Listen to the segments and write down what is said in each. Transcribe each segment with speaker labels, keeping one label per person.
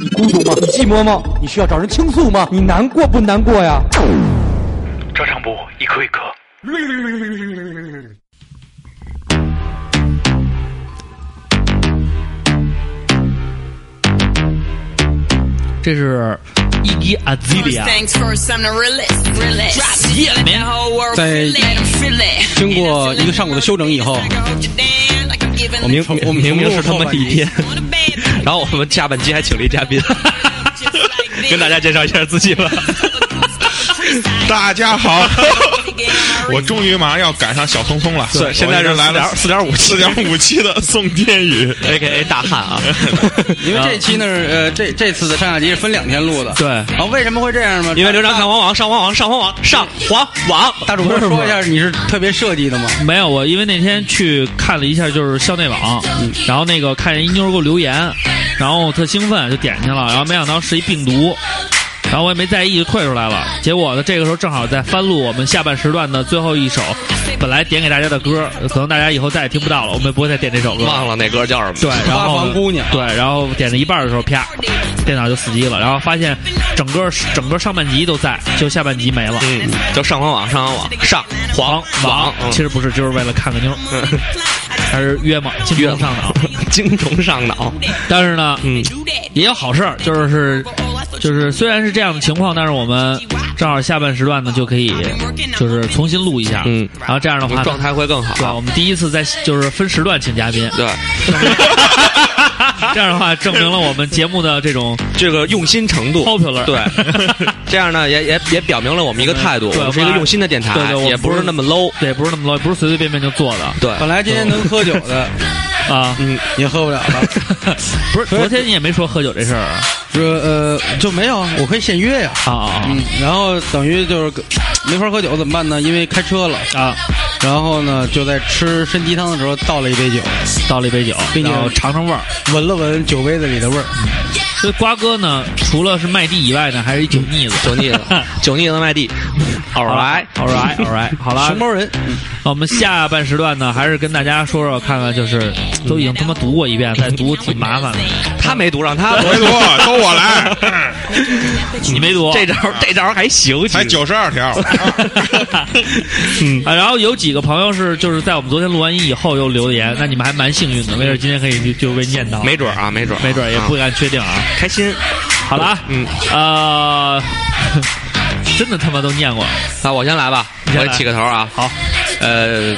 Speaker 1: 你孤独吗？你寂寞吗？你需要找人倾诉吗？你难过不难过呀？
Speaker 2: 照常不误，一颗一颗。
Speaker 3: 这是伊迪阿兹利亚。
Speaker 4: 在经过一个上午的休整以后，
Speaker 3: 我明 我明明是他妈一天，
Speaker 4: 然后我们下半期还请了一嘉宾， 跟大家介绍一下自己吧。
Speaker 5: 大家 好，我终于马上要赶上小聪聪了。
Speaker 4: 对，现在
Speaker 5: 我已
Speaker 4: 是
Speaker 5: 经来了
Speaker 4: 四点五
Speaker 5: 四点五期的宋天宇，
Speaker 4: A K A 大汉 啊，
Speaker 6: 因为这期呢是呃这这次的上下集是分两天录的，
Speaker 4: 对
Speaker 6: 然后为什么会这样呢？
Speaker 4: 因为刘长看黄网上黄网上黄网上黄网，
Speaker 6: 大主播说一下，你是特别设计的吗？
Speaker 3: 没有我，因为那天去看了一下，就是校内网，然后那个看见一妞儿给我留言，然后我特兴奋就点进去了，然后没想到是一病毒，然后我也没在意就退出来了。结果呢，这个时候正好在翻录我们下半时段的最后一首，本来点给大家的歌，可能大家以后再也听不到了，我们也不会再点这首歌了。
Speaker 4: 忘了那歌叫什么。
Speaker 3: 对，然
Speaker 6: 花
Speaker 3: 后
Speaker 6: 房姑娘
Speaker 3: 对，然后点到一半的时候，啪，电脑就死机了，然后发现整个整个上半集都在，就下半集没了。
Speaker 4: 嗯，叫上黄网上黄网上黄
Speaker 3: 网
Speaker 4: 网，
Speaker 3: 其实不是，就是为了看个妞儿，
Speaker 4: 嗯
Speaker 3: 还是约嘛，金
Speaker 4: 月
Speaker 3: 上脑。
Speaker 4: 精虫上脑，
Speaker 3: 但是呢，
Speaker 4: 嗯，
Speaker 3: 也有好事儿，就是就是虽然是这样的情况，但是我们正好下半时段呢就可以就是重新录一下，
Speaker 4: 嗯
Speaker 3: 然后这样的话呢
Speaker 4: 状态会更
Speaker 3: 对，我
Speaker 4: 好。
Speaker 3: 们第一次在就是分时段请嘉宾，
Speaker 4: 对，
Speaker 3: 这样的话证明了我们节目的这种
Speaker 4: 这个用心程度
Speaker 3: popular，
Speaker 4: 对，这样呢也也也表明了我们一个态度，
Speaker 3: 对
Speaker 4: 我们是一个
Speaker 3: 我们
Speaker 4: 用心的电台
Speaker 3: 对对我，们
Speaker 4: 也不是那么 low。
Speaker 3: 对，不是那么多，不是随随便便就做的
Speaker 4: 对，
Speaker 6: 本来今天能喝酒的嗯
Speaker 3: 啊。
Speaker 4: 嗯
Speaker 6: 也喝不了了，
Speaker 3: 不是，昨天你也没说喝酒这事儿啊
Speaker 6: 说呃就没有，我可以现约呀。
Speaker 3: 啊啊
Speaker 6: 嗯，然后等于就是个没法喝酒怎么办呢？因为开车了，
Speaker 3: 啊！
Speaker 6: 然后呢就在吃参鸡汤的时候倒了一杯酒，
Speaker 3: 倒了一杯酒，
Speaker 6: 并且
Speaker 3: 然后尝尝味儿。
Speaker 6: 闻了闻酒杯子里的味儿。
Speaker 4: 嗯
Speaker 3: 所以瓜哥呢，除了是麦地以外呢，还是一酒腻子。
Speaker 4: 酒腻 子，酒腻子麦地，偶尔来，
Speaker 3: 好来，好来，好了
Speaker 6: 熊。猫人，
Speaker 3: 那我们下半时段呢，还是跟大家说说看看，就是都已经他妈读过一遍，再读挺麻烦的。
Speaker 4: 他没读，让他
Speaker 5: 回头哎都 我来，
Speaker 3: 你没读
Speaker 4: 这招这招还行，
Speaker 5: 才
Speaker 4: 其实
Speaker 5: 九十二条。
Speaker 3: 嗯啊，然后有几个朋友是就是在我们昨天录完音以后又留的言，那你们还蛮幸运的，没准今天可以就就被念到，
Speaker 4: 没准儿啊，没准儿啊，
Speaker 3: 没准儿也不敢确定啊。
Speaker 4: 啊开心。
Speaker 3: 好了，啊，
Speaker 4: 嗯
Speaker 3: 呃， 真的他妈都念过，
Speaker 4: 那我先来吧，
Speaker 3: 你先
Speaker 4: 我
Speaker 3: 来
Speaker 4: 起个头啊。
Speaker 3: 好，
Speaker 4: 呃，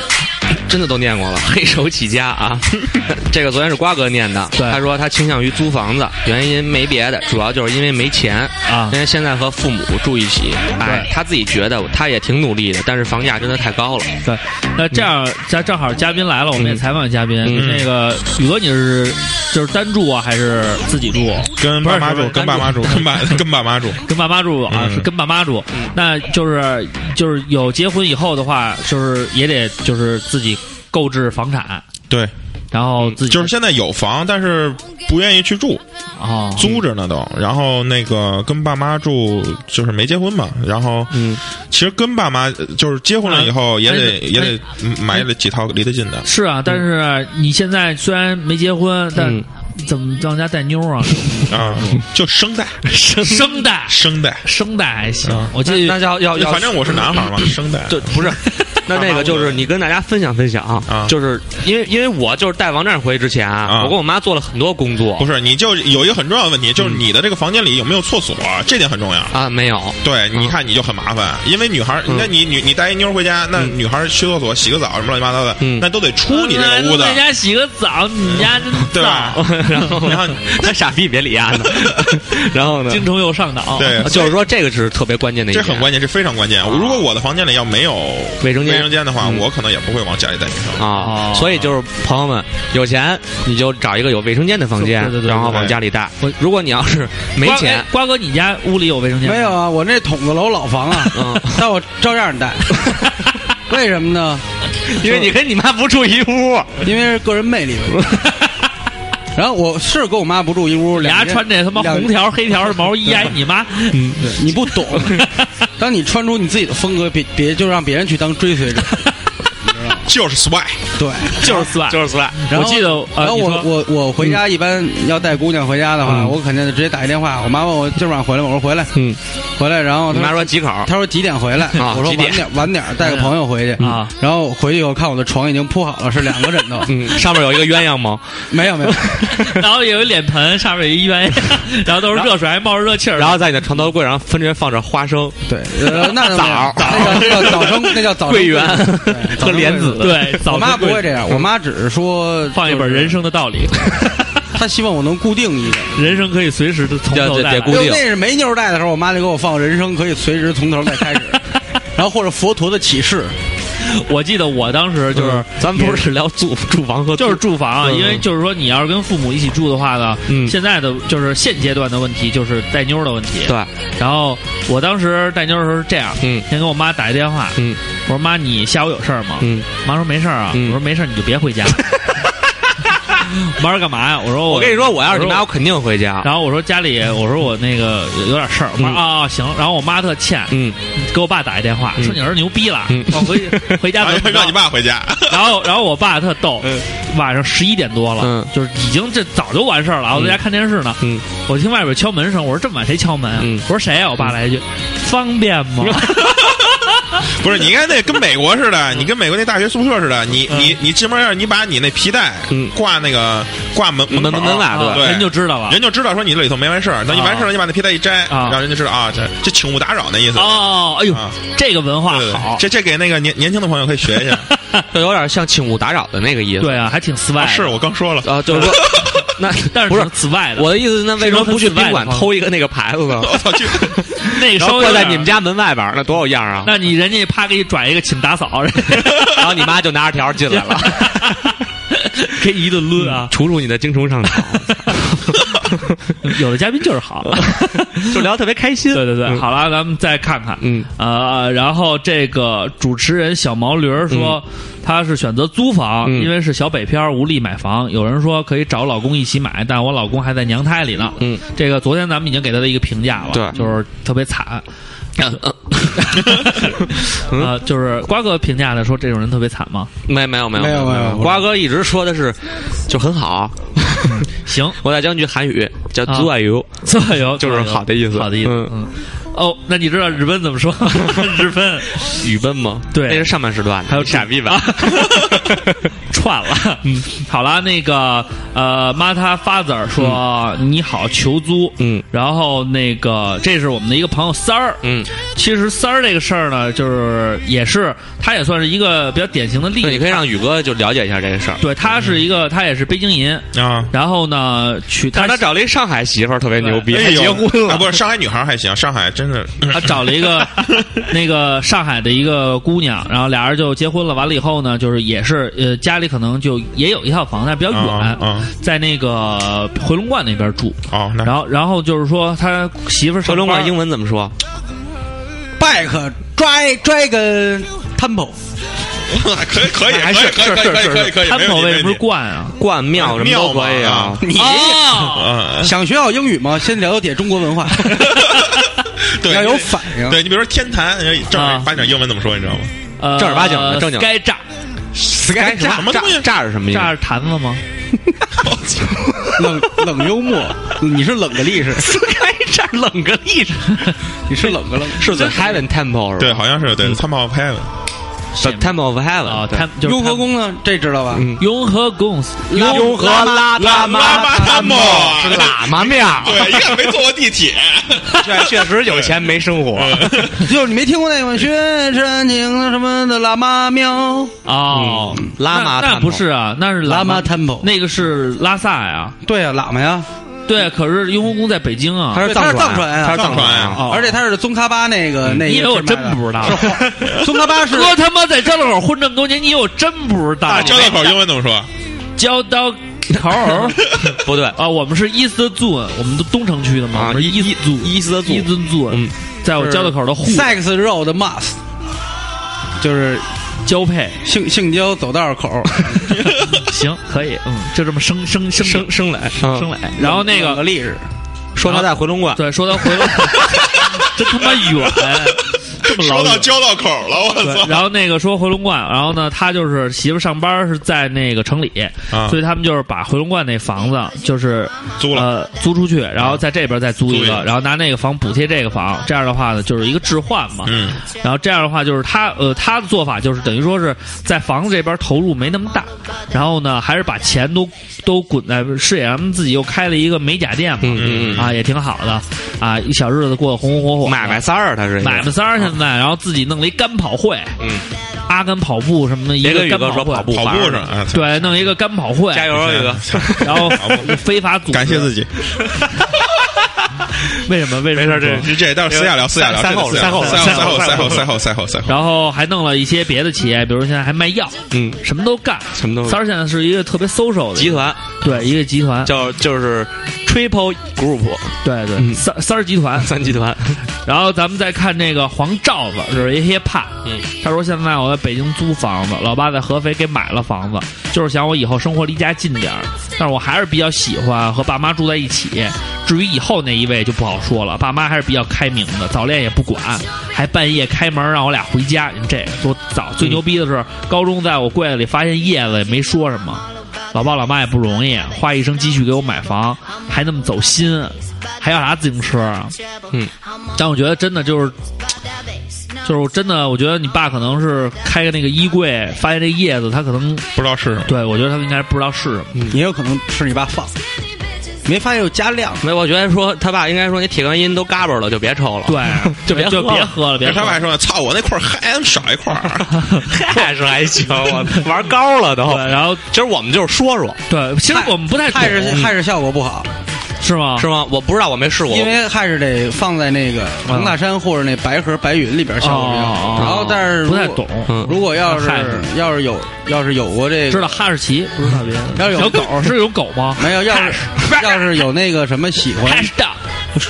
Speaker 4: 真的都念过了， 黑手起家啊。 这个昨天是瓜哥念的，
Speaker 3: 对
Speaker 4: 他说他倾向于租房子，原因没别的，主要就是因为没钱
Speaker 3: 啊
Speaker 4: 因为现在和父母住一起，哎，他自己觉得他也挺努力的，但是房价真的太高了。
Speaker 3: 对，那这样
Speaker 5: 嗯
Speaker 3: 咱正好嘉宾来了，我们也采访嘉宾。
Speaker 4: 嗯
Speaker 3: 那个宇哥，你是就是单住啊，还是自己住？
Speaker 5: 跟爸妈住，跟爸妈住，跟爸跟爸妈住。
Speaker 3: 跟爸妈住啊，
Speaker 5: 嗯
Speaker 3: 是跟爸妈住。那就是就是有结婚以后的话，就是也得就是自己购置房产，
Speaker 5: 对，
Speaker 3: 然后自己
Speaker 5: 嗯就是现在有房，但是不愿意去住，
Speaker 3: 哦，
Speaker 5: 租着呢都。然后那个跟爸妈住，就是没结婚嘛。然后，
Speaker 4: 嗯，啊
Speaker 5: 其实跟爸妈呃就是结婚了以后，也得
Speaker 3: 哎
Speaker 5: 也得嗯买了几套离得近的。
Speaker 3: 是啊，但是你现在虽然没结婚，但
Speaker 4: 嗯
Speaker 3: 怎么让人家带妞 啊？
Speaker 5: 啊，就声带，
Speaker 3: 声带，
Speaker 5: 声带。
Speaker 3: 声带还行
Speaker 5: 嗯。
Speaker 3: 我记
Speaker 4: 那
Speaker 3: 得
Speaker 4: 要要要，
Speaker 5: 反正我是男孩嘛，声带。
Speaker 4: 就不是。 那那个就是你跟大家分享分享，
Speaker 5: 啊
Speaker 4: 就是因为因为我就是带王站回去之前，啊我跟我妈做了很多工作
Speaker 5: 不是，你就有一个很重要的问题，就是
Speaker 4: 嗯
Speaker 5: 你的这个房间里有没有厕所，这点很重要。
Speaker 4: 啊，没有，
Speaker 5: 对，你看你就很麻
Speaker 4: 嗯
Speaker 5: 烦，因为女孩儿，那你女你带一妞儿回家，那女孩儿去厕所、洗个澡什么乱七八糟的，
Speaker 4: 嗯
Speaker 5: 那都得出你这个屋子，
Speaker 3: 在家洗个澡，你家真
Speaker 5: 对吧
Speaker 3: 脏，？
Speaker 4: 然后
Speaker 5: 然后
Speaker 4: 他傻逼别理 丫呢，然后呢，
Speaker 3: 精虫又上脑。
Speaker 5: 对，
Speaker 4: 哦啊就是说这个是特别关键的一
Speaker 5: 这
Speaker 4: 点，哦
Speaker 5: 很关键，这非常关键。如果我的房间里要没有
Speaker 4: 卫生间
Speaker 5: 卫生间的话，
Speaker 4: 嗯
Speaker 5: 我可能也不会往家里带女生。
Speaker 4: 啊
Speaker 3: 哦。
Speaker 4: 所以就是朋友们，有钱你就找一个有卫生间的房间
Speaker 3: 对对，对
Speaker 4: 然后往家里带
Speaker 3: 我。
Speaker 4: 如果你要是没
Speaker 3: 瓜
Speaker 4: 钱
Speaker 3: 哎，瓜哥，你家屋里有卫生间吗
Speaker 6: 没有？啊，我那筒子楼老房啊，
Speaker 4: 嗯
Speaker 6: 但我照样 带。为什么呢？
Speaker 4: 因为你跟你妈不住一屋，
Speaker 6: 因为是个人魅力。 然后我是跟我妈不住一屋，
Speaker 3: 你
Speaker 6: 俩
Speaker 3: 家
Speaker 6: 人
Speaker 3: 穿这他妈
Speaker 6: 两
Speaker 3: 红条黑条的毛衣，哎，你妈！
Speaker 6: 你不懂。 当你穿出你自己的风格，别别就让别人去当追随者。
Speaker 5: 就是 swag，
Speaker 6: 对，
Speaker 3: 就是四 万，
Speaker 4: 就是四万。
Speaker 6: 然
Speaker 3: 我
Speaker 6: 后
Speaker 3: 记得，呃，
Speaker 6: 然后
Speaker 3: 你
Speaker 6: 我
Speaker 3: 说嗯
Speaker 6: 我我回家一般要带姑娘回家的话，
Speaker 4: 嗯
Speaker 6: 我肯定就直接打一电话，我妈问我今晚上回来吗？我说回来，
Speaker 4: 嗯，
Speaker 6: 回来，然后
Speaker 4: 你
Speaker 6: 她
Speaker 4: 妈说几口？
Speaker 6: 她说几点回来？
Speaker 4: 啊
Speaker 6: 我说
Speaker 4: 几
Speaker 6: 晚
Speaker 4: 点
Speaker 6: 点晚点儿带个朋友回去
Speaker 3: 哎啊。
Speaker 6: 然后回去以后看我的床已经铺好了，是两个枕头，
Speaker 4: 嗯，上面有一个鸳鸯吗？
Speaker 6: 没有没有，
Speaker 3: 然后有一脸盆，上面有一鸳鸯，然后都是热水，还冒着热气儿，
Speaker 4: 然后在你的床头柜上分别放着花生、
Speaker 6: 对，呃那倒没
Speaker 4: 枣
Speaker 6: 有那叫那叫早生，那叫早生
Speaker 4: 桂圆
Speaker 6: 对早
Speaker 4: 和
Speaker 6: 生
Speaker 4: 莲子。
Speaker 3: 对，
Speaker 6: 我
Speaker 3: 早
Speaker 6: 妈
Speaker 3: 晨
Speaker 6: 不
Speaker 3: 贵
Speaker 6: 会这样，我妈只是说
Speaker 3: 放一本《人，生的 道理》，
Speaker 6: 她希望我能固定一个。
Speaker 3: 人生可以随时的从
Speaker 4: 对
Speaker 3: 头
Speaker 4: 对
Speaker 3: 再
Speaker 4: 对
Speaker 3: 来
Speaker 4: 固。定
Speaker 6: 那是没妞儿带的时候，我妈就给我放《人生可以随时从头再开始》，然后或者佛陀的启示，
Speaker 3: 我记得我当时就是
Speaker 4: 嗯咱们不是聊住住房和
Speaker 3: 就是住房啊，
Speaker 4: 嗯
Speaker 3: 因为就是说你要是跟父母一起住的话呢，
Speaker 4: 嗯
Speaker 3: 现在的就是现阶段的问题就是带妞儿的问题。
Speaker 4: 对，
Speaker 3: 然后我当时带妞儿的时候是这样，
Speaker 4: 嗯
Speaker 3: 先给我妈打一电话，
Speaker 4: 嗯
Speaker 3: 我说妈，你下午有事儿吗？
Speaker 4: 嗯，
Speaker 3: 妈说没事儿啊，
Speaker 4: 嗯
Speaker 3: 我说没事儿你就别回 家。妈说干嘛呀？我说
Speaker 4: 我
Speaker 3: 我
Speaker 4: 跟你说，我要是你
Speaker 3: 我
Speaker 4: 妈，
Speaker 3: 说
Speaker 4: 我肯定回家。
Speaker 3: 然后我说家里，我说我那个有有点事儿，我妈
Speaker 4: 嗯
Speaker 3: 啊行，然后我妈特欠，
Speaker 4: 嗯，
Speaker 3: 给我爸打一电话，
Speaker 4: 嗯
Speaker 3: 说你儿子牛逼了
Speaker 4: 嗯，
Speaker 3: 我回 回家
Speaker 5: 然后
Speaker 3: 怎么着
Speaker 5: 哎让你爸回家，
Speaker 3: 然后，然后我爸特逗，
Speaker 4: 嗯
Speaker 3: 晚上十一点多了，
Speaker 4: 嗯
Speaker 3: 就是已经这早就完事儿了。我在家看电视呢，
Speaker 4: 嗯
Speaker 3: 我听外边敲门声，我说这么晚谁敲门啊？
Speaker 4: 嗯
Speaker 3: 我说谁呀、我爸来一句，方便吗？
Speaker 5: 不是，你应该那跟美国似
Speaker 4: 嗯
Speaker 5: 的，你跟美国那大学宿舍似的，你你你进门要是你把你那皮带
Speaker 4: 嗯
Speaker 5: 挂那个挂门
Speaker 4: 门
Speaker 5: 口
Speaker 4: 门外
Speaker 3: 啊
Speaker 5: 对
Speaker 3: 人就知道了。
Speaker 5: 人就知道说你这里头没完事儿，等你完事儿了，你把那皮带一摘，
Speaker 3: 啊
Speaker 5: 让人家知道啊，这这请勿打扰那意思。
Speaker 3: 哦，哎呦，
Speaker 5: 啊
Speaker 3: 这个文化
Speaker 5: 对对对
Speaker 3: 好，，
Speaker 5: 这这给那个年年轻的朋友可以学 一下。
Speaker 4: 就有点像请勿打扰的那个意思。
Speaker 3: 对啊，还挺 swag，、
Speaker 5: 是我刚说了，
Speaker 4: 哎啊，就是说，那
Speaker 3: 但是
Speaker 4: 不是
Speaker 3: 挺 swag 的。
Speaker 4: 我的意思，那为什么不去宾馆
Speaker 3: 是一种很
Speaker 4: 偷一个那个牌子呢？
Speaker 5: 我操，这
Speaker 3: 那个
Speaker 4: 然
Speaker 3: 稍
Speaker 4: 后
Speaker 3: 微有
Speaker 4: 挂在
Speaker 3: 点
Speaker 4: 你们，家门外边儿，那多有样儿啊！
Speaker 3: 啊 那你人家啪给你转一个，请 打扫，
Speaker 4: 然后你妈就拿着条儿进来了，
Speaker 3: 给你一顿抡 啊！
Speaker 4: 除除你的精虫上脑，
Speaker 3: 有的嘉宾就 是好，
Speaker 4: 就聊得特别开心。
Speaker 3: 对对对，
Speaker 4: 嗯
Speaker 3: 好了，咱们再看看，
Speaker 4: 嗯，
Speaker 3: 啊，然后这个主持人小毛驴儿说，他是选择租房，
Speaker 4: 嗯
Speaker 3: 因为是小北漂，无力买房。有人说可以找老公一起买，但我老公还在娘胎里呢。
Speaker 4: 嗯，
Speaker 3: 这个昨天咱们已经给他的一个评价了，
Speaker 4: 对嗯
Speaker 3: 就是特别惨。 呃，就是瓜哥评价的说这种人特别惨吗？
Speaker 4: 没没有没有
Speaker 6: 没有没有不是
Speaker 4: 瓜哥一直说的是就很好。
Speaker 3: 行，
Speaker 4: 我在讲句韩语叫“
Speaker 3: 啊
Speaker 4: 足爱油
Speaker 3: 这有”，
Speaker 4: 就是好的意思，
Speaker 3: 好的意思。
Speaker 4: 嗯，
Speaker 3: 哦，那你知道日本怎么说？ 日本
Speaker 4: 语奔吗？
Speaker 3: 对
Speaker 4: 那是上半时段的，
Speaker 3: 还有
Speaker 4: 傻逼吧？
Speaker 3: 串了。嗯，好了，那个呃，妈他发子儿说、你好，求租。
Speaker 4: 嗯
Speaker 3: 然后那个这是我们的一个朋友三儿。
Speaker 4: 嗯，
Speaker 3: 其实三儿这个事儿呢，就是也是他也算是一个比较典型的例
Speaker 4: 那
Speaker 3: 子。
Speaker 4: 你可以让宇哥就了解一下这个事儿。
Speaker 3: 对他是一个，他也是北京人。
Speaker 5: 啊，
Speaker 3: 然后呢，娶
Speaker 4: 但
Speaker 3: 他
Speaker 4: 是他找了一上海媳妇儿，特别牛逼，
Speaker 5: 哎
Speaker 4: 还
Speaker 5: 呦
Speaker 4: 结婚
Speaker 5: 啊，
Speaker 4: 了。啊
Speaker 5: 不是上海女孩还行，上海真的
Speaker 3: 他找了一 个那个上海的一个姑娘，然后俩人就结婚了。完了以后呢，就是也是呃，家里可能就也有一套房，但比较远，
Speaker 5: 啊啊
Speaker 3: 在那个回龙观那边住。
Speaker 5: 哦，那
Speaker 3: 然后，然后就是说他媳妇儿
Speaker 4: 回
Speaker 3: 上
Speaker 4: 龙观
Speaker 3: 班
Speaker 4: 英文怎么说？
Speaker 6: back dry dragon temple，
Speaker 5: 可以可以
Speaker 4: 还
Speaker 5: 可
Speaker 4: 是
Speaker 5: 以可以可以可以可以可以，
Speaker 3: 他
Speaker 5: 没
Speaker 3: 口
Speaker 5: 问题
Speaker 3: 为什么
Speaker 5: 没
Speaker 3: 是
Speaker 5: 问题。
Speaker 3: 冠啊？
Speaker 4: 冠庙什么都可以
Speaker 5: 庙嘛
Speaker 4: 啊。
Speaker 6: 你
Speaker 3: 哦，
Speaker 5: 嗯，
Speaker 6: 想学好英语吗？先了解中国文化，
Speaker 5: 对，
Speaker 6: 要有
Speaker 5: 因为
Speaker 6: 反应
Speaker 5: 对你比如说天坛，人家正
Speaker 4: 啊
Speaker 5: 儿八经英文怎么说，你知道吗？
Speaker 3: 呃
Speaker 4: 正儿八经的正经的
Speaker 3: 该炸，
Speaker 4: Sky
Speaker 5: 什么东西
Speaker 4: 炸炸是什么意思？
Speaker 3: 炸是坛子吗？
Speaker 6: 冷冷幽默，你是冷个历史，
Speaker 4: Sky 炸冷个屁！
Speaker 6: 你是冷个冷。
Speaker 4: 是 The Heaven Temple 是
Speaker 5: 对，
Speaker 4: 吧
Speaker 5: 好像是
Speaker 4: 嗯
Speaker 5: 对，参谋拍的。
Speaker 4: ？The Temple of
Speaker 3: 啊，
Speaker 4: Heaven 对
Speaker 3: 坛就是
Speaker 6: 雍
Speaker 3: 坛
Speaker 6: 和，宫呢？这知道吧？
Speaker 4: 嗯
Speaker 3: 雍和宫，
Speaker 4: 雍和拉他妈
Speaker 5: 拉巴他莫
Speaker 4: 啊是喇嘛庙。
Speaker 5: 对，一看没坐过 地铁，
Speaker 4: 确确实有钱没生活。
Speaker 6: 就是你没听过那个学山情什么的喇嘛庙，
Speaker 3: 哦，
Speaker 4: 拉
Speaker 3: 那
Speaker 4: 玛
Speaker 3: 那
Speaker 4: 探
Speaker 3: 不
Speaker 4: 头
Speaker 3: 是啊，那是
Speaker 6: 喇
Speaker 3: 嘛
Speaker 6: 嘛 temple，
Speaker 3: 那个是拉萨呀。
Speaker 6: 对啊，喇嘛呀，
Speaker 3: 对，可是雍和宫在北京啊。
Speaker 4: 他是
Speaker 6: 对他是
Speaker 4: 藏
Speaker 6: 藏传啊
Speaker 4: 他是藏
Speaker 5: 藏传
Speaker 4: 啊
Speaker 5: 啊。
Speaker 3: 哦
Speaker 6: 而且他是宗喀巴那个呃那个
Speaker 3: 你以为我
Speaker 6: 是卖
Speaker 3: 真
Speaker 6: 的，
Speaker 3: 不知道？
Speaker 6: 宗喀巴是
Speaker 3: 哥他妈在交道口混这么多年，你以为我真不知道
Speaker 5: 大？啊交道口英文怎么说？
Speaker 3: 交道口 儿
Speaker 4: 不对，
Speaker 3: 啊，我们是 East Zone，我们都东城区的嘛，
Speaker 4: 啊
Speaker 3: 我们是 East Zone。
Speaker 4: 伊斯族
Speaker 3: East Zone，
Speaker 4: 嗯
Speaker 3: 在我交道口的户
Speaker 6: sex road must，就是
Speaker 3: 交配，
Speaker 6: 性性交走道 口，
Speaker 3: 行，可以，嗯，就这么生生生生生来
Speaker 4: 嗯
Speaker 3: 生来，然后那
Speaker 6: 冷
Speaker 3: 个
Speaker 6: 历史，
Speaker 4: 说他在回龙观，
Speaker 3: 对，说他回来，真他妈远。这么老
Speaker 5: 说到
Speaker 3: 远。
Speaker 5: 交道口了，我
Speaker 3: 对，
Speaker 5: 操！
Speaker 3: 然后那个说回龙观，然后呢，他就是媳妇上班是在那个城里，
Speaker 5: 啊
Speaker 3: 所以他们就是把回龙观那房子就是
Speaker 5: 租了
Speaker 3: 呃，租出去，然后在这边再租一
Speaker 5: 租一
Speaker 3: 个，
Speaker 5: 个
Speaker 3: 然后拿那个房补贴这个房，这样的话呢，就是一个置换嘛。
Speaker 5: 嗯，
Speaker 3: 然后这样的话就是他呃他的做法就是等于说是在房子这边投入没那么大，然后呢还是把钱都都滚在视野，咱们自己又开了一个美甲店嘛，
Speaker 4: 嗯嗯嗯
Speaker 3: 啊也挺好的啊，一小日子过得红红火火的，
Speaker 4: 买卖三儿，啊他是一个
Speaker 3: 买卖三儿现在，然后自己弄了一干跑会，
Speaker 4: 嗯，
Speaker 3: 阿甘跑步什么的，一
Speaker 4: 别
Speaker 3: 个
Speaker 4: 跟宇
Speaker 3: 干
Speaker 4: 哥说
Speaker 3: 跑
Speaker 4: 跑
Speaker 3: 会，
Speaker 4: 步，
Speaker 5: 跑步上啊，操
Speaker 3: 对，弄一个干跑会，
Speaker 4: 加油啊，宇哥！
Speaker 3: 然后非法组织，
Speaker 5: 感谢自己。
Speaker 3: 为什么？为什
Speaker 4: 没
Speaker 3: 么？
Speaker 4: 事这
Speaker 5: 这这到时候私下聊，私下聊，
Speaker 4: 三
Speaker 5: 真的
Speaker 4: 口
Speaker 5: 私下
Speaker 4: 三口
Speaker 5: 聊
Speaker 4: 三口
Speaker 5: 三口，
Speaker 4: 三口
Speaker 5: 三口，三口，三口。
Speaker 3: 然后还弄了一些别的企业，比如现在还卖药，
Speaker 4: 嗯，
Speaker 3: 什么都干。
Speaker 4: 什么都
Speaker 3: 三儿现在是一个特别 social 的
Speaker 4: 集，团
Speaker 3: 对，一个集团，
Speaker 4: 叫就是 Triple Group
Speaker 3: 对对，
Speaker 4: 嗯
Speaker 3: 三三儿集团。
Speaker 4: 三集团，
Speaker 3: 然后咱们再看那个黄罩子，就是一些怕，
Speaker 4: 嗯，
Speaker 3: 他说现在我在北京租房子，老爸在合肥给买了房子，就是想我以后生活离家近点儿，但是我还是比较喜欢和爸妈住在一起。至于以后那一位就不好说了，爸妈还是比较开明的，早恋也不管，还半夜开门让我俩回家。你们这个多早！最牛逼的是，高中在我柜子里发现叶子，也没说什么。老爸老妈也不容易，花一生积蓄给我买房，还那么走心，还要啥自行车啊？
Speaker 4: 嗯，
Speaker 3: 但我觉得真的就是就是我真的，我觉得你爸可能是开个那个衣柜，发现这叶子，他可能
Speaker 5: 不知道是什么，
Speaker 3: 对我觉得他应该不知道是什么。
Speaker 6: 也有可能是你爸放，没发现有加量。
Speaker 4: 没有，我觉得说他爸应该说你铁观音都嘎巴了，就别抽 了。，
Speaker 3: 对，
Speaker 4: 就别喝
Speaker 3: 就
Speaker 4: 了
Speaker 3: 别喝了，别
Speaker 5: 但是
Speaker 3: 喝
Speaker 5: 他爸还
Speaker 3: 了。
Speaker 5: 说：“操，我那块儿还少一块儿。
Speaker 4: 还是还行，我玩高了都。
Speaker 3: 对，然后
Speaker 4: 今儿我们就是说说，
Speaker 3: 对，其实我们不太懂
Speaker 6: 害是害是效果不好，
Speaker 3: 是吗？
Speaker 4: 是吗？我不知道，我没试过。
Speaker 6: 因为害是得放在那个蒙大山或者那白河白云里边效果比较
Speaker 3: 啊哦
Speaker 6: 好。
Speaker 3: 哦
Speaker 6: 然后但是如
Speaker 3: 不
Speaker 6: 果
Speaker 3: 太懂，
Speaker 4: 嗯
Speaker 6: 如果要是
Speaker 3: 害是
Speaker 6: 要是有要是有过这
Speaker 3: 知
Speaker 6: 个，
Speaker 3: 道哈士奇不知道别
Speaker 6: 要
Speaker 3: 的
Speaker 6: 有
Speaker 3: 小狗是有狗吗？
Speaker 6: 没有要是 要是有那个什么喜欢
Speaker 3: 还是的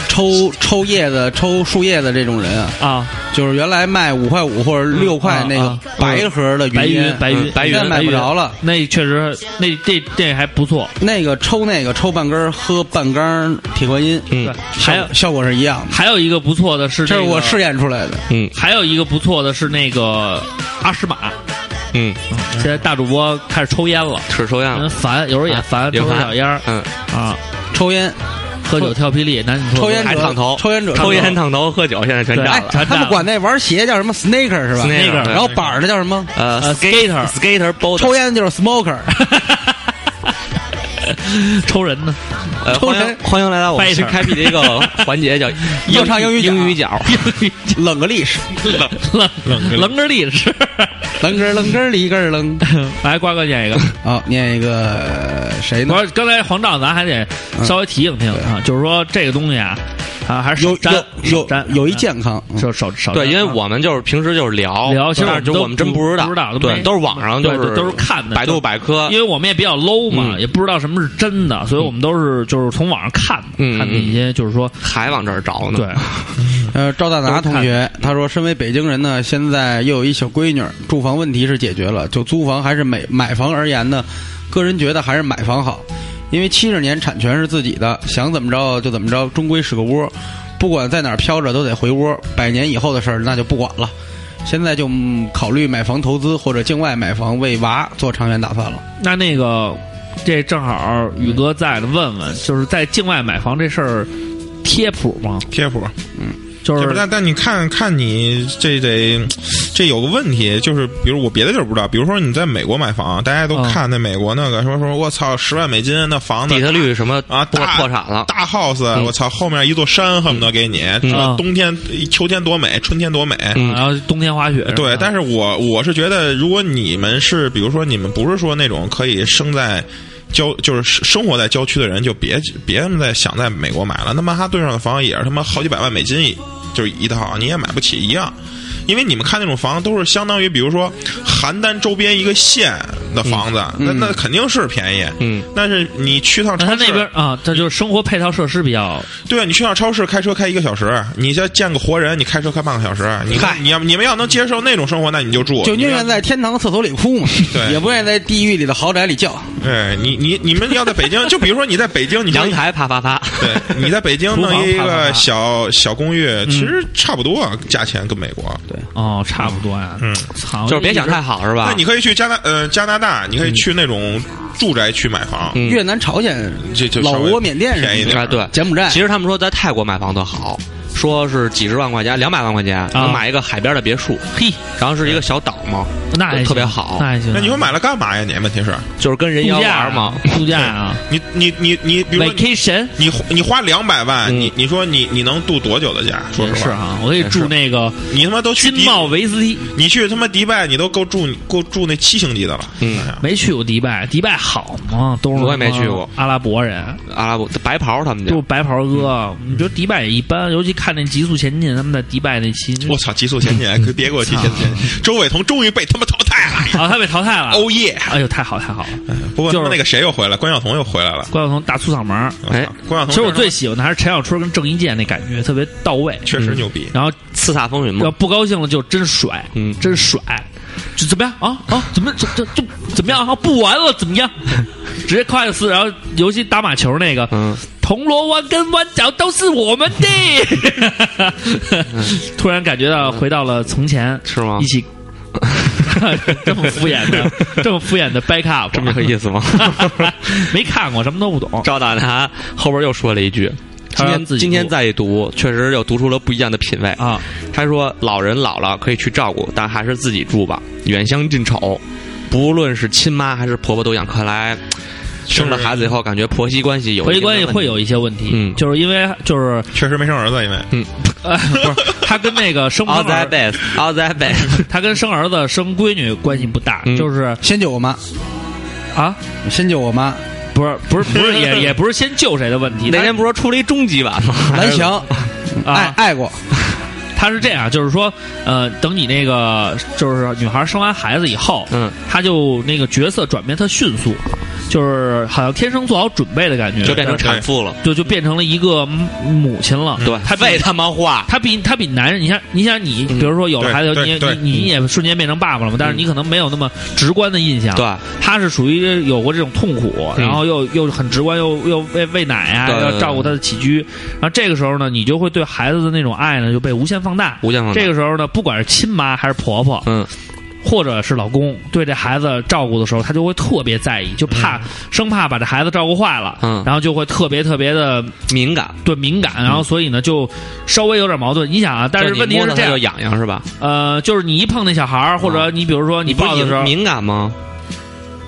Speaker 6: 抽抽叶子、抽树叶子这种人啊，
Speaker 3: 啊，
Speaker 6: 就是原来卖五块五或者六块
Speaker 3: 嗯
Speaker 6: 那
Speaker 3: 啊
Speaker 6: 个
Speaker 3: 啊
Speaker 6: 白盒的
Speaker 3: 白
Speaker 6: 烟
Speaker 3: 云，白云
Speaker 4: 嗯白云
Speaker 6: 现在买不着了。
Speaker 3: 那确实，那这这还不错。
Speaker 6: 那个抽那个抽半根儿，喝半缸铁观音，
Speaker 3: 对
Speaker 4: 嗯，
Speaker 3: 还有
Speaker 6: 效效果是一样的。
Speaker 3: 还有一个不错的是，
Speaker 6: 这是我试。验出来的，
Speaker 4: 嗯
Speaker 3: 还有一个不错的是那个阿诗玛，
Speaker 4: 嗯，
Speaker 3: 现在大主播开始抽烟了。
Speaker 4: 吃抽烟
Speaker 3: 人
Speaker 4: 了，
Speaker 3: 烦，有时候也烦，
Speaker 4: 嗯啊也
Speaker 3: 抽根
Speaker 4: 烦
Speaker 3: 小烟儿
Speaker 4: 嗯，
Speaker 3: 啊，
Speaker 6: 抽烟，
Speaker 3: 喝酒跳霹雳，男女
Speaker 6: 抽烟
Speaker 4: 还烫头，
Speaker 6: 抽烟者
Speaker 4: 抽烟烫头，喝酒，现在全
Speaker 3: 对
Speaker 4: 占
Speaker 6: 哎
Speaker 4: 了。，
Speaker 3: 全
Speaker 6: 他们
Speaker 3: 占啊了
Speaker 6: 管那玩鞋叫什么 snaker 是吧？
Speaker 4: Snaker，
Speaker 3: 那个
Speaker 6: 然后板儿的叫什么？
Speaker 3: 呃
Speaker 4: 呃
Speaker 3: skater
Speaker 4: skater b o
Speaker 6: 抽烟的就是 smoker，
Speaker 3: 抽人呢，
Speaker 4: 呃，
Speaker 6: 抽
Speaker 4: 欢
Speaker 6: 烟
Speaker 4: 迎欢迎来到我们
Speaker 3: Fighter
Speaker 4: 新开辟的一个环节， 叫
Speaker 6: 要唱英语角
Speaker 4: 英语角。
Speaker 6: 冷个历史，
Speaker 3: 冷冷
Speaker 5: 嗯
Speaker 3: 冷根力是。
Speaker 6: 楞根儿楞根儿里根儿楞。
Speaker 3: 来，瓜哥 念一个。
Speaker 6: 好，念一个呃谁呢
Speaker 3: 我？说刚才黄照，咱还得
Speaker 6: 嗯
Speaker 3: 稍微提醒提醒啊，就是说这个东西啊，啊还是
Speaker 6: 有
Speaker 3: 少沾
Speaker 6: 有
Speaker 3: 少沾
Speaker 6: 有有一健康，嗯
Speaker 3: 就少少
Speaker 4: 对，
Speaker 3: 沾
Speaker 4: 因为
Speaker 3: 啊
Speaker 4: 我们就是平时就是聊，
Speaker 3: 聊其实我
Speaker 4: 但
Speaker 3: 们
Speaker 4: 是就
Speaker 3: 都
Speaker 4: 我们真
Speaker 3: 不
Speaker 4: 知
Speaker 3: 不知道都没
Speaker 4: 对，都是网上就
Speaker 3: 对对都是看的
Speaker 4: 百
Speaker 3: 就
Speaker 4: 度百科
Speaker 3: 因，为我们也比较 low 嘛，
Speaker 4: 嗯
Speaker 3: 也不知道什么是真的，所以我们都是就是从网上看的
Speaker 4: 嗯
Speaker 3: 看的一些就是说
Speaker 4: 还往这儿找呢。
Speaker 3: 对，
Speaker 6: 呃，赵大拿同学他说，身为北京人呢，现在又有一小闺女，住房问题是解决了，就租房还是买买房而言呢，个人觉得还是买房好，因为七十年产权是自己的，想怎么着就怎么着，终归是个窝，不管在哪儿飘着都得回窝，百年以后的事儿那就不管了，现在就、嗯考虑买房投资或者境外买房为娃做长远打算了。
Speaker 3: 那那个，这正好宇哥在呢，问问，就是在境外买房这事儿贴谱吗？
Speaker 5: 贴谱。
Speaker 3: 就
Speaker 5: 这
Speaker 3: 是
Speaker 5: 不但但你看看你这得，这有个问题，就是比如我别的地儿不知道，比如说你在美国买房，大家都
Speaker 3: 嗯
Speaker 5: 看那美国那个说说，我操，十万美金那房子
Speaker 4: 底特律什么
Speaker 5: 啊
Speaker 4: 破
Speaker 5: 大
Speaker 4: 破产了，
Speaker 5: 大 house，、我操，后面一座山恨不得给你，什么冬天、秋天多美，春天多美。
Speaker 4: 嗯
Speaker 3: 然后冬天滑雪，
Speaker 6: 嗯
Speaker 5: 对，但
Speaker 3: 是
Speaker 5: 是我我是觉得，如果你们是，比如说你们不是说那种可以生在郊，就是生活在郊区的人，就别别他妈再想在美国买了。那曼哈顿上的房也是他妈好几百万美金一，就是一套，你也买不起一样。因为你们看那种房都是相当于，比如说邯郸周边一个县
Speaker 6: 嗯
Speaker 5: 的房子，那那肯定是便宜。
Speaker 4: 嗯，
Speaker 5: 但是你去趟
Speaker 3: 那
Speaker 5: 超
Speaker 3: 他
Speaker 5: 市，
Speaker 3: 那边啊，他就是生活配套设施比较
Speaker 5: 对啊，你去趟超市开车开一个小时，你再见个活人，你开车开半个小时。你
Speaker 6: 嗨
Speaker 5: 你要你们要能接受那种生活，那你就住。
Speaker 6: 就宁
Speaker 5: 你要
Speaker 6: 愿在天堂厕所里哭嘛，
Speaker 5: 对
Speaker 6: 也不愿意在地狱里的豪宅里叫。
Speaker 5: 对你你你们要在北京，就比如说你在北京，你
Speaker 4: 阳
Speaker 5: 就
Speaker 4: 台啪啪啪，
Speaker 5: 对，你在北京
Speaker 3: 厨房
Speaker 5: 弄一
Speaker 3: 啪啪啪
Speaker 5: 个小小公寓，其实差不多啊价钱跟美国。
Speaker 3: 哦，差不多呀。
Speaker 5: 嗯，
Speaker 3: 操，
Speaker 4: 就是别想太好是吧？
Speaker 5: 那你可以去加拿呃加拿大，你可以去那种住宅区买房，
Speaker 4: 嗯
Speaker 6: 越南、朝鲜、
Speaker 5: 这就
Speaker 6: 老
Speaker 5: 稍微
Speaker 6: 挝、缅甸什
Speaker 5: 便宜
Speaker 6: 么
Speaker 5: 点
Speaker 4: 啊，对
Speaker 6: 的，，柬埔寨，
Speaker 4: 其实他们说在泰国买房特好，说是几十万块钱，两百万块钱能买一个海边的别墅，
Speaker 3: 嘿，
Speaker 4: 然后是一个小岛嘛，
Speaker 3: 那还行
Speaker 4: 特别好
Speaker 3: 那还行。
Speaker 5: 那你说买了干嘛呀？你问题是，
Speaker 4: 就是跟人
Speaker 3: 度
Speaker 4: 妖
Speaker 3: 假啊
Speaker 4: 玩嘛。？
Speaker 3: 度假啊
Speaker 5: 你你你你，比如说你
Speaker 3: ，vacation
Speaker 5: 你花你花两百万，
Speaker 4: 嗯
Speaker 5: 你你说你你能度多久的假？说
Speaker 3: 也
Speaker 5: 实
Speaker 3: 是
Speaker 5: 话，
Speaker 3: 啊，我可以住那个
Speaker 5: 你他妈都去
Speaker 3: 金
Speaker 5: 迪，
Speaker 3: 茂维斯基，
Speaker 5: 你去他妈迪拜，你都够住够住那七星级的了。
Speaker 4: 嗯
Speaker 5: 哎呀
Speaker 3: 没去过迪拜，迪拜好吗？都是
Speaker 4: 我也没
Speaker 3: 什么
Speaker 4: 去过
Speaker 3: 阿拉伯人，
Speaker 4: 阿拉伯啊白袍他们
Speaker 3: 都是
Speaker 4: 家，
Speaker 3: 白袍哥。你觉得迪拜也一般，尤其看那《极速前进》，他们在迪拜那期，
Speaker 5: 我操，极速前进，可别给我提前进。周伟彤终于被他妈淘汰了，
Speaker 3: 嗯啊，他被淘汰了。
Speaker 5: 哦耶！
Speaker 3: 哎呦，太好太好了！
Speaker 5: 不过他
Speaker 3: 就
Speaker 5: 妈
Speaker 3: 是
Speaker 5: 那个谁又回来，关晓彤又回来了。
Speaker 3: 关晓彤大粗嗓门儿，
Speaker 5: 我操
Speaker 4: 哎
Speaker 5: 关晓
Speaker 3: 其
Speaker 5: 彤，
Speaker 3: 实我最喜欢的还是陈小春跟郑伊健那感觉特别到位，
Speaker 5: 确实牛逼。
Speaker 3: 然后
Speaker 4: 叱咤风云嘛。
Speaker 3: 要不高兴了就真甩，
Speaker 4: 嗯
Speaker 3: 真甩，就怎么样啊啊？怎么怎怎就怎么 样啊？不玩了怎么样？ 直接快死，然后尤其打马球那个，
Speaker 4: 嗯，
Speaker 3: 铜锣湾跟湾角都是我们 的。突然感觉到回到了从前，
Speaker 4: 是吗
Speaker 3: 一起 这么敷衍的，这么敷衍的 back up，
Speaker 4: 这么有意思吗？
Speaker 3: 没看过，什么都不懂。
Speaker 4: 赵大拿后边又说了一句：“
Speaker 3: 他
Speaker 4: 今
Speaker 3: 让
Speaker 4: 天
Speaker 3: 自己
Speaker 4: 今天
Speaker 3: 读
Speaker 4: 再一读，确实又读出了不一样的品味
Speaker 3: 啊！
Speaker 4: 他说：“老人老了可以去照顾，但还是自己住吧，远香近丑。不论是亲妈还是婆婆都养。看来生了孩子以后，感觉婆媳关系有
Speaker 3: 婆
Speaker 4: 一
Speaker 3: 媳
Speaker 4: 定的
Speaker 3: 关系
Speaker 4: 问题
Speaker 3: 会有一些问题，
Speaker 4: 嗯
Speaker 3: 就是因为 就是、
Speaker 5: 确实没生儿子，因为
Speaker 3: 呃、不是他跟那个生
Speaker 4: all
Speaker 3: 儿
Speaker 4: that
Speaker 3: 子，
Speaker 4: best all that best
Speaker 3: 他跟生儿子生闺女关系不大，
Speaker 4: 嗯
Speaker 3: 就是
Speaker 6: 先救我妈，
Speaker 3: 啊，
Speaker 6: 先救我妈，
Speaker 3: 不是不是不是 也也不是先救谁的问题，
Speaker 4: 那天
Speaker 3: 他
Speaker 4: 不是哎说出了一终极 版吗？
Speaker 6: 蓝翔，爱
Speaker 3: 啊，
Speaker 6: 爱过，
Speaker 3: 他是这样，就是说，呃，等你那个就是女孩生完孩子以后，
Speaker 4: 嗯，
Speaker 3: 她就那个角色转变特迅速，就是好像天生做好准备的感觉，
Speaker 4: 就变成产妇了。
Speaker 3: 就就变成了一个母亲了，
Speaker 4: 对，
Speaker 3: 她比
Speaker 4: 废他妈话。
Speaker 3: 嗯他比他比男人，你像你想你，
Speaker 4: 嗯
Speaker 3: 比如说有了
Speaker 5: 对
Speaker 3: 孩子，
Speaker 5: 对
Speaker 3: 你
Speaker 5: 对
Speaker 3: 你你也瞬间变成爸爸了嘛，但是你可能没有那么直观的印象。
Speaker 4: 对，
Speaker 3: 他是属于有过这种痛苦，
Speaker 4: 嗯
Speaker 3: 然后又又很直观，又又喂喂奶啊，
Speaker 4: 对对对
Speaker 3: 要照顾他的起居，然后这个时候呢，你就会对孩子的那种爱呢就被无限放大。
Speaker 4: 无限放大
Speaker 3: 这个时候呢，不管是亲妈还是婆婆，
Speaker 4: 嗯，
Speaker 3: 或者是老公对这孩子照顾的时候，他就会特别在意，就怕、生怕把这孩子照顾坏了，
Speaker 4: 嗯
Speaker 3: 然后就会特别特别的
Speaker 4: 敏感。
Speaker 3: 对敏感，然后所以呢就稍微有点矛盾。你想啊，但是
Speaker 4: 就
Speaker 3: 问
Speaker 4: 嗯你
Speaker 3: 题
Speaker 4: 摸
Speaker 3: 是
Speaker 4: 着
Speaker 3: 这
Speaker 4: 它就，
Speaker 3: 样
Speaker 4: 痒痒是吧？
Speaker 3: 呃，就是你一碰那小孩儿，或者你比如说你
Speaker 4: 不
Speaker 3: 抱的时
Speaker 4: 是
Speaker 3: 候，
Speaker 4: 敏感吗？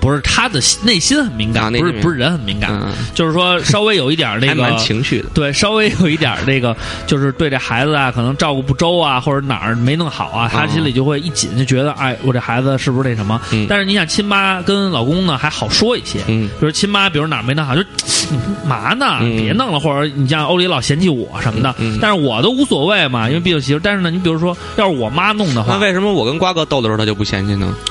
Speaker 3: 不是他的心内心很敏
Speaker 4: 啊
Speaker 3: 感，
Speaker 4: 内
Speaker 3: 不
Speaker 4: 心敏感
Speaker 3: 是不是人很敏感，
Speaker 4: 嗯，
Speaker 3: 就是说稍微有一点儿那
Speaker 4: 还蛮
Speaker 3: 个。
Speaker 4: 情绪的。
Speaker 3: 对，稍微有一点儿那个，就是对这孩子啊，可能照顾不周啊，或者哪儿没弄好啊，他
Speaker 4: 嗯
Speaker 3: 心里就会一紧，就觉得，哎，我这孩子是不是那什么？
Speaker 4: 嗯
Speaker 3: 但是你想，亲妈跟老公呢还好说一些，
Speaker 4: 嗯
Speaker 3: 比如亲妈，比如哪儿没弄好，就你嘛呢？
Speaker 4: 嗯
Speaker 3: 别弄了，或者你像欧里老嫌弃我什么的，
Speaker 4: 嗯嗯
Speaker 3: 但是我都无所谓嘛，因为毕竟媳妇儿。但是呢，你比如说，要是我妈弄的
Speaker 4: 那
Speaker 3: 话，
Speaker 4: 为什么我跟瓜哥斗的时候他就不嫌弃呢？
Speaker 3: 嗯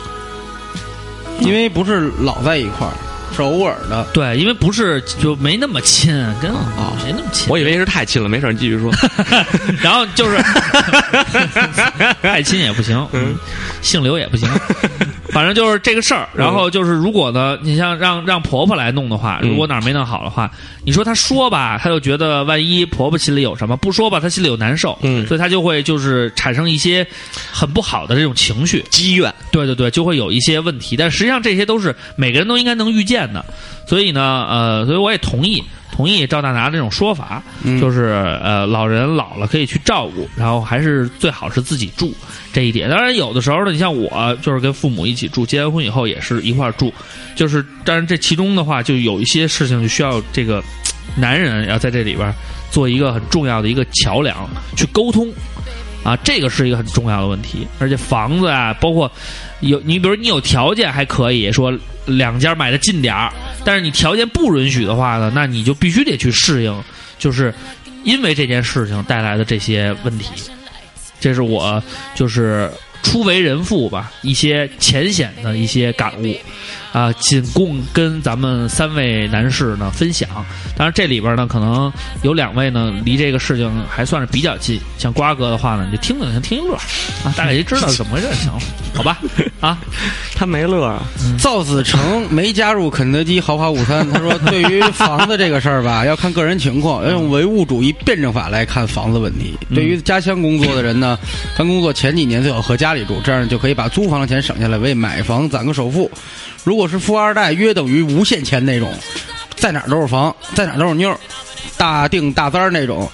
Speaker 6: 因为不是老在一块儿，是偶尔的。
Speaker 3: 对，因为不是就没那么亲，跟
Speaker 4: 哦
Speaker 3: 没那么亲。
Speaker 4: 我以为是太亲了，没事，你继续说。
Speaker 3: 然后 就是太亲也不行，嗯，姓刘也 不行，反正就是这个事儿。然后就是，如果呢，你像让让婆婆来弄的话，
Speaker 4: 嗯
Speaker 3: 如果哪儿没弄好的话，你说她说吧，她就觉得万一婆婆心里有什么；不说吧，她心里有难受，
Speaker 4: 嗯
Speaker 3: 所以她就会就是产生一些很不好的这种情绪。
Speaker 4: 积怨，
Speaker 3: 对对对，就会有一些问题，但实际上这些都是每个人都应该能预见的，所以呢，呃，所以我也同意同意赵大拿这种说法，
Speaker 6: 嗯
Speaker 3: 就是呃，老人老了可以去照顾，然后还是最好是自己住这一点。当然，有的时候呢，你像我就是跟父母一起住，结完婚以后也是一块儿住，就是当然这其中的话，就有一些事情就需要这个男人啊要在这里边儿做一个很重要的一个桥梁去沟通。啊，这个是一个很重要的问题，而且房子啊，包括有你，比如你有条件还可以说两家买的近点儿，但是你条件不允许的话呢，那你就必须得去适应，就是因为这件事情带来的这些问题。这是我就是初为人父吧一些浅显的一些感悟，啊、仅供跟咱们三位男士呢分享。当然这里边呢，可能有两位呢离这个事情还算是比较近，像瓜哥的话呢，你就听听，先听一乐啊，大概就知道是怎么回事就行了，好吧？啊，
Speaker 4: 他没乐啊，
Speaker 6: 赵子成没加入肯德基豪华午 餐，他说：“对于房子这个事儿吧， 要看个人情况，要用唯物主义辩证法来看房子问题。
Speaker 3: 嗯
Speaker 6: 对于家乡工作的人呢，刚工作前几年最好和家里住，这样就可以把租房的钱省下来，为买房攒个首付。如果是富二代，约等于无限钱那种，在哪儿都是房，在哪儿都是妞儿，大定大三儿那种。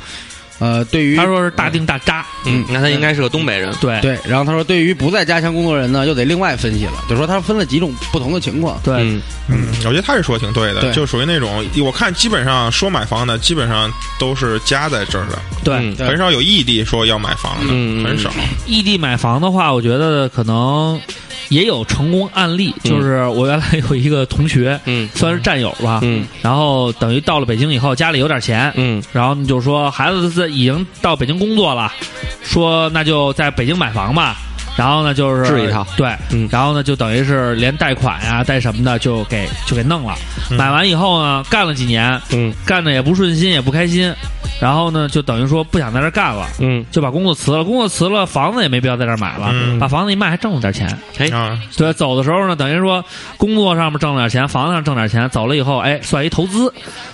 Speaker 6: 呃，对于
Speaker 3: 他说是大定大扎，
Speaker 4: 嗯，那他应该是个东北人，
Speaker 3: 对
Speaker 6: 对，然后他说，对于不在家乡工作的人呢，又得另外分析了，就说他分了几种不同的情况。
Speaker 3: 对
Speaker 4: 嗯，
Speaker 5: 嗯，我觉得他是说的挺对的，
Speaker 6: 对
Speaker 5: 就属于那种我看基本上说买房的，基本上都是家在这儿的，
Speaker 3: 对
Speaker 4: 嗯，
Speaker 6: 对
Speaker 5: 很少有异地说要买房的，
Speaker 4: 嗯
Speaker 5: 很少。
Speaker 3: 异地买房的话，我觉得可能也有成功案例。
Speaker 4: 嗯
Speaker 3: 就是我原来有一个同学，
Speaker 4: 嗯
Speaker 3: 算是战友吧，
Speaker 4: 嗯
Speaker 3: 然后等于到了北京以后，家里有点钱，
Speaker 4: 嗯
Speaker 3: 然后你就说孩子在已经到北京工作了，说那就在北京买房吧。然后呢，就是
Speaker 4: 置一套
Speaker 3: 对，
Speaker 4: 嗯
Speaker 3: 然后呢，就等于是连贷款呀、贷什么的，就给就给弄了。
Speaker 5: 嗯
Speaker 3: 买完以后呢，干了几年，
Speaker 4: 嗯
Speaker 3: 干的也不顺心，也不开心，然后呢，就等于说不想在这儿干了，
Speaker 4: 嗯，
Speaker 3: 就把工作辞了。工作辞了，房子也没必要在这儿买了，
Speaker 5: 嗯
Speaker 3: 把房子一卖还挣了点钱。
Speaker 4: 哎
Speaker 5: 啊，
Speaker 3: 对，走的时候呢，等于说工作上面挣点钱，房子上挣点钱，走了以后，哎，算一投资，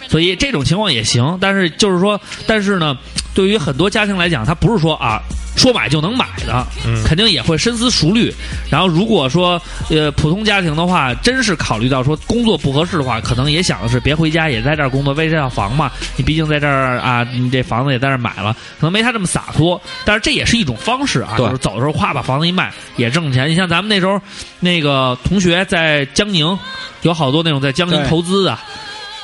Speaker 3: 所以这种情况也行。但是就是说，但是呢，对于很多家庭来讲，他不是说啊说买就能买的，
Speaker 5: 嗯
Speaker 3: 肯定也会深思熟虑。然后如果说呃普通家庭的话，真是考虑到说工作不合适的话，可能也想的是别回家，也在这儿工作，为这套房嘛，你毕竟在这儿啊，你这房子也在这儿买了，可能没他这么洒脱。但是这也是一种方式啊，
Speaker 4: 对
Speaker 3: 就是走的时候夸把房子一卖也挣钱。你像咱们那时候那个同学在江宁，有好多那种在江宁
Speaker 6: 对
Speaker 3: 投资的。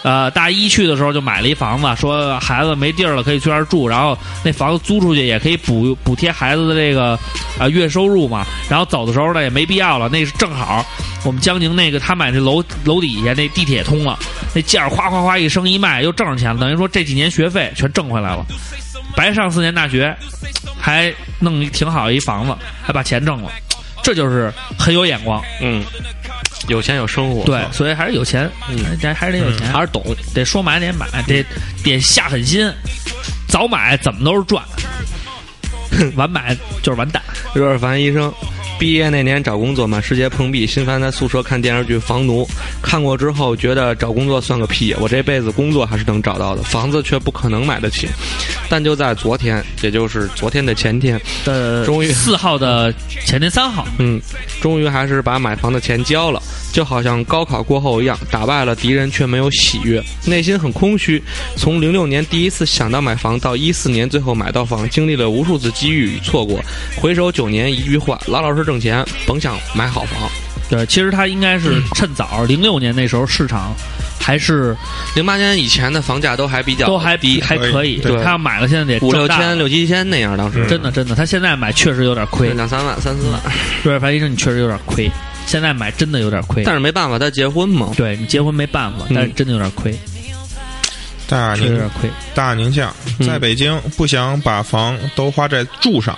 Speaker 3: 呃，大一去的时候就买了一房子，说孩子没地儿了可以去那儿住，然后那房子租出去也可以补补贴孩子的这个啊、呃月收入嘛。然后走的时候呢也没必要了，那是正好我们江宁那个他买那楼楼底下那地铁通了，那价儿哗哗哗一升一卖又挣上钱了，等于说这几年学费全挣回来了，白上四年大学，还弄一挺好一房子，还把钱挣了，这就是很有眼光。
Speaker 4: 嗯，有钱有生活，
Speaker 3: 对，所以还是有钱，
Speaker 4: 嗯
Speaker 3: 咱还是得有钱，
Speaker 4: 还是懂，
Speaker 3: 得说买得买，得得下狠心，早买怎么都是赚，晚买就是完蛋。
Speaker 4: 热尔凡医生。毕业那年找工作满世界碰壁，心烦在宿舍看电视剧《房奴》，看过之后觉得找工作算个屁，我这辈子工作还是能找到的，房子却不可能买得起。但就在昨天，也就是昨天的前天，
Speaker 3: 的
Speaker 4: 呃终于
Speaker 3: 四号的前天三号，
Speaker 4: 嗯，终于还是把买房的钱交了，就好像高考过后一样，打败了敌人却没有喜悦，内心很空虚。从零六年第一次想到买房，到一四年最后买到房，经历了无数次机遇与错过。回首九年，一句话：老老实实挣钱，甭想买好房。
Speaker 3: 对，其实他应该
Speaker 4: 嗯
Speaker 3: 是趁早，零六年那时候市场还是
Speaker 4: 零八年以前的房价都还比较
Speaker 3: 都还比
Speaker 4: 低，
Speaker 3: 还可以，
Speaker 5: 对
Speaker 3: 他要买了现在得
Speaker 4: 五
Speaker 3: 挣
Speaker 4: 六
Speaker 3: 大
Speaker 4: 千、
Speaker 3: 了，
Speaker 4: 六七千那样，当时
Speaker 3: 真的真的，他现在买确实有点亏。
Speaker 4: 两三万、三四万。
Speaker 3: 瑞尔凡医生，你确实有点亏，现在买真的有点亏。
Speaker 4: 但是没办法，他结婚嘛，
Speaker 3: 对你结婚没办法，
Speaker 4: 嗯
Speaker 3: 但是真的有点亏，
Speaker 5: 大
Speaker 3: 确实有点
Speaker 5: 宁
Speaker 3: 亏。
Speaker 5: 大宁巷，
Speaker 4: 嗯
Speaker 5: 在北京不想把房都花在住上。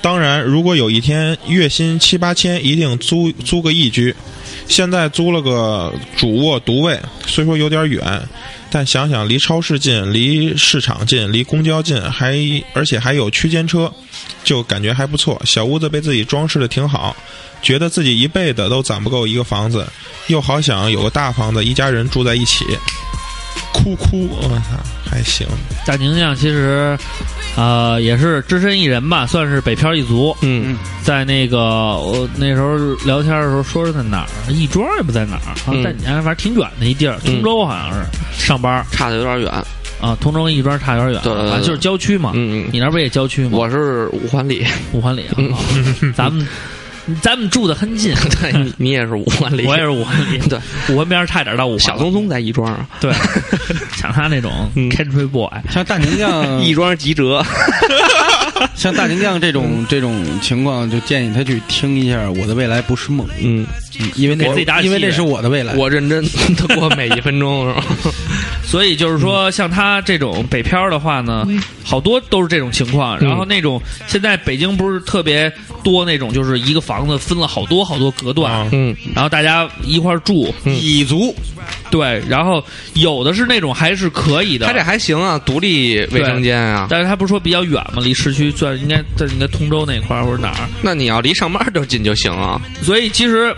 Speaker 5: 当然，如果有一天月薪七八千，一定租租个一居。现在租了个主卧独卫，虽说有点远，但想想离超市近，离市场近，离公交近，还而且还有区间车，就感觉还不错。小屋子被自己装饰的挺好，觉得自己一辈子都攒不够一个房子，又好想有个大房子，一家人住在一起。哭哭，嗯我操，还行。
Speaker 3: 大宁酱其实，呃，也是只身一人吧，算是北漂一族。
Speaker 4: 嗯，
Speaker 3: 在那个我那时候聊天的时候，说是在哪儿，义庄也不在哪儿，好像
Speaker 4: 嗯
Speaker 3: 在你家反正挺远的一地儿，通州好像是上班
Speaker 4: 差的有点远。
Speaker 3: 啊，通州跟义庄差有点远，
Speaker 4: 对对对
Speaker 3: 反正就是郊区嘛。
Speaker 4: 嗯嗯，
Speaker 3: 你那儿不也郊区吗？
Speaker 4: 我是五环里，
Speaker 3: 五环里啊，
Speaker 4: 嗯
Speaker 3: 啊咱们咱们住的很近，
Speaker 4: 对，你你也是武汉里，
Speaker 3: 我也是武汉里，
Speaker 4: 对，
Speaker 3: 武汉边儿差点到武汉。
Speaker 4: 小松松在亦庄啊，
Speaker 3: 对， 像他那种
Speaker 4: 嗯
Speaker 3: country boy，
Speaker 6: 像大宁
Speaker 3: 嗯
Speaker 6: 酱，
Speaker 4: 亦庄吉喆，
Speaker 6: 像大宁酱这种这种情况，就建议他去听一下《我的未来不是梦》，
Speaker 4: 嗯，
Speaker 6: 因为
Speaker 3: 给自己打
Speaker 6: 那
Speaker 3: 气
Speaker 6: 因为那是我的未来。
Speaker 4: 我认真的过每一分钟，是吧？
Speaker 3: 所以就是
Speaker 4: 嗯
Speaker 3: 说，像他这种北漂儿的话呢，好多都是这种情况。然后
Speaker 4: 嗯
Speaker 3: 那种现在北京不是特别多那种，就是一个房子分了好多好多隔段
Speaker 5: 啊，
Speaker 4: 嗯，
Speaker 3: 然后大家一块儿住，
Speaker 6: 蚁族
Speaker 3: 对。然后有的是那种还是可以的，
Speaker 4: 他这还行啊，独立卫生间啊。
Speaker 3: 但是他不是说比较远吗？离市区算应该在应该通州那块儿或者哪儿。
Speaker 4: 那你要离上班就近就行啊，
Speaker 3: 所以其实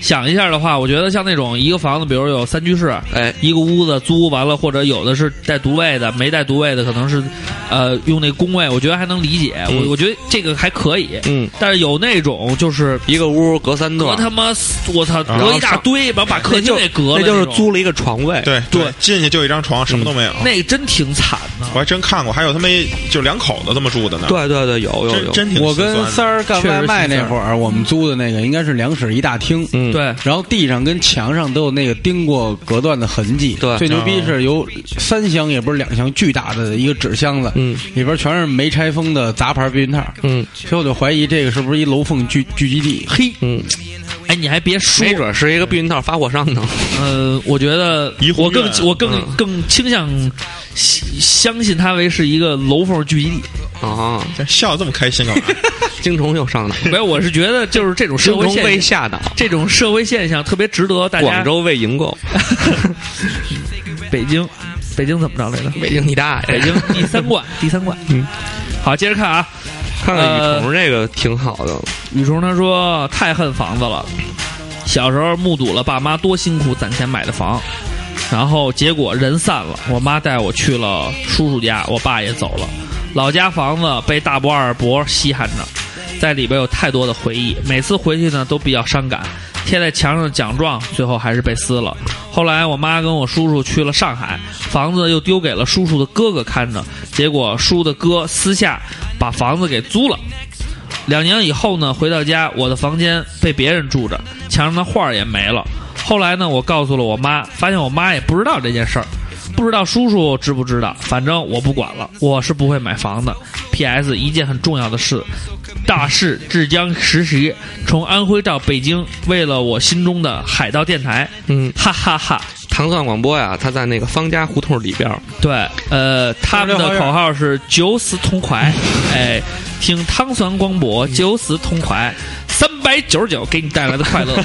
Speaker 3: 想一下的话，我觉得像那种一个房子，比如有三居室，
Speaker 4: 哎，
Speaker 3: 一个屋子租完了，或者有的是带独卫的，没带独卫的可能是，呃，用那公卫，我觉得还能理解，
Speaker 4: 嗯
Speaker 3: 我我觉得这个还可以。
Speaker 4: 嗯，
Speaker 3: 但是有那种就是
Speaker 4: 一个屋隔三
Speaker 3: 隔
Speaker 4: 段，
Speaker 3: 他妈四，我操，
Speaker 5: 然后
Speaker 3: 隔一大堆，然后把客
Speaker 4: 那
Speaker 3: 厅
Speaker 4: 就
Speaker 3: 给隔了，
Speaker 4: 那就是
Speaker 3: 种
Speaker 4: 租了一个床位，
Speaker 5: 对
Speaker 3: 对，嗯
Speaker 5: 进去就一张床，什么都没有。
Speaker 3: 那个真挺惨的。
Speaker 5: 我还真看过，还有他们一就两口子这么住的呢。，
Speaker 4: 对对对，有有
Speaker 5: 真
Speaker 4: 有，
Speaker 5: 真挺
Speaker 6: 我
Speaker 5: 心酸
Speaker 6: 跟
Speaker 5: 的
Speaker 6: 三儿干
Speaker 3: 确实
Speaker 6: 外
Speaker 3: 心
Speaker 6: 卖那
Speaker 3: 酸
Speaker 6: 会儿，我们租的那个应该是两室一大厅，
Speaker 4: 嗯，
Speaker 3: 对，
Speaker 6: 然后地上跟墙上都有那个钉过隔断的痕迹。
Speaker 4: 对
Speaker 6: 最牛逼是有三箱也不是两箱，巨大的一个纸箱子，
Speaker 4: 嗯，
Speaker 6: 里边全是没拆封的杂牌避孕套，
Speaker 4: 嗯
Speaker 6: 所以我就怀疑这个是不是一楼缝聚聚集地。
Speaker 3: 嘿，
Speaker 4: 嗯，
Speaker 3: 哎，你还别说
Speaker 4: 没，准是一个避孕套发货商 呢。
Speaker 3: 呃，我觉得
Speaker 5: 怡红
Speaker 3: 我更
Speaker 5: 院
Speaker 3: 我更、
Speaker 4: 嗯
Speaker 3: 更倾向相相信它为是一个楼缝聚集地。
Speaker 4: 啊，
Speaker 5: 这笑得这么开心干嘛？
Speaker 4: 精虫又上脑，
Speaker 3: 没有，我是觉得就是这种
Speaker 4: 精
Speaker 3: 社会
Speaker 4: 虫
Speaker 3: 现
Speaker 4: 被
Speaker 3: 象
Speaker 4: 吓到，
Speaker 3: 这种社会现象特别值得大家。
Speaker 4: 广、州未营购，
Speaker 3: 北京、北京怎么着来着？
Speaker 4: 北京你大爷！
Speaker 3: 北京 第三冠，第三冠。嗯，好，接着看啊。
Speaker 4: 看看
Speaker 3: 呃
Speaker 4: 雨桐这个挺好的，
Speaker 3: 雨虫他说太恨房子了，小时候目睹了爸妈多辛苦攒钱买的房，然后结果人散了，我妈带我去了叔叔家，我爸也走了，老家房子被大伯二伯稀罕着，在里边有太多的回忆，每次回去呢都比较伤感，贴在墙上的奖状最后还是被撕了。后来我妈跟我叔叔去了上海，房子又丢给了叔叔的哥哥看着，结果叔的哥私下把房子给租了。两年以后呢，回到家，我的房间被别人住着，墙上的画儿也没了。后来呢，我告诉了我妈，发现我妈也不知道这件事儿，不知道叔叔知不知道，反正我不管了，我是不会买房的。P.S. 一件很重要的事，大事即将实习，从安徽到北京，为了我心中的海盗电台，
Speaker 4: 嗯，
Speaker 3: 哈哈哈
Speaker 4: 糖蒜广播呀，他在那个方家胡同里边儿，
Speaker 3: 对，呃，他们的口号是“九死同快”，哎，听汤酸光博，九死同快，三百九十九给你带来的快乐，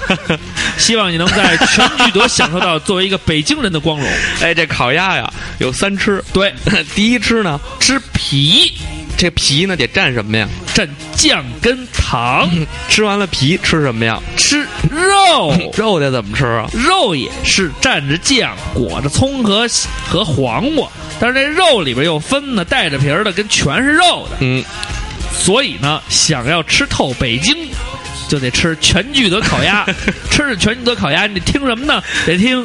Speaker 3: 希望你能在全聚德享受到作为一个北京人的光荣。
Speaker 4: 哎，这烤鸭呀有三吃，
Speaker 3: 对，
Speaker 4: 第一吃呢，
Speaker 3: 吃皮
Speaker 4: 这皮呢得蘸什么呀？
Speaker 3: 蘸酱跟糖，
Speaker 4: 吃完了皮吃什么呀？
Speaker 3: 吃肉，
Speaker 4: 肉得怎么吃啊？
Speaker 3: 肉也是蘸着酱，裹着葱和和黄瓜，但是这肉里边又分呢，带着皮儿的跟全是肉的。
Speaker 4: 嗯，
Speaker 3: 所以呢，想要吃透北京，就得吃全聚德烤 鸭。吃着全聚德烤鸭，你听什么呢？得听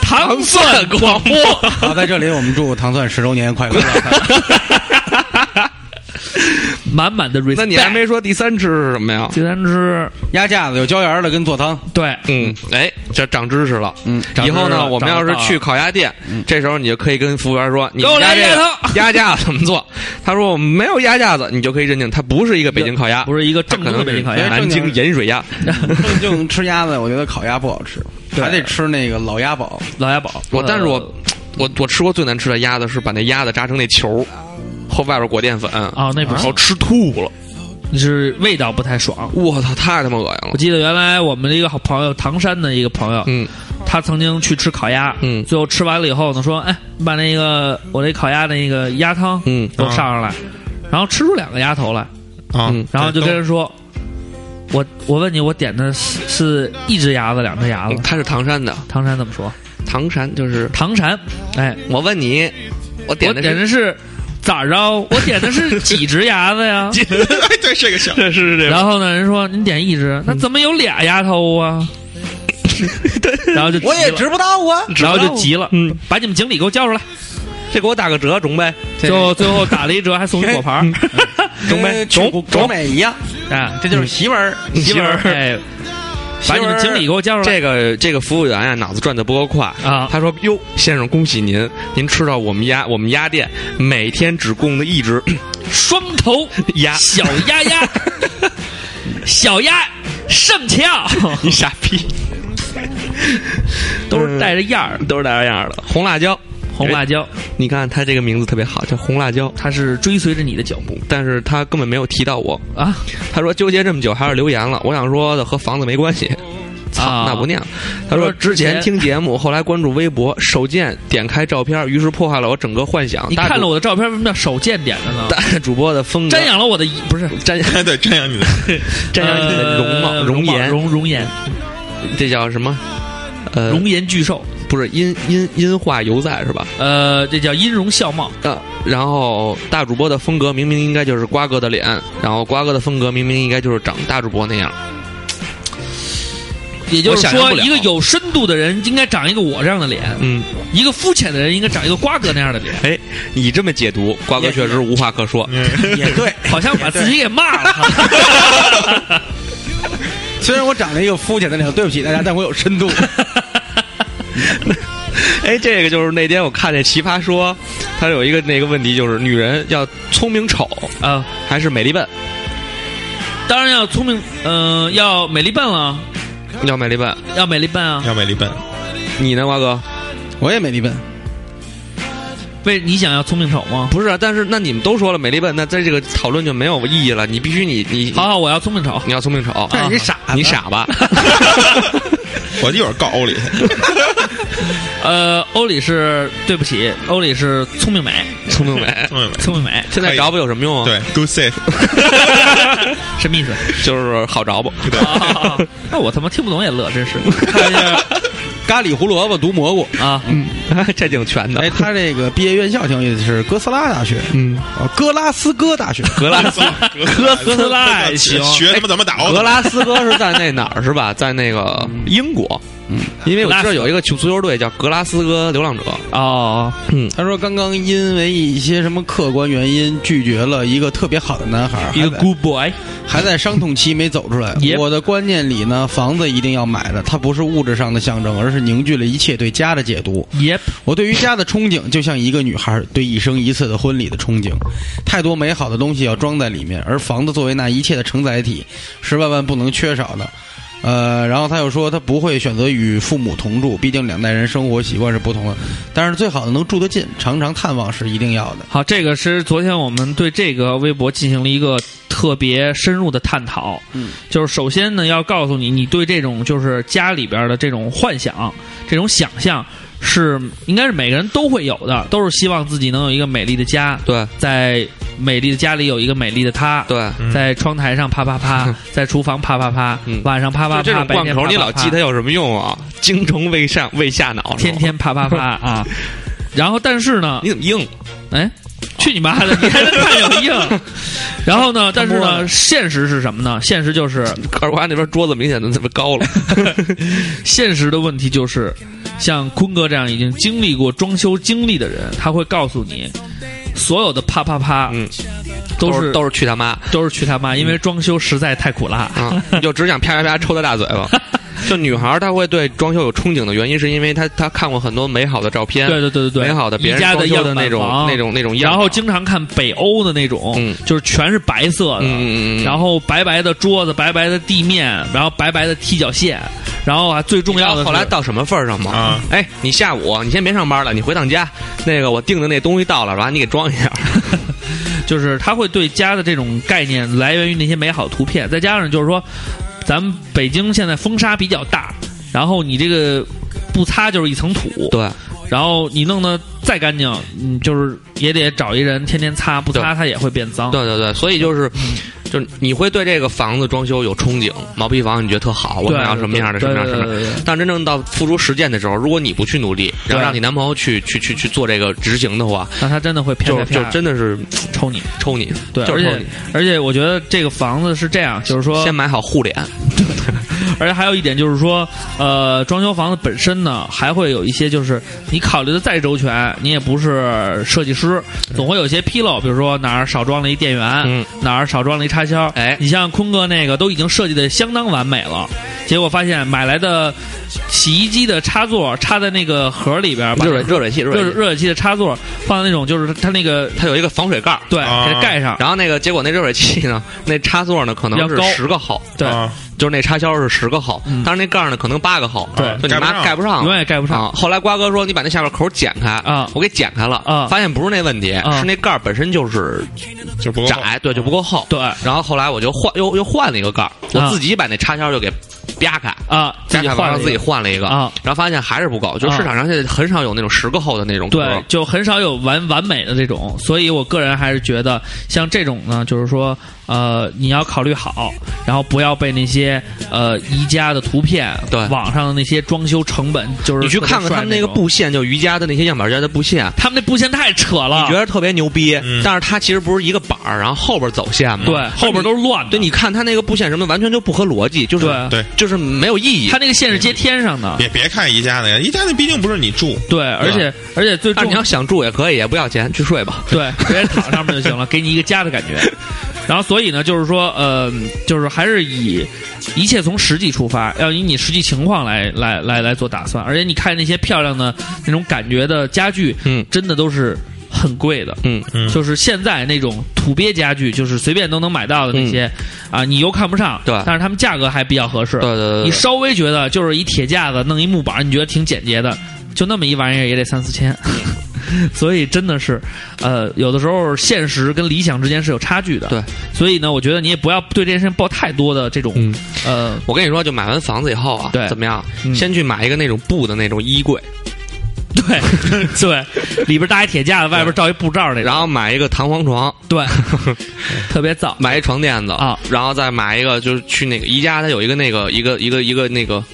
Speaker 3: 糖蒜广播。
Speaker 6: 好，在这里我们祝糖蒜十周 年快乐。
Speaker 3: 满满的 respect。
Speaker 4: 那你还没说第三吃是什么呀？
Speaker 3: 第三只，
Speaker 6: 鸭架子有椒盐的，跟做汤。
Speaker 3: 对，
Speaker 4: 嗯，哎，这长知识了。
Speaker 6: 嗯，
Speaker 3: 长
Speaker 4: 以
Speaker 3: 知识
Speaker 4: 后呢，
Speaker 3: 了嗯
Speaker 4: 我们要是去烤鸭店，这时候你就可以跟服务员说：“你
Speaker 3: 给我
Speaker 4: 们家
Speaker 3: 来
Speaker 4: 这
Speaker 3: 鸭
Speaker 4: 个
Speaker 3: 头
Speaker 4: 鸭架子怎么做？”他说：“我们没有鸭架子。”你就可以认定它不是一个北京烤鸭，
Speaker 3: 不是一个
Speaker 4: 它
Speaker 3: 正
Speaker 4: 可
Speaker 3: 宗
Speaker 4: 能
Speaker 3: 的呃北
Speaker 4: 是
Speaker 3: 京烤
Speaker 6: 哎
Speaker 3: 鸭。
Speaker 4: 南京盐水鸭。
Speaker 6: 正经吃鸭子，我觉得烤鸭不好吃，还得吃那个老鸭煲。
Speaker 3: 老鸭煲，
Speaker 4: 我，但是我
Speaker 3: 呃
Speaker 4: 我我吃过最难吃的鸭子是把那鸭子炸成那球，后外边裹淀粉啊
Speaker 3: 啊，那不
Speaker 4: 我
Speaker 3: 是，
Speaker 4: 吃吐了。
Speaker 3: 是味道不太爽。
Speaker 4: 我操，太他妈恶心
Speaker 3: 我
Speaker 4: 了。
Speaker 3: 记得原来我们的一个好朋友，唐山的一个朋友，
Speaker 4: 嗯，
Speaker 3: 他曾经去吃烤鸭，
Speaker 4: 嗯
Speaker 3: 最后吃完了以后呢，说，哎，你把那个我那烤鸭那个鸭汤，
Speaker 4: 嗯
Speaker 3: 给我上上来，然后吃出两个鸭头来，
Speaker 5: 啊
Speaker 4: 嗯，
Speaker 3: 然后就跟人说，我我问你，我点的是是一只鸭子，两只鸭子，
Speaker 4: 嗯他是唐山的，
Speaker 3: 唐山怎么说？
Speaker 4: 唐山就是
Speaker 3: 唐山，哎，
Speaker 4: 我问你，我
Speaker 3: 我
Speaker 4: 点的
Speaker 3: 点
Speaker 4: 是
Speaker 3: 的是咋着？我点的 是几只鸭子呀？
Speaker 5: 哎，对，这个笑，
Speaker 4: 这是这
Speaker 3: 然后呢，人说您点一只，
Speaker 4: 嗯
Speaker 3: 那怎么有俩鸭头啊？ 然后就急了
Speaker 6: 不到啊。
Speaker 3: 然后就急了，
Speaker 4: 嗯，
Speaker 3: 把你们经理给我叫出来。
Speaker 4: 这给我打个折，中呗。
Speaker 3: 就最后打了一折，还送一果盘儿。
Speaker 4: 嗯 中呗
Speaker 6: 跟呃去
Speaker 4: 中
Speaker 6: 国
Speaker 4: 中
Speaker 6: 美一样，
Speaker 4: 嗯
Speaker 3: 哎，
Speaker 6: 这就是媳妇儿，
Speaker 3: 媳妇儿
Speaker 6: 儿，
Speaker 3: 哎，把你们经理给我叫出来。
Speaker 4: 这个这个服务员啊，脑子转的不够快
Speaker 3: 啊
Speaker 4: 他说：“哟，先生，恭喜您，您吃到我们鸭我们鸭店每天只供的一只
Speaker 3: 双头
Speaker 4: 鸭，
Speaker 3: 小鸭鸭，小鸭上 翘，
Speaker 4: 你傻逼，
Speaker 3: 都是带着样儿。
Speaker 4: 都是那样的。红辣椒，
Speaker 3: 红辣椒，
Speaker 4: 你看它这个名字特别好，叫红辣椒，
Speaker 3: 它是追随着你的脚步
Speaker 4: 但是他根本没有提到我。
Speaker 3: 啊
Speaker 4: 他说纠结这么久，还是留言了。我想说的和房子没关系。”
Speaker 3: 啊
Speaker 4: 操，那不念了。他说
Speaker 3: 说
Speaker 4: 之前听节目，后来关注微博，手贱点开照片，于是破坏了我整个幻想。
Speaker 3: 你
Speaker 4: 大
Speaker 3: 看
Speaker 4: 主
Speaker 3: 了我的照片，为什么叫手贱点的呢？
Speaker 4: 大主播的风格，
Speaker 3: 瞻仰了我的一不是
Speaker 4: 瞻仰
Speaker 5: 哎对，瞻仰你的，
Speaker 4: 瞻仰你的容貌、
Speaker 3: 呃
Speaker 4: 容颜，
Speaker 3: 容容颜
Speaker 4: 这叫什么？呃，
Speaker 3: 容颜巨兽，
Speaker 4: 不是音音音画犹在是吧？
Speaker 3: 呃，这叫音容笑貌。
Speaker 4: 啊，然后大主播的风格明明应该就是瓜哥的脸，然后瓜哥的风格明明应该就是长大主播那样。
Speaker 3: 也就
Speaker 4: 我
Speaker 3: 是
Speaker 4: 想象
Speaker 3: 说，
Speaker 4: 不了
Speaker 3: 一个有深度的人应该长一个我这样的脸，
Speaker 4: 嗯，
Speaker 3: 一个肤浅的人应该长一个瓜哥那样的脸。
Speaker 4: 哎，你这么解读，瓜哥确实无话可说。
Speaker 6: 也对。
Speaker 3: 好像把自己给骂了哈，
Speaker 6: 虽然我长了一个肤浅的脸，对不起大家，但我有 深度。
Speaker 4: 哎，这个就是那天我看那《奇葩说》，他有一个那个问题，就是女人要聪明丑
Speaker 3: 啊！
Speaker 4: 还是美丽笨？
Speaker 3: 当然要聪明，嗯、要美丽笨了，
Speaker 4: 要美丽笨，
Speaker 3: 要美丽笨啊！
Speaker 5: 要美丽笨，
Speaker 4: 你呢，瓜哥？
Speaker 6: 我也没你笨，
Speaker 3: 为你想要聪明丑吗？
Speaker 4: 不是啊，但是那你们都说了美丽笨，那在这个讨论就没有意义了。你必须你你
Speaker 3: 好好，我要聪明丑。
Speaker 4: 你要聪明丑，啊
Speaker 6: 但是你傻，
Speaker 4: 你。傻吧？
Speaker 5: 我一会儿告欧里去。
Speaker 3: 呃，欧里是对不起，欧里是聪明美，
Speaker 4: 聪明美，
Speaker 5: 嗯
Speaker 3: 聪明美
Speaker 4: 现在找不有什么用啊？
Speaker 5: 对，Go safe，
Speaker 3: 什 么意思？
Speaker 4: 就是好找不。
Speaker 5: 对
Speaker 3: 啊那我他妈听不懂也乐， 真是。看一下
Speaker 6: 咖喱胡萝卜毒蘑菇。
Speaker 3: 啊，
Speaker 4: 嗯 这挺全的。
Speaker 6: 哎，他这个毕业院校挺有意思，是哥斯拉大学，
Speaker 4: 嗯，
Speaker 6: 啊，哥拉斯哥大学，
Speaker 4: 格拉斯
Speaker 5: 哥
Speaker 3: 哥斯拉 也行
Speaker 5: 学他妈怎么打奥
Speaker 4: 格
Speaker 5: 特曼？
Speaker 4: 拉斯哥是在那哪儿是吧？在那个英国。因为我知道有一个球足球队叫格拉斯哥流浪者，嗯
Speaker 3: 哦，
Speaker 6: 他说刚刚因为一些什么客观原因拒绝了一个特别好的男孩，
Speaker 3: 一个
Speaker 6: 还在
Speaker 3: good boy，
Speaker 6: 还在伤痛期没走出来
Speaker 3: Yep。
Speaker 6: 我的观念里呢，房子一定要买的，它不是物质上的象征，而是凝聚了一切对家的解读。
Speaker 3: yep，
Speaker 6: 我对于家的憧憬，就像一个女孩对一生一次的婚礼的憧憬，太多美好的东西要装在里面，而房子作为那一切的承载体，是万万不能缺少的。呃，然后他又说他不会选择与父母同住，毕竟两代人生活习惯是不同的。但是最好的能住得近，常常探望是一定要的。
Speaker 3: 好，这个是昨天我们对这个微博进行了一个特别深入的探讨。
Speaker 6: 嗯，
Speaker 3: 就是首先呢，要告诉你，你对这种就是家里边的这种幻想、这种想象是应该是每个人都会有的，都是希望自己能有一个美丽的家，
Speaker 4: 对
Speaker 3: 在美丽的家里有一个美丽的他。
Speaker 4: 对，
Speaker 5: 嗯
Speaker 3: 在窗台上啪啪啪，在厨房啪啪啪
Speaker 4: 嗯，
Speaker 3: 晚上啪啪
Speaker 4: 就这
Speaker 3: 啪，
Speaker 4: 种
Speaker 3: 白
Speaker 4: 罐
Speaker 3: 天
Speaker 4: 头，
Speaker 3: 啪
Speaker 4: 你
Speaker 3: 啪
Speaker 4: 老
Speaker 3: 啪
Speaker 4: 记它有什么用啊？精虫未上未下脑，
Speaker 3: 天天啪啪 啪啊。然后，但是呢，
Speaker 4: 你怎么硬？
Speaker 3: 哎，去你妈 的，你还真看有硬。然后呢，但是呢，现实是什么呢？现实就是
Speaker 4: 二瓜那边桌子明显的特别高了，
Speaker 3: 现实的问题就是，像坤哥这样已经经历过装修经历的人，他会告诉你，所有的啪啪啪
Speaker 4: 嗯，
Speaker 3: 都
Speaker 4: 是
Speaker 3: 是
Speaker 4: 都是去他 妈
Speaker 3: 都是去他妈，因为装修实在太苦辣。
Speaker 4: 啊！你就只想啪啪啪抽他大嘴 巴。就女孩儿她会对装修有憧憬的原因，是因为她她看过很多美好的照片，
Speaker 3: 对对对对对，
Speaker 4: 美好的别
Speaker 3: 宜
Speaker 4: 人
Speaker 3: 家
Speaker 4: 装
Speaker 3: 的
Speaker 4: 修
Speaker 3: 样
Speaker 4: 的
Speaker 3: 板
Speaker 4: 那种
Speaker 3: 房
Speaker 4: 那种那种样
Speaker 3: 然
Speaker 4: 貌，
Speaker 3: 后经常看北欧的那种，
Speaker 4: 嗯
Speaker 3: 就是全是白色的，
Speaker 4: 嗯嗯嗯嗯
Speaker 3: 然后白白的桌子，白白的地面，然后白白的踢脚线，然后啊，最重要的
Speaker 4: 你
Speaker 3: 是
Speaker 4: 知道后来到什么份儿上吗？
Speaker 5: 啊，
Speaker 4: 哎，你下午你先别上班了，你回趟家，那个我订的那东西到了，完了你给装一 下。
Speaker 3: 就是他会对家的这种概念来源于那些美好图片，再加上就是说，咱们北京现在风沙比较大，然后你这个不擦就是一层土，
Speaker 4: 对，
Speaker 3: 然后你弄得再干净，嗯，就是也得找一人天天擦，不擦它也会变脏。
Speaker 4: 对对对，所以就是，
Speaker 3: 嗯
Speaker 4: 就是你会对这个房子装修有憧憬，毛坯房你觉得特好，我
Speaker 3: 对
Speaker 4: 想要什么样的什
Speaker 3: 对
Speaker 4: 么样
Speaker 3: 对
Speaker 4: 什么样。
Speaker 3: 对对对
Speaker 4: 但真正到付出实践的时候，如果你不去努力，然
Speaker 3: 对
Speaker 4: 后让你男朋友去去去去做这个执行的话，
Speaker 3: 那他真的会啪
Speaker 4: 就
Speaker 3: 啪
Speaker 4: 就
Speaker 3: 啪
Speaker 4: 真的是
Speaker 3: 抽你。
Speaker 4: 抽你，
Speaker 3: 对，
Speaker 4: 就
Speaker 3: 而
Speaker 4: 是抽
Speaker 3: 且
Speaker 4: 你。
Speaker 3: 而且，我觉得这个房子是这样，就是说
Speaker 4: 先，买好护脸，
Speaker 3: 而且还有一点就是说，呃，装修房子本身呢，还会有一些就是你考虑的再周全，你也不是设计师，总会有一些纰漏，比如说哪儿少装了一电源，
Speaker 4: 嗯
Speaker 3: 哪儿少装了一插销。
Speaker 4: 哎
Speaker 3: 你像坤哥那个都已经设计的相当完美了，结果发现买来的洗衣机的插座插在那个盒里边儿，把
Speaker 7: 热水热水器，热
Speaker 3: 热
Speaker 7: 水器，
Speaker 3: 热水器的插座放在那种就是它那个
Speaker 4: 它有一个防水盖儿，
Speaker 3: 对
Speaker 5: 啊
Speaker 3: 给它盖上，
Speaker 4: 然后那个结果那热水器呢， 那插座呢可
Speaker 3: 比较
Speaker 4: 能是
Speaker 3: 高
Speaker 4: 十个号，
Speaker 3: 对
Speaker 5: 啊
Speaker 4: 就是那插销是十个号，
Speaker 3: 嗯
Speaker 4: 但是那盖儿呢可能八个号，啊
Speaker 3: 对
Speaker 4: 就你妈
Speaker 5: 盖
Speaker 4: 盖
Speaker 5: 不
Speaker 4: 不上了，
Speaker 3: 永远也盖不上。
Speaker 4: 啊。后来瓜哥说：“你把那下边口剪开
Speaker 3: 啊
Speaker 4: 我给剪开了
Speaker 3: 啊
Speaker 4: 发现不是那问题，
Speaker 3: 啊
Speaker 4: 是那盖儿本身就是
Speaker 5: 就不够厚
Speaker 4: 窄，对，就不够厚。
Speaker 3: 对
Speaker 4: 啊然后后来我就换，又又换了一个盖儿，
Speaker 3: 啊
Speaker 4: 我自己把那插销就给啪开，
Speaker 3: 啊，自
Speaker 4: 啪
Speaker 3: 己
Speaker 4: 开
Speaker 3: 换
Speaker 4: 完
Speaker 3: 了
Speaker 4: 了
Speaker 3: 一
Speaker 4: 自己
Speaker 3: 个
Speaker 4: 换了一个
Speaker 3: 啊，
Speaker 4: 然后发现还是不够，就
Speaker 3: 啊
Speaker 4: 市场上现在很少有那种十个厚的那种格儿
Speaker 3: 对，就很少有完完美的这种，所以我个人还是觉得像这种呢，就是说，呃，你要考虑好，然后不要被那些呃宜家的图片，
Speaker 4: 对
Speaker 3: 网上的那些装修成本，就是
Speaker 4: 你去看看他们那个
Speaker 3: 特别帅种，啊
Speaker 4: 布线，就瑜伽的那些样板间的布线，
Speaker 3: 他们那布线太扯了，
Speaker 4: 你觉得特别牛逼
Speaker 5: 嗯，
Speaker 4: 但是它其实不是一个板儿，然后后边走线嘛，
Speaker 3: 对，后边都是乱
Speaker 4: 嗯
Speaker 3: 的，
Speaker 4: 对，你看它那个布线什么的，完全就不合逻辑，就是
Speaker 3: 对
Speaker 5: 对
Speaker 4: 就是没有意义
Speaker 3: 他。那个线是接天上的，
Speaker 5: 别别看宜家那个，宜家那毕竟不是你住，
Speaker 3: 对，而且而且最
Speaker 4: 但
Speaker 3: 重
Speaker 4: 是你要想住也可以，也不要钱，去睡吧。
Speaker 3: 对，直接躺上面就行了，给你一个家的感觉。然后，所以呢，就是说，呃，就是还是以一切从实际出发，要以你实际情况来来来来做打算。而且你看那些漂亮的那种感觉的家具，
Speaker 4: 嗯
Speaker 3: 真的都是很贵的。
Speaker 4: 嗯
Speaker 5: 嗯
Speaker 3: 就是现在那种土鳖家具，就是随便都能买到的那些，啊，你又看不上，
Speaker 4: 嗯对
Speaker 3: 但是他们价格还比较合适。
Speaker 4: 对对对对
Speaker 3: 你稍微觉得就是一铁架子弄一木板，你觉得挺简洁的，就那么一玩意儿也得三四千。 所以真的是，呃，有的时候现实跟理想之间是有差距的。
Speaker 4: 对，
Speaker 3: 所以呢，我觉得你也不要对这件事情抱太多的这种，
Speaker 4: 嗯
Speaker 3: 呃，
Speaker 4: 我跟你说，就买完房子以后啊，
Speaker 3: 对
Speaker 4: 怎么样？
Speaker 3: 嗯
Speaker 4: 先去买一个那种布的那种衣柜，
Speaker 3: 对 对，里边搭一铁架子，外边罩一布罩那种，
Speaker 4: 然后买一个弹簧床，
Speaker 3: 对，特别燥
Speaker 4: 买一床垫子
Speaker 3: 啊，
Speaker 4: 然后再买一个，就是去那个宜家，它有一个那个一个一个一个那个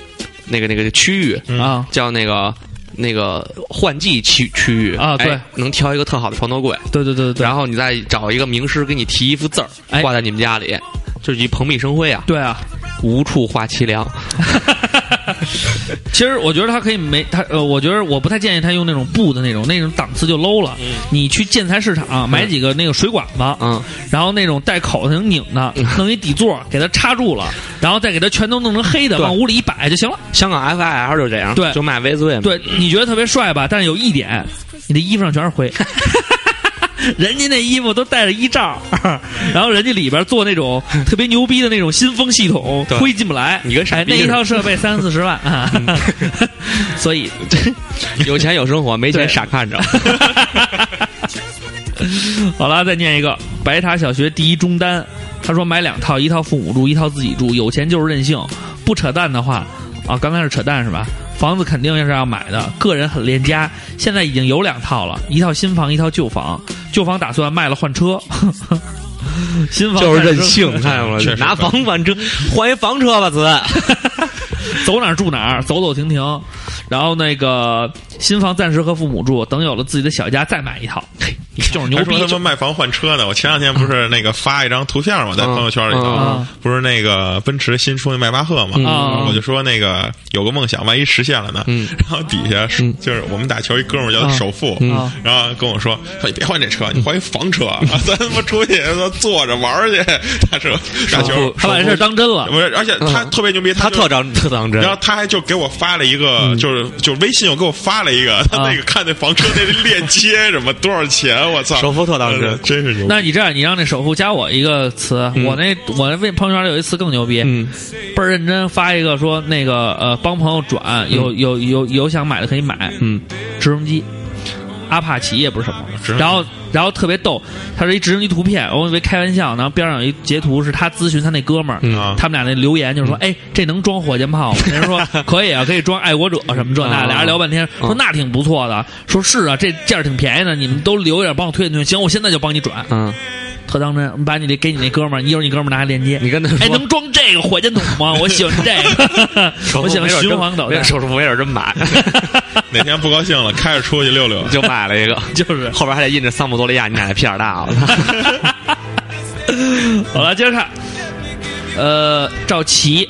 Speaker 4: 那个那个区域
Speaker 5: 嗯
Speaker 3: 啊。
Speaker 4: 叫那个那个换季区区域
Speaker 3: 啊对
Speaker 4: 哎能挑一个特好的床头柜，
Speaker 3: 对对对对对，
Speaker 4: 然后你再找一个名师给你题一幅字儿
Speaker 3: 哎
Speaker 4: 挂在你们家里，就是一蓬荜生辉啊，
Speaker 3: 对啊，
Speaker 4: 无处话凄凉。
Speaker 3: 哎 其实我觉得他可以没他呃，我觉得我不太建议他用那种布的那种，那种档次就 low 了。你去建材市场、买几个那个水管子，
Speaker 4: 嗯，
Speaker 3: 然后那种带口的那种拧的，弄一底座给它插住了，然后再给它全都弄成黑的，
Speaker 4: 嗯对嗯
Speaker 3: 往屋里一摆就行了。
Speaker 4: 香港 FIL 就这样，
Speaker 3: 对
Speaker 4: 就卖微醉嘛，
Speaker 3: 对，你觉得特别帅吧？但是有一点，你的衣服上全是 灰。人家那衣服都带着衣罩， 然后人家里边做那种特别牛逼的那种新风系统，
Speaker 4: 对
Speaker 3: 灰进不来。
Speaker 4: 你跟傻
Speaker 3: 哎，
Speaker 4: 逼
Speaker 3: 那一
Speaker 4: 似的嗯
Speaker 3: 套设备三四十万啊，所以
Speaker 4: 有钱有生活，没
Speaker 3: 对
Speaker 4: 钱傻 看着。
Speaker 3: 好了，再念一个白塔小学第一中单，他说买两套，一套父母住，一套自己住，有钱就是任性，不扯淡的话，啊，刚才是扯淡是吧？房子肯定是要买的，个人很恋家，现在已经有两套了，一套新房，一套旧房，旧房打算卖了换车， 新房
Speaker 4: 就是任
Speaker 3: 卖车
Speaker 4: 性，看见
Speaker 5: 确
Speaker 4: 了？
Speaker 5: 实
Speaker 4: 拿房换车，换一房车吧，子。
Speaker 3: 走哪儿住哪儿，走走停停。然后那个新房暂时和父母住，等有了自己的小家再买一套，嘿就是牛
Speaker 5: 还
Speaker 3: 逼
Speaker 5: 说他
Speaker 3: 就
Speaker 5: 们卖房换车呢，我前两天不是那个发一张图片嘛，在朋友圈里
Speaker 4: 嗯
Speaker 5: 头
Speaker 3: 嗯，
Speaker 5: 不是那个奔驰新出那迈巴赫嘛，
Speaker 3: 嗯
Speaker 5: 我就说那个有个梦想，万一实现了呢？
Speaker 4: 嗯
Speaker 5: 然后底下是就是我们打球一哥们儿叫
Speaker 3: 嗯
Speaker 5: 首富
Speaker 3: 嗯啊，
Speaker 5: 然后跟我说说你别换这车，你换一房车， 咱他妈出去坐着玩儿去，打车打球，
Speaker 3: 他把这事儿当真了。
Speaker 5: 不是，而且他
Speaker 4: 嗯
Speaker 5: 特别牛逼，
Speaker 4: 他
Speaker 5: 就
Speaker 4: 特当 特当真
Speaker 5: 然，后他还就给我发了一个，就是就微信又给我发了一个，他那个看那房车那链接什么多少钱，我操！
Speaker 4: 首付特当真
Speaker 5: 呃真是牛逼。
Speaker 3: 那你这样，你让那首付加我一个词，我那我那微朋友圈里有一词更牛逼，
Speaker 4: 嗯
Speaker 3: 倍儿认真发一个说那个呃帮朋友转，有有有有想买的可以买，
Speaker 4: 嗯，
Speaker 3: 直升机。阿帕奇也不是什么
Speaker 5: 直升，机
Speaker 3: 然后然后特别逗，他是一直升机图片，我以为开玩笑，然后边上有一截图是他咨询他那哥们儿，
Speaker 4: 嗯
Speaker 5: 啊
Speaker 3: 他们俩那留言就是说，哎，这能装火箭 炮吗？人家说可以啊，可以装爱国者什么这那，
Speaker 4: 啊
Speaker 3: 俩人聊半天，说那挺不错的，说是啊，这价儿挺便宜的，你们都留一点帮我推荐推荐，行，我现在就帮你转，
Speaker 4: 嗯，
Speaker 3: 特当真，把你这给你那哥们儿，一会儿你哥们儿拿链接，
Speaker 4: 你跟他
Speaker 3: 哎，
Speaker 4: 说
Speaker 3: 能装这个火箭筒 吗？我喜欢这个，
Speaker 4: 首付
Speaker 3: 我喜欢
Speaker 4: 没准
Speaker 3: 循
Speaker 4: 真
Speaker 3: 环导
Speaker 4: 没准
Speaker 3: 弹，
Speaker 4: 首付没准真 买，
Speaker 5: 哪天不高兴了，开着出去溜溜。
Speaker 4: 就买了一个，
Speaker 3: 就是。
Speaker 4: 后边还得印着桑普多利亚，你奶奶屁眼大， 我操！
Speaker 3: 好了，接着看，呃，赵琦，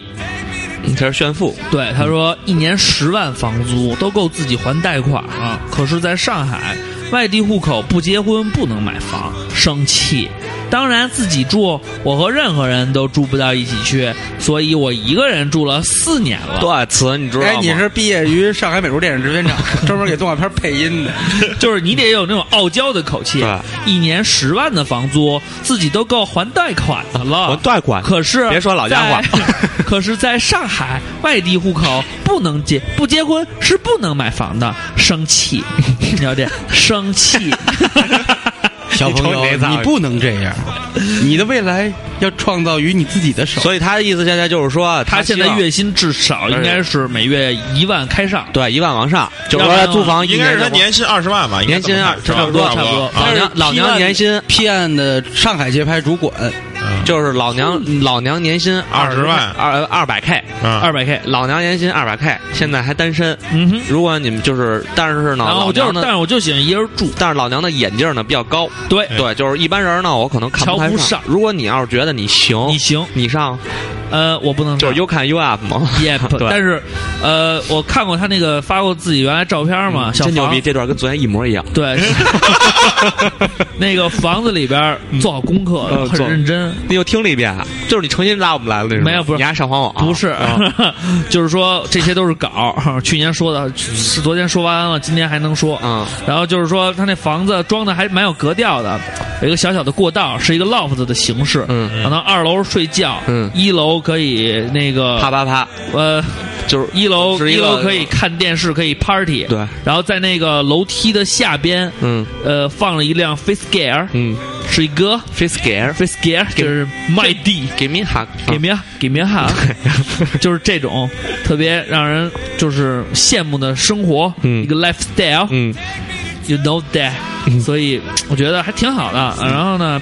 Speaker 4: 他是炫富，
Speaker 3: 对，他说一年十万房租都够自己还贷款了，可是在上海，外地户口不结婚不能买房，生气。当然自己住，我和任何人都住不到一起去，所以我一个人住了四年了。
Speaker 4: 多少词你知道吗？
Speaker 6: 哎，你是毕业于上海美术电影制片厂， 专门给动画片配音的。
Speaker 3: 就是你得有那种傲娇的口气
Speaker 4: 对。
Speaker 3: 一年十万的房租，自己都够还贷款的
Speaker 4: 我
Speaker 3: 了。
Speaker 4: 断管，
Speaker 3: 可是
Speaker 4: 别说老家话
Speaker 3: 在，可是在上海外地户口不能结，不结婚是不能买房的。生气，你了解？生气。
Speaker 6: 小朋
Speaker 4: 你瞅你
Speaker 6: 友，
Speaker 4: 那造
Speaker 6: 你
Speaker 4: 型
Speaker 6: 不能这样，你的未来要创造于你自己的手。
Speaker 4: 所以他的意思现在就是说，
Speaker 3: 他现在
Speaker 4: 希望
Speaker 3: 月薪至少应该是每月一万开上，
Speaker 4: 对一万往上，就是
Speaker 3: 要不
Speaker 4: 说
Speaker 3: 然
Speaker 4: 租房一
Speaker 5: 应该
Speaker 4: 年
Speaker 5: 是他
Speaker 4: 就
Speaker 5: 年薪二十万吧，应该
Speaker 4: 年薪二
Speaker 5: 这么
Speaker 4: 差
Speaker 5: 看
Speaker 4: 不多
Speaker 5: 是吧
Speaker 3: 差不多
Speaker 5: 啊
Speaker 4: 老娘老娘年薪
Speaker 6: 批案的上海节拍主管，
Speaker 4: 就是老娘老娘年薪
Speaker 5: 20万
Speaker 4: 二二百 K，
Speaker 5: 啊，
Speaker 3: 二百 K。
Speaker 4: 老娘年薪二百 K，现在还单身。
Speaker 3: 嗯哼。
Speaker 4: 如果你们就是，但是呢，
Speaker 3: 然后
Speaker 4: 老
Speaker 3: 我就是
Speaker 4: 娘，
Speaker 3: 但
Speaker 4: 的
Speaker 3: 是我就喜欢一人住。
Speaker 4: 但是老娘的眼镜呢比较高，
Speaker 3: 对，
Speaker 4: 对，就是一般人呢我可能看
Speaker 3: 哎瞧
Speaker 4: 太
Speaker 3: 不
Speaker 4: 上
Speaker 3: 上。
Speaker 4: 如果你要是觉得你行，
Speaker 3: 你行，
Speaker 4: 你上
Speaker 3: 呃，我不能
Speaker 4: 就是
Speaker 3: 上
Speaker 4: you can you up 嘛，
Speaker 3: Yep，
Speaker 4: 对
Speaker 3: 但是，呃，我看过他那个发过自己原来照片嘛，小
Speaker 4: 嗯真牛
Speaker 3: 房
Speaker 4: 逼，这段跟昨天一模一样。
Speaker 3: 对，那个房子里边儿做好功课，
Speaker 4: 嗯做
Speaker 3: 很认真，
Speaker 4: 你又听了一遍，啊就是你重新拉我们来了那种。
Speaker 3: 没有不是
Speaker 4: 你还上黄网？
Speaker 3: 不是
Speaker 4: 啊，
Speaker 3: 就是说这些都是稿儿， 去年说的，是昨天说完了，今天还能说。
Speaker 4: 嗯
Speaker 3: 然后就是说，他那房子装的还蛮有格调的，有一个小小的过道，是一个 loft 的形式。
Speaker 4: 嗯，
Speaker 3: 可能二楼睡觉，
Speaker 4: 嗯
Speaker 3: 一楼可以那个
Speaker 4: 啪啪啪，
Speaker 3: 呃，
Speaker 4: 就是
Speaker 3: 一楼
Speaker 4: 是一个
Speaker 3: 楼可以看电视，可以 party，
Speaker 4: 对，
Speaker 3: 然后在那个楼梯的下边，
Speaker 4: 嗯
Speaker 3: 呃，放了一辆 Face Gear，
Speaker 4: 嗯
Speaker 3: 是一哥
Speaker 4: ，face gear
Speaker 3: Face Gear，就是麦地，
Speaker 4: give me hug，
Speaker 3: 给面给面哈，
Speaker 4: 啊
Speaker 3: 就是这种特别让人就是羡慕的生活，
Speaker 4: 嗯
Speaker 3: 一个 lifestyle，
Speaker 4: 嗯，
Speaker 3: you know that，、所
Speaker 6: 嗯
Speaker 3: 以我觉得还挺好的。然后呢，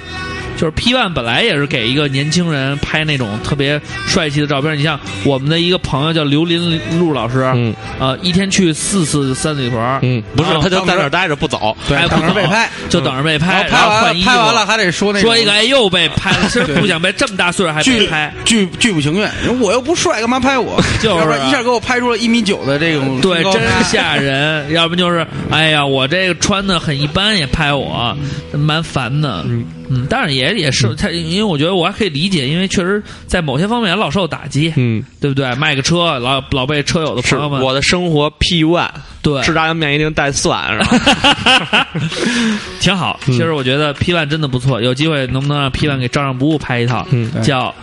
Speaker 3: 就是 P One 本来也是给一个年轻人拍那种特别帅气的照片。你像我们的一个朋友叫刘林路老师，
Speaker 4: 嗯
Speaker 3: 呃，一天去四次三里屯，
Speaker 4: 嗯，不是
Speaker 3: 然，后
Speaker 4: 他就在那儿待着不走，
Speaker 6: 对
Speaker 3: 哎，
Speaker 6: 等着
Speaker 3: 不
Speaker 6: 被
Speaker 3: 走
Speaker 6: 拍，嗯
Speaker 3: 就等着被
Speaker 6: 然
Speaker 3: 拍，
Speaker 6: 后
Speaker 3: 然
Speaker 6: 拍
Speaker 3: 后
Speaker 6: 完
Speaker 3: 换
Speaker 6: 了，
Speaker 3: 衣
Speaker 6: 拍完了
Speaker 3: 服。
Speaker 6: 还得说那
Speaker 3: 说一个，哎，又被拍了，其实不想被这么大岁数还被
Speaker 6: 巨
Speaker 3: 拍，
Speaker 6: 巨巨不情愿，我又不帅，干嘛拍我？
Speaker 3: 就是啊
Speaker 6: 要不然一下给我拍出了一米九的这种
Speaker 3: 对，
Speaker 6: 身高
Speaker 3: 真
Speaker 6: 差
Speaker 3: 吓 人。要不就是，哎呀，我这个穿的很一般，也拍我，蛮烦的。嗯，当然也也是他，因为我觉得我还可以理解，因为确实在某些方面老受打击，
Speaker 4: 嗯，
Speaker 3: 对不对？卖个车，老老被车友的
Speaker 4: 是
Speaker 3: 朋友们，
Speaker 4: 我的生活 P one，
Speaker 3: 对
Speaker 4: 吃炸酱面一定带蒜，是 吧？
Speaker 3: 挺好。
Speaker 4: 嗯
Speaker 3: 其实我觉得 P One 真的不错，有机会能不能让 P One 给照常不误拍一套？
Speaker 4: 嗯
Speaker 3: 叫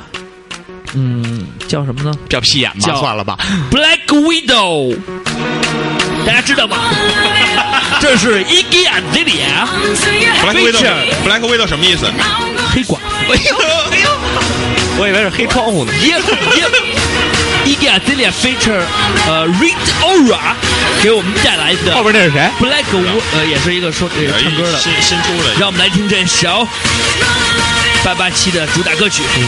Speaker 3: 嗯叫什么呢
Speaker 4: 比较屁眼吧，
Speaker 3: 叫
Speaker 4: 算了吧。
Speaker 3: ？Black Widow，大家知道吗？ 这是 i g g y Azalea。
Speaker 5: Black
Speaker 3: Feature
Speaker 5: Widow，Black Widow 什么意思？
Speaker 3: 黑寡妇，哎呦哎呦
Speaker 4: 我以为是黑窗 户呢。
Speaker 3: ，Yeah Yeah，伊格亚 l i a feature 呃 Red Aura 给我们带来的
Speaker 4: 后边那哎是谁？
Speaker 3: Black Wo- 呃也是一个说呃唱歌的，
Speaker 5: 新新出的，
Speaker 3: 让我们来听这首八八七的主打歌曲，
Speaker 4: 嗯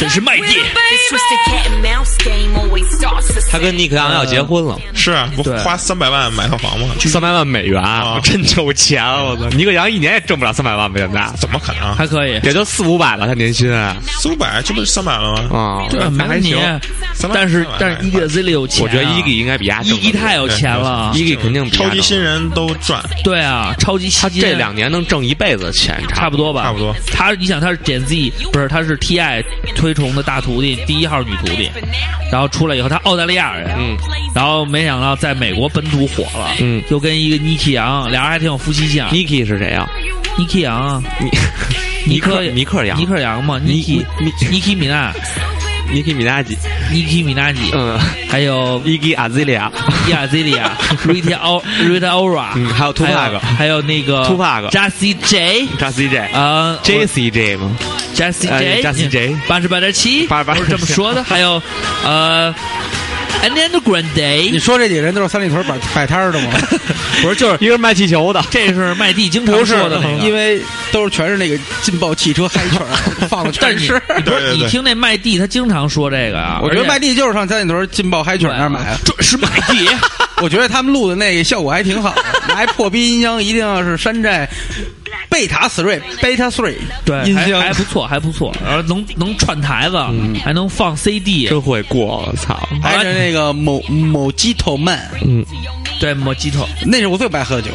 Speaker 3: 这是麦蒂。
Speaker 7: This twisted cat and mouse game always starts the
Speaker 4: 他
Speaker 7: same.
Speaker 4: 跟尼克杨要结婚了，
Speaker 5: 是啊，不
Speaker 3: 对
Speaker 5: 花三百万买套房吗？
Speaker 4: 三百万美元， 我啊真有钱！我操，尼克杨一年也挣不了三百万吧？现在
Speaker 5: 怎么可能？
Speaker 3: 还可以，
Speaker 4: 也就四五百吧，他年薪啊。
Speaker 5: 四五百，这不是三百了吗？
Speaker 3: 对，啊没
Speaker 4: 那还
Speaker 3: 问题
Speaker 4: 行。。
Speaker 5: 三百
Speaker 3: 但是
Speaker 5: 三百
Speaker 3: 但是伊格 l i a 有
Speaker 4: 啊
Speaker 3: 钱啊，
Speaker 4: 我觉得伊给应该比他挣
Speaker 3: 伊
Speaker 4: 得多，
Speaker 3: 伊太有钱了，
Speaker 4: 伊给肯定比他
Speaker 5: 超
Speaker 4: 挣
Speaker 5: 级新人都赚，
Speaker 3: 对啊，超级吸
Speaker 4: 他
Speaker 3: 金，
Speaker 4: 这两年能挣一辈子钱，
Speaker 3: 差不
Speaker 4: 多。
Speaker 3: 多吧，
Speaker 5: 差不多。
Speaker 3: 他，你想他是 Gen Z，不是他是 TI 推崇的大徒弟，第一号女徒弟，然后出来以后他澳大利亚人，啊
Speaker 4: 嗯，
Speaker 3: 然后没想到在美国本土火了，
Speaker 4: 嗯
Speaker 3: 又跟一个 Niki 杨，俩人还挺有夫妻相。
Speaker 4: Niki 是谁啊？
Speaker 3: Niki 杨，
Speaker 4: 尼
Speaker 3: 尼克
Speaker 4: 尼克杨，
Speaker 3: 尼克杨嘛
Speaker 4: 尼
Speaker 3: ，Niki Niki 米娜
Speaker 4: ，Niki 米娜吉，
Speaker 3: ，Niki 米娜吉，
Speaker 4: 嗯
Speaker 3: 还有
Speaker 4: ，Iggy Azalea，
Speaker 3: 亚 z 利亚 Rita O Rita Ora，
Speaker 4: 嗯还有 Tupac
Speaker 3: 还有那个
Speaker 4: Tupac
Speaker 3: Jazzy J。
Speaker 4: 张 CJ，
Speaker 3: 啊
Speaker 4: j c j 吗？
Speaker 3: Jesse
Speaker 4: 呃
Speaker 3: J
Speaker 4: Jesse J
Speaker 3: 八十八点七，
Speaker 4: 88.7
Speaker 3: 不是这么 说的。还有呃，Underground
Speaker 6: 你
Speaker 3: Day，
Speaker 6: 说这几个人都是三里屯摆摆摊儿的 吗？
Speaker 3: 不是就是
Speaker 4: 一个是卖气球的，
Speaker 3: 这是麦蒂经常说的那
Speaker 6: 因
Speaker 3: 个。
Speaker 6: 为都是全是那个劲爆汽车嗨圈儿， 放的
Speaker 3: 但
Speaker 6: 全
Speaker 3: 你
Speaker 6: 是。
Speaker 5: 对
Speaker 3: 不是
Speaker 5: 对
Speaker 3: 你
Speaker 5: 对
Speaker 3: 听那麦蒂，他经常说这个啊。
Speaker 6: 我觉得
Speaker 3: 而且
Speaker 6: 麦蒂就是上三里屯劲爆嗨曲那儿买啊 的。
Speaker 3: 准是麦 蒂，
Speaker 6: 我觉得他们录的那个效果还挺好的，拿一破逼音箱一定要是山寨贝塔 three beta three，
Speaker 3: 对，
Speaker 6: 音
Speaker 3: 还
Speaker 6: 箱
Speaker 3: 还不错，还不错，然后能能串台子，还能放 CD，
Speaker 4: 真会过，我操！
Speaker 6: 还是那个某某鸡头曼，
Speaker 4: 嗯，
Speaker 3: 对，莫吉托
Speaker 6: 那是我最不爱喝的酒，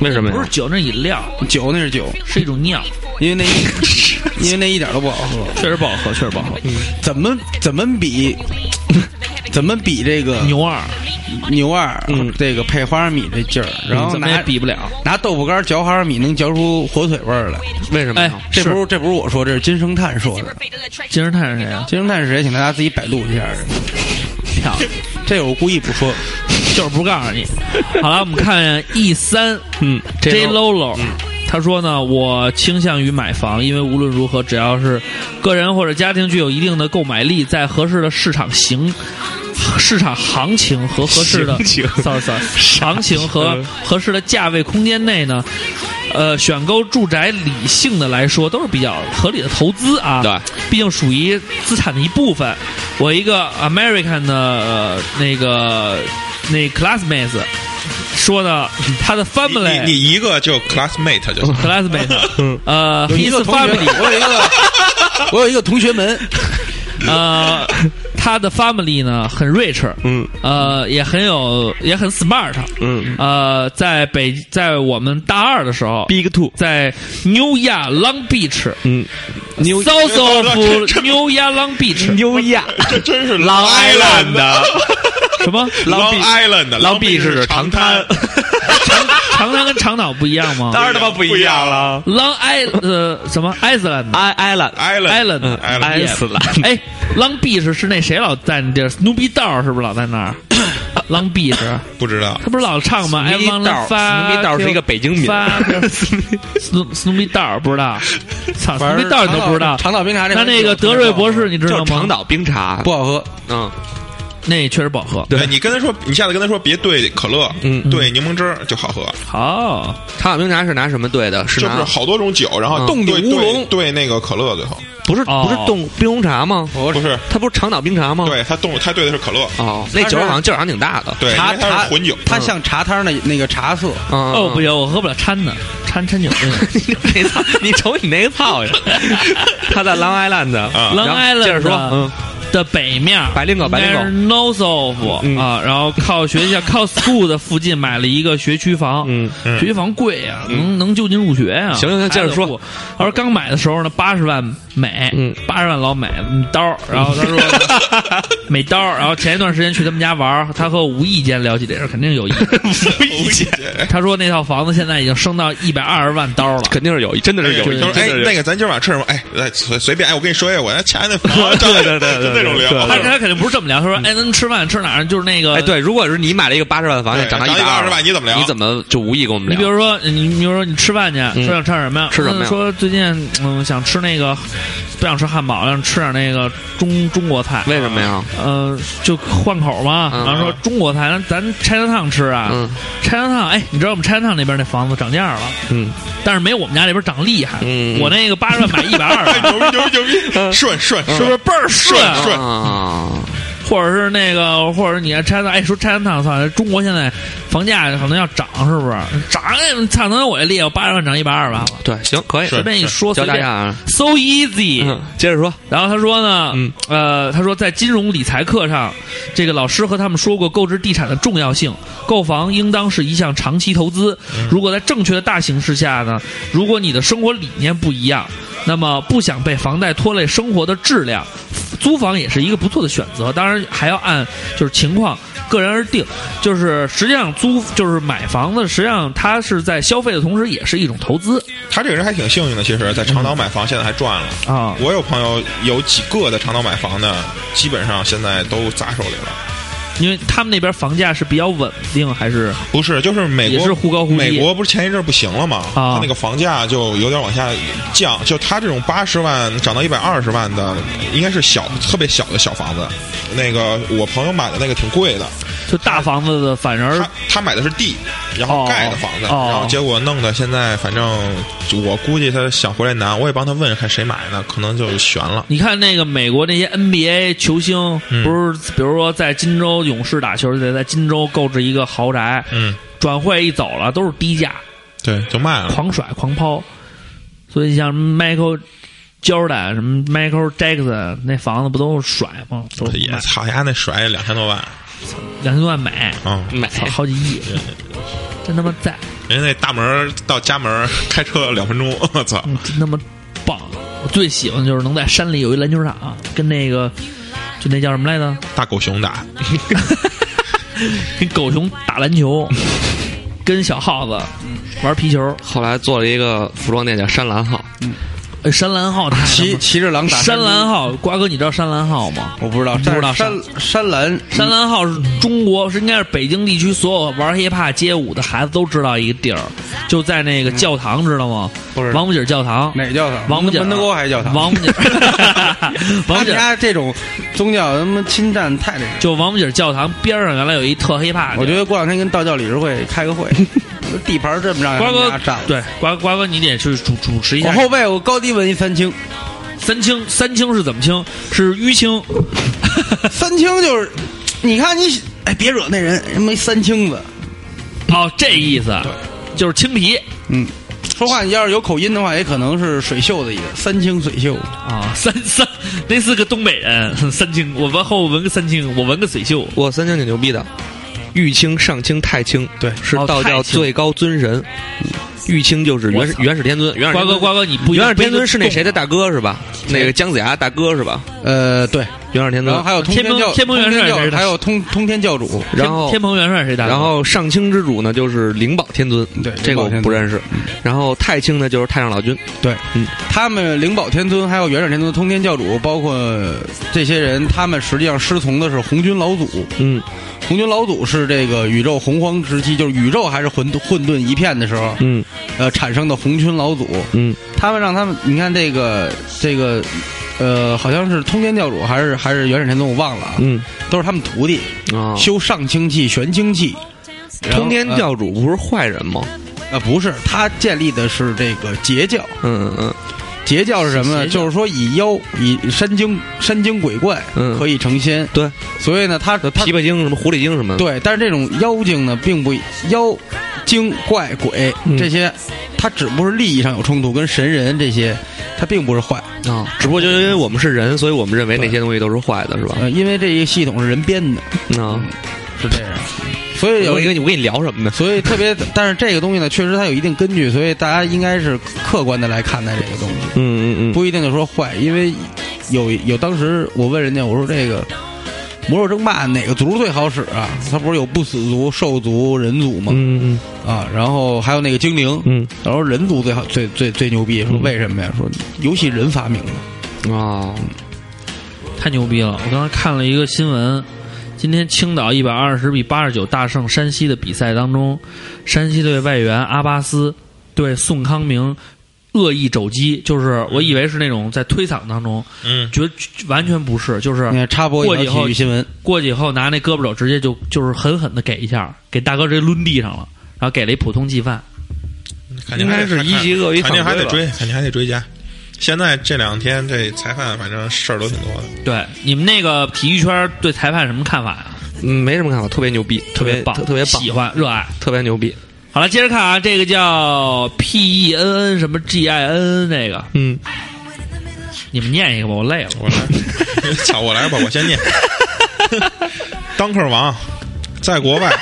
Speaker 4: 为什么
Speaker 3: 不
Speaker 4: 呀
Speaker 3: 是？酒，那是饮料，
Speaker 6: 酒那是酒，
Speaker 3: 是一种酿，
Speaker 6: 因为那一 因为那一点都不好喝，
Speaker 3: 确实不好喝，确实不好喝。
Speaker 6: 怎么怎么比 怎么比这个
Speaker 3: 牛二
Speaker 6: 牛二，
Speaker 4: 嗯
Speaker 6: 这个配花生米这劲儿，然后
Speaker 3: 嗯怎么
Speaker 6: 拿
Speaker 3: 也比不了，
Speaker 6: 拿豆腐干嚼花生米能嚼出火腿味儿来，
Speaker 4: 为什么呀？
Speaker 3: 哎
Speaker 6: 这不是这不是我说，这是金生炭说的。
Speaker 3: 金石炭是谁啊？
Speaker 6: 金生炭是谁？请大家自己百度一下。
Speaker 3: 漂亮，
Speaker 6: 这我故意不说，
Speaker 3: 就是不告诉你。好了，我们看 E 三，
Speaker 4: 嗯
Speaker 3: ，J
Speaker 4: ，J Lo
Speaker 3: Lolo，他说呢，我倾向于买房，因为无论如何，只要是个人或者家庭具有一定的购买力，在合适的市场行。市场行情和合适的
Speaker 4: 行情
Speaker 3: ，sorry sorry，行情和
Speaker 4: 嗯
Speaker 3: 合适的价位空间内呢，呃，选购住宅理性的来说都是比较合理的投资啊。
Speaker 4: 对，
Speaker 3: 毕竟属于资产的一部分。我一个 American 的、呃那个那 classmates 说呢，他的
Speaker 5: 你你
Speaker 3: family
Speaker 5: 你一个就 classmate 就行
Speaker 3: classmate 呃
Speaker 6: 嗯有一个
Speaker 3: ，his
Speaker 6: 同学，
Speaker 3: family
Speaker 6: 我有一个， 我有一个同学们，
Speaker 3: 呃，他的 family 呢很 rich，
Speaker 4: 嗯
Speaker 3: 呃，也很有也很 smart，
Speaker 4: 嗯
Speaker 3: 呃，在北在我们大二的时候。
Speaker 4: ，Big Two，
Speaker 3: 在 New Ya Long Beach，
Speaker 4: 嗯，
Speaker 3: South of New Ya Long Beach，
Speaker 4: 牛呀，
Speaker 5: 这真是
Speaker 4: 狼
Speaker 5: Island
Speaker 4: 的，
Speaker 3: 什么
Speaker 5: Long Island 的
Speaker 4: Long Beach
Speaker 5: 是
Speaker 4: 是长滩，
Speaker 3: 长长滩跟长岛不一样吗？
Speaker 4: 当然他妈不一样了
Speaker 3: ，Long I 呃什么 Island
Speaker 4: ，I Island，
Speaker 5: Island
Speaker 3: Island
Speaker 5: Island
Speaker 4: 死了，
Speaker 3: 哎，Long Beach 是那谁老在那地儿？Snoopy 道是不是老在那儿？Long Beach
Speaker 5: 不知道
Speaker 3: 他不是老唱吗？I
Speaker 4: Snoopy
Speaker 3: want
Speaker 4: Dog，Snoopy Dog 是一个北京民
Speaker 3: Snoopy 道不知道，操
Speaker 6: 反正
Speaker 3: ，Snoopy 道你都不知道。
Speaker 6: 长岛冰茶
Speaker 3: 那那个德瑞博士你知道
Speaker 4: 叫
Speaker 3: 吗？
Speaker 4: 长岛冰茶，
Speaker 6: 不好喝，
Speaker 4: 嗯，
Speaker 3: 那确实不好喝。
Speaker 5: 哎你跟他说，你下次跟他说别兑可乐，
Speaker 4: 嗯
Speaker 5: 兑柠檬汁儿就好喝。
Speaker 3: 好，
Speaker 4: 长岛冰茶是拿什么兑的？是
Speaker 5: 就
Speaker 4: 拿
Speaker 5: 是好多种酒，然后
Speaker 4: 嗯
Speaker 5: 兑
Speaker 6: 冻顶乌龙
Speaker 5: 兑兑那个可乐，最后
Speaker 4: 不是
Speaker 3: 哦
Speaker 4: 不是冻冰红茶吗？
Speaker 5: 不是
Speaker 4: 它不是哦长岛冰茶吗？
Speaker 5: 哦对他冻他兑的是可乐，
Speaker 4: 哦，那酒好像劲儿好像挺大的，
Speaker 5: 对，因
Speaker 6: 茶
Speaker 5: 为它
Speaker 6: 茶
Speaker 5: 是混酒， 嗯
Speaker 6: 它像茶摊儿那那个茶色，
Speaker 4: 嗯
Speaker 3: 哦，不行，我喝不了掺的，掺掺酒。
Speaker 4: 你那操，你瞅你那个操呀！ 他在狼 island 的，
Speaker 5: 啊
Speaker 4: 然
Speaker 3: Long
Speaker 4: 后
Speaker 3: Island
Speaker 4: 接着说，嗯，
Speaker 3: 的北面，
Speaker 4: 白领狗白领狗
Speaker 3: n o s o f
Speaker 4: 嗯
Speaker 3: 啊，然后靠学校靠 school 的附近买了一个学区房，
Speaker 4: 嗯
Speaker 5: 嗯
Speaker 3: 学区房贵啊，能能就近入学呀、
Speaker 4: 行行行接着说
Speaker 3: 孩子富。他说刚买的时候呢，八十万美，
Speaker 4: 嗯
Speaker 3: 八十万老美嗯刀儿，然后他 说呢美刀儿，然后前一段时间去他们家玩儿，他和我无意间聊起这事儿，肯定有意见。
Speaker 5: 不一起。
Speaker 3: 他说那套房子现在已经升到一百二十万刀了。
Speaker 4: 肯定是有，真的是有，
Speaker 5: 他
Speaker 4: 真
Speaker 5: 说：“
Speaker 4: 的
Speaker 5: 哎
Speaker 4: 是，有
Speaker 5: 那个咱今儿晚上吃什么？哎，来随随便，哎，我跟你说一下，我那掐那 房，
Speaker 4: 对对对对
Speaker 5: 就那种
Speaker 4: 对
Speaker 5: 聊，
Speaker 3: 他他肯定不是这么聊，他说：“哎，咱吃饭吃哪儿？就是那个，
Speaker 4: 嗯哎，对，如果是你买了一个八十万的房，
Speaker 5: 对
Speaker 4: 涨到
Speaker 5: 涨
Speaker 4: 一
Speaker 5: 到
Speaker 4: 百
Speaker 5: 120万你怎么聊
Speaker 4: 你怎么就无意跟我们
Speaker 3: 你
Speaker 4: 聊？
Speaker 3: 比如说，你你比如说你吃饭去，说想吃点什么呀？
Speaker 4: 吃什么呀
Speaker 3: 嗯说最近嗯想吃那个，不想吃汉堡，想吃点那个中中国菜。
Speaker 4: 为什么呀？
Speaker 3: 呃，就换口嘛。
Speaker 4: 嗯
Speaker 3: 然后说中国菜，咱咱 China Town 吃啊
Speaker 4: 嗯
Speaker 3: ，China Town。哎，你知道我们 China Town 那边那房子涨价了，
Speaker 4: 嗯，
Speaker 3: 但是没我们家那边涨厉害。
Speaker 4: 嗯嗯
Speaker 3: 我那个八十万买一 百二
Speaker 5: 哎，牛逼牛逼牛逼，顺顺
Speaker 3: 是
Speaker 4: 嗯
Speaker 3: 不是
Speaker 5: 顺
Speaker 3: 倍儿顺？
Speaker 5: 顺
Speaker 4: 啊，
Speaker 3: 或者是那个，或者你看 China，Town，哎，说 China Town，操，中国现在房价可能要涨，是不是？涨，哎操，能有我这厉害，我八十万涨一百二万了。
Speaker 4: 对，行，可以，
Speaker 3: 哎
Speaker 5: 是
Speaker 3: 随便一说，
Speaker 4: 教
Speaker 3: 随
Speaker 4: 大
Speaker 3: 便
Speaker 4: 家啊，
Speaker 3: so easy、
Speaker 4: 嗯，接着说，
Speaker 3: 然后他说呢，
Speaker 4: 嗯
Speaker 3: 呃，他说在金融理财课上，这个老师和他们说过购置地产的重要性，购房应当是一项长期投资。
Speaker 4: 嗯
Speaker 3: 如果在正确的大形势下呢，如果你的生活理念不一样，那么不想被房贷拖累生活的质量，租房也是一个不错的选择。当然还要按就是情况个人而定。就是实际上租就是买房子，实际上它是在消费的同时，也是一种投资
Speaker 5: 他这个人还挺幸运的，其实，在长岛买房，现在还赚了。
Speaker 4: 嗯
Speaker 3: 啊。
Speaker 5: 我有朋友有几个在长岛买房的，基本上现在都砸手里了。
Speaker 3: 因为他们那边房价是比较稳定，还是
Speaker 5: 不是，就是美
Speaker 3: 也
Speaker 5: 国
Speaker 3: 是忽高忽低？
Speaker 5: 美国不是前一阵儿不行了吗？
Speaker 3: 啊
Speaker 5: 他那个房价就有点往下降，就他这种八十万涨到一百二十万的，应该是小特别小的小房子。那个我朋友买的那个挺贵的，
Speaker 3: 就大房子的反而
Speaker 5: 他他买的是地，然后
Speaker 3: 哦
Speaker 5: 盖的房子，
Speaker 3: 哦
Speaker 5: 然后结果弄的现在反正我估计他想回来拿，我也帮他问看谁买的，可能就悬了。
Speaker 3: 你看那个美国那些 NBA 球星，
Speaker 5: 嗯
Speaker 3: 不是比如说在金州勇士打球，就得在金州购置一个豪宅，
Speaker 5: 嗯，
Speaker 3: 转会一走了都是低价，
Speaker 5: 对，就卖了。
Speaker 3: 狂甩狂抛。所以像 Michael Jordan 什么 Michael Jackson 那房子不都是甩吗？都
Speaker 5: 也
Speaker 3: 买
Speaker 5: 操丫那甩两千多万
Speaker 3: 两千多万买，
Speaker 5: 啊！
Speaker 4: 买
Speaker 3: 操好几亿，
Speaker 5: 哎
Speaker 3: 真他妈赞，
Speaker 5: 人家那大门儿到家门儿开车两分钟，我操！
Speaker 3: 嗯真他妈棒！我最喜欢的就是能在山里有一篮球场，啊跟那个就那叫什么来 着？
Speaker 5: 大狗熊打，
Speaker 3: 跟狗熊打篮球，跟小耗子玩皮球，
Speaker 4: 后来做了一个服装店叫山兰号，
Speaker 3: 哎山兰号打
Speaker 6: 骑骑着狼打
Speaker 3: 山
Speaker 6: 猪
Speaker 3: 兰，号，瓜哥你知道山兰号吗？
Speaker 6: 我不知道，
Speaker 3: 不知道
Speaker 6: 但是山山兰
Speaker 3: 山兰号是中国是应该是北京地区所有玩 hiphop 街舞的孩子都知道一个地儿，就在那个教堂，知道吗？
Speaker 4: 不知道
Speaker 3: 王府井教堂。
Speaker 6: 哪教堂？
Speaker 3: 王府井啊
Speaker 6: 门头沟还是教堂？
Speaker 3: 王府井，王
Speaker 6: 他
Speaker 3: 府
Speaker 6: 们
Speaker 3: 井
Speaker 6: 家这种宗教他妈侵占太那个。
Speaker 3: 就王府井教堂边上原来有一特 hiphop，
Speaker 6: 我觉得过两天跟道教理事会开个 会，地盘儿这么让
Speaker 3: 瓜
Speaker 6: 人
Speaker 3: 哥
Speaker 6: 家占了。
Speaker 3: 对瓜瓜哥你得去主主持一下
Speaker 6: 我。后背我高低纹一三清，
Speaker 3: 三清三清是怎么清？是淤青，
Speaker 6: 三清就是，你看你哎别惹那人，人没三清子。
Speaker 3: 哦，这意思就是青皮
Speaker 6: 嗯，说话你要是有口音的话，也可能是水袖的意思，三清水袖。
Speaker 3: 啊。三三那是个东北人， 三清。我闻后闻个三清，我闻个水袖。
Speaker 4: 我三清挺牛逼的，玉清、上清、太清，
Speaker 5: 对
Speaker 4: 是
Speaker 3: 哦
Speaker 4: 道
Speaker 3: 太
Speaker 4: 教
Speaker 3: 清
Speaker 4: 最高尊神。玉清就是
Speaker 3: 我
Speaker 4: 元始
Speaker 3: 操
Speaker 4: 元始天尊，元始
Speaker 3: 瓜
Speaker 4: 天
Speaker 3: 哥，
Speaker 4: 尊
Speaker 3: 瓜哥，你不一
Speaker 4: 元
Speaker 3: 样
Speaker 4: 始天尊
Speaker 3: 不一
Speaker 4: 是
Speaker 3: 定
Speaker 4: 那谁的大哥是吧？那个姜子牙大哥是吧？
Speaker 6: 呃，对。
Speaker 4: 元始天
Speaker 6: 然
Speaker 4: 尊，
Speaker 6: 后还有通
Speaker 3: 天
Speaker 6: 天
Speaker 3: 蓬
Speaker 6: 教，
Speaker 3: 天蓬元帅
Speaker 6: 通天教
Speaker 3: 谁是他
Speaker 6: 还有通通天教主。
Speaker 3: 天
Speaker 4: 然后
Speaker 3: 天蓬元帅是谁大哥？
Speaker 4: 然后上清之主呢就是灵宝天尊，
Speaker 6: 对
Speaker 4: 这个我不认识。然后太清呢就是太上老君，
Speaker 6: 对，
Speaker 4: 嗯
Speaker 6: 他们灵宝天尊还有元始天尊、通天教主，包括这些人，他们实际上师从的是红军老祖。
Speaker 4: 嗯
Speaker 6: 红军老祖是这个宇宙洪荒时期，就是宇宙还是混沌混沌一片的时候，
Speaker 4: 嗯
Speaker 6: 呃，产生的红军老祖。
Speaker 4: 嗯，
Speaker 6: 他们让他们，你看这个这个，呃，好像是通天教主还是还是元始天尊，我忘了啊，
Speaker 4: 嗯
Speaker 6: 都是他们徒弟
Speaker 4: 啊，
Speaker 6: 修上清气、玄清气。然后
Speaker 4: 通天教主不是坏人吗？
Speaker 6: 呃不是，他建立的是这个截教。
Speaker 4: 嗯嗯
Speaker 6: 截教是什么呢？
Speaker 3: 邪教
Speaker 6: 就是说以妖以山精山精鬼怪
Speaker 4: 嗯
Speaker 6: 可以成仙，
Speaker 4: 对，
Speaker 6: 所以呢，他
Speaker 4: 那
Speaker 6: 他
Speaker 4: 琵琶精什么狐狸精什么的，
Speaker 6: 对，但是这种妖精呢，并不妖精怪鬼
Speaker 4: 嗯
Speaker 6: 这些，它只不过是利益上有冲突，跟神人这些，它并不是坏，
Speaker 4: 啊，只不过就因为我们是人，所以我们认为那些东西都是坏的，是吧？
Speaker 6: 呃，因为这一个系统是人编的，
Speaker 4: 啊，
Speaker 6: 是这样，所以有
Speaker 4: 我以为你我跟你聊什么呢？
Speaker 6: 所以特别，但是这个东西呢，确实它有一定根据，所以大家应该是客观的来看待这个东西。
Speaker 4: 嗯嗯嗯，
Speaker 6: 不一定就说坏，因为有有当时我问人家，我说这个魔兽争霸哪个族最好使啊？他不是有不死族、兽族、人族吗？
Speaker 4: 嗯嗯
Speaker 6: 啊，然后还有那个精灵，
Speaker 4: 嗯
Speaker 6: 然后人族最好最最最牛逼，说
Speaker 3: 嗯
Speaker 6: 为什么呀？说游戏人发明的，
Speaker 4: 嗯啊，
Speaker 3: 太牛逼了！我刚才看了一个新闻，今天青岛一百二十比八十九大胜山西的比赛当中，山西队外援阿巴斯对宋康明恶意肘击，就是我以为是那种在推搡当中，
Speaker 5: 嗯，
Speaker 3: 觉得完全不是，就是
Speaker 6: 你看插播一
Speaker 3: 过
Speaker 6: 条
Speaker 3: 去以后嗯
Speaker 6: 体育新闻，
Speaker 3: 过去以后拿那胳膊肘直接就就是狠狠的给一下，给大哥直接抡地上了，然后给了一普通记犯。
Speaker 5: 肯定
Speaker 4: 应
Speaker 5: 还
Speaker 4: 该是一级恶意
Speaker 5: 肯定还得
Speaker 4: 犯
Speaker 5: 追
Speaker 4: 规，
Speaker 5: 肯定还得追加。现在这两天这裁判反正事儿都挺多的，
Speaker 3: 对，你们那个体育圈对裁判什么看法呀、
Speaker 4: 嗯，没什么看法，特别牛逼，特别
Speaker 3: 棒，
Speaker 4: 特特别棒
Speaker 3: 喜，欢热爱。
Speaker 4: 特别牛逼。
Speaker 3: 好了，接着看啊，这个叫 P E N N 什么 G I N N 那个，
Speaker 4: 嗯，
Speaker 3: 你们念一个吧，我累了。
Speaker 5: 我 来，操，我来吧，我 先念。当克王，在国外，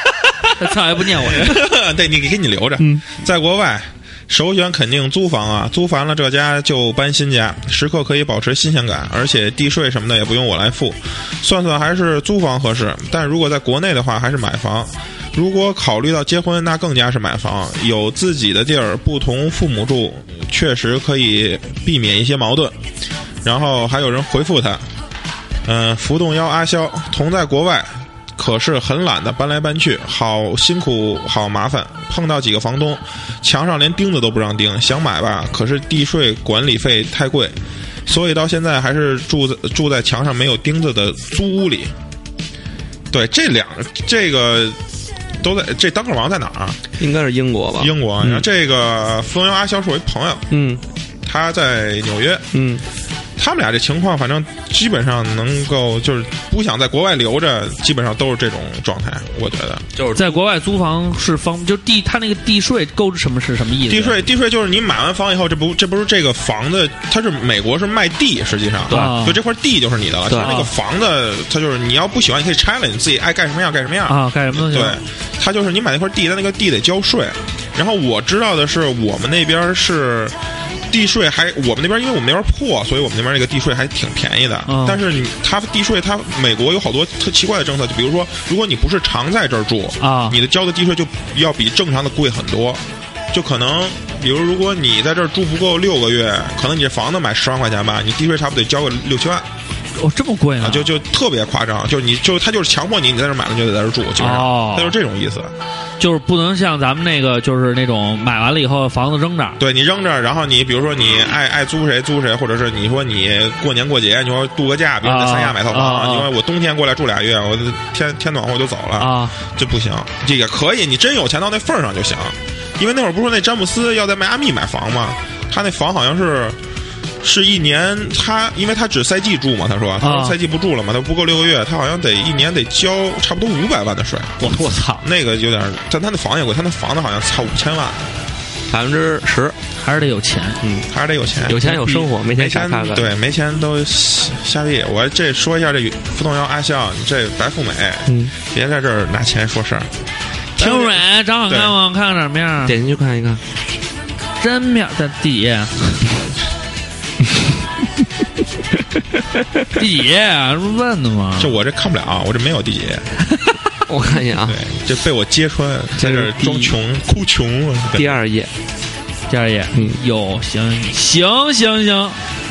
Speaker 3: 他操，还不念我，
Speaker 5: 对你给你留着，在国外。首选肯定租房啊，租烦了这家就搬新家，时刻可以保持新鲜感，而且地税什么的也不用我来付，算算还是租房合适。但如果在国内的话，还是买房。如果考虑到结婚，那更加是买房，有自己的地儿，不同父母住，确实可以避免一些矛盾。然后还有人回复他，嗯，浮动妖阿萧同在国外，可是很懒的搬来搬去，好辛苦，好麻烦。碰到几个房东，墙上连钉子都不让钉，想买吧，可是地税管理费太贵，所以到现在还是住在住在墙上没有钉子的租屋里。对，这两这个都在这当个王在哪儿啊？
Speaker 4: 应该是英国吧？
Speaker 5: 英国。然后这个浮动妖阿萧是我一朋友，
Speaker 4: 嗯
Speaker 5: 他在纽约，
Speaker 4: 嗯
Speaker 5: 他们俩这情况，反正基本上能够就是不想在国外留着，基本上都是这种状态。我觉得
Speaker 8: 就是
Speaker 3: 在国外租房是方，就地他那个地税勾什么是什么意思？
Speaker 5: 地税，地税就是你买完房以后，这不这不是这个房子，它是美国是卖地，实际上，
Speaker 3: 对
Speaker 5: 所以这块地就是你的了。
Speaker 3: 对
Speaker 5: 像那个房子，它就是你要不喜欢，你可以拆了，你自己爱干什么样干什么样
Speaker 3: 啊，干什么东西？
Speaker 5: 对，他就是你买那块地，他那个地得交税。然后我知道的是，我们那边是地税还，我们那边因为我们那边破，所以我们那边那个地税还挺便宜的。
Speaker 3: 嗯
Speaker 5: 但是你他地税，他美国有好多特奇怪的政策，就比如说，如果你不是常在这儿住
Speaker 3: 啊
Speaker 5: 你的交的地税就要比正常的贵很多。就可能，比如如果你在这儿住不够六个月，可能你这房子买十万块钱吧，你地税差不多得交个六七万
Speaker 3: 哦，这么贵
Speaker 5: 啊，
Speaker 3: 呢？
Speaker 5: 就就特别夸张，就是你就他就是强迫你，你在这儿买了你就得在这儿住，基本上，
Speaker 3: 哦
Speaker 5: 他就是这种意思。
Speaker 3: 就是不能像咱们那个，就是那种买完了以后房子扔那儿。
Speaker 5: 对你扔这儿，然后你比如说你爱爱租谁租谁，或者是你说你过年过节，你说度个假，比如你在三亚买套
Speaker 3: 啊啊啊
Speaker 5: 房，你说我冬天过来住俩月，我天天暖和我就走了，
Speaker 3: 啊，
Speaker 5: 这不行，这也可以，你真有钱到那份儿上就行。因为那会儿不是说那詹姆斯要在迈阿密买房吗？他那房好像是。是一年，他因为他只赛季住嘛，他说他说
Speaker 3: 啊
Speaker 5: 赛季不住了嘛，他不够六个月，他好像得一年得交差不多五百万的税，
Speaker 3: 我我操，
Speaker 5: 那个有点儿，但他那房也贵，他那房子好像差五千万，
Speaker 4: 百分之十，
Speaker 3: 还是得有钱。
Speaker 5: 还是得有钱，
Speaker 4: 有钱有生活，没
Speaker 5: 没
Speaker 4: 钱瞎
Speaker 5: 钱
Speaker 4: 看看。，
Speaker 5: 对，没钱都瞎瞎逼。我这说一下这不动摇阿笑，你这白富美，
Speaker 4: 嗯，
Speaker 5: 别在这儿拿钱说事儿。
Speaker 3: 挺美，长好看吗？看看长什么样？
Speaker 4: 点进去看 一看。
Speaker 3: 真妙，在第几 页？第几页啊？这不问的吗？
Speaker 5: 就我这看不了，啊我这没有地姐，
Speaker 4: 我看一眼啊
Speaker 5: 对，，这被我揭穿，在这儿
Speaker 4: 嗯
Speaker 5: 装穷哭穷。啊我
Speaker 4: 第二页，
Speaker 3: 第二页，
Speaker 4: 嗯
Speaker 3: 有行行行行，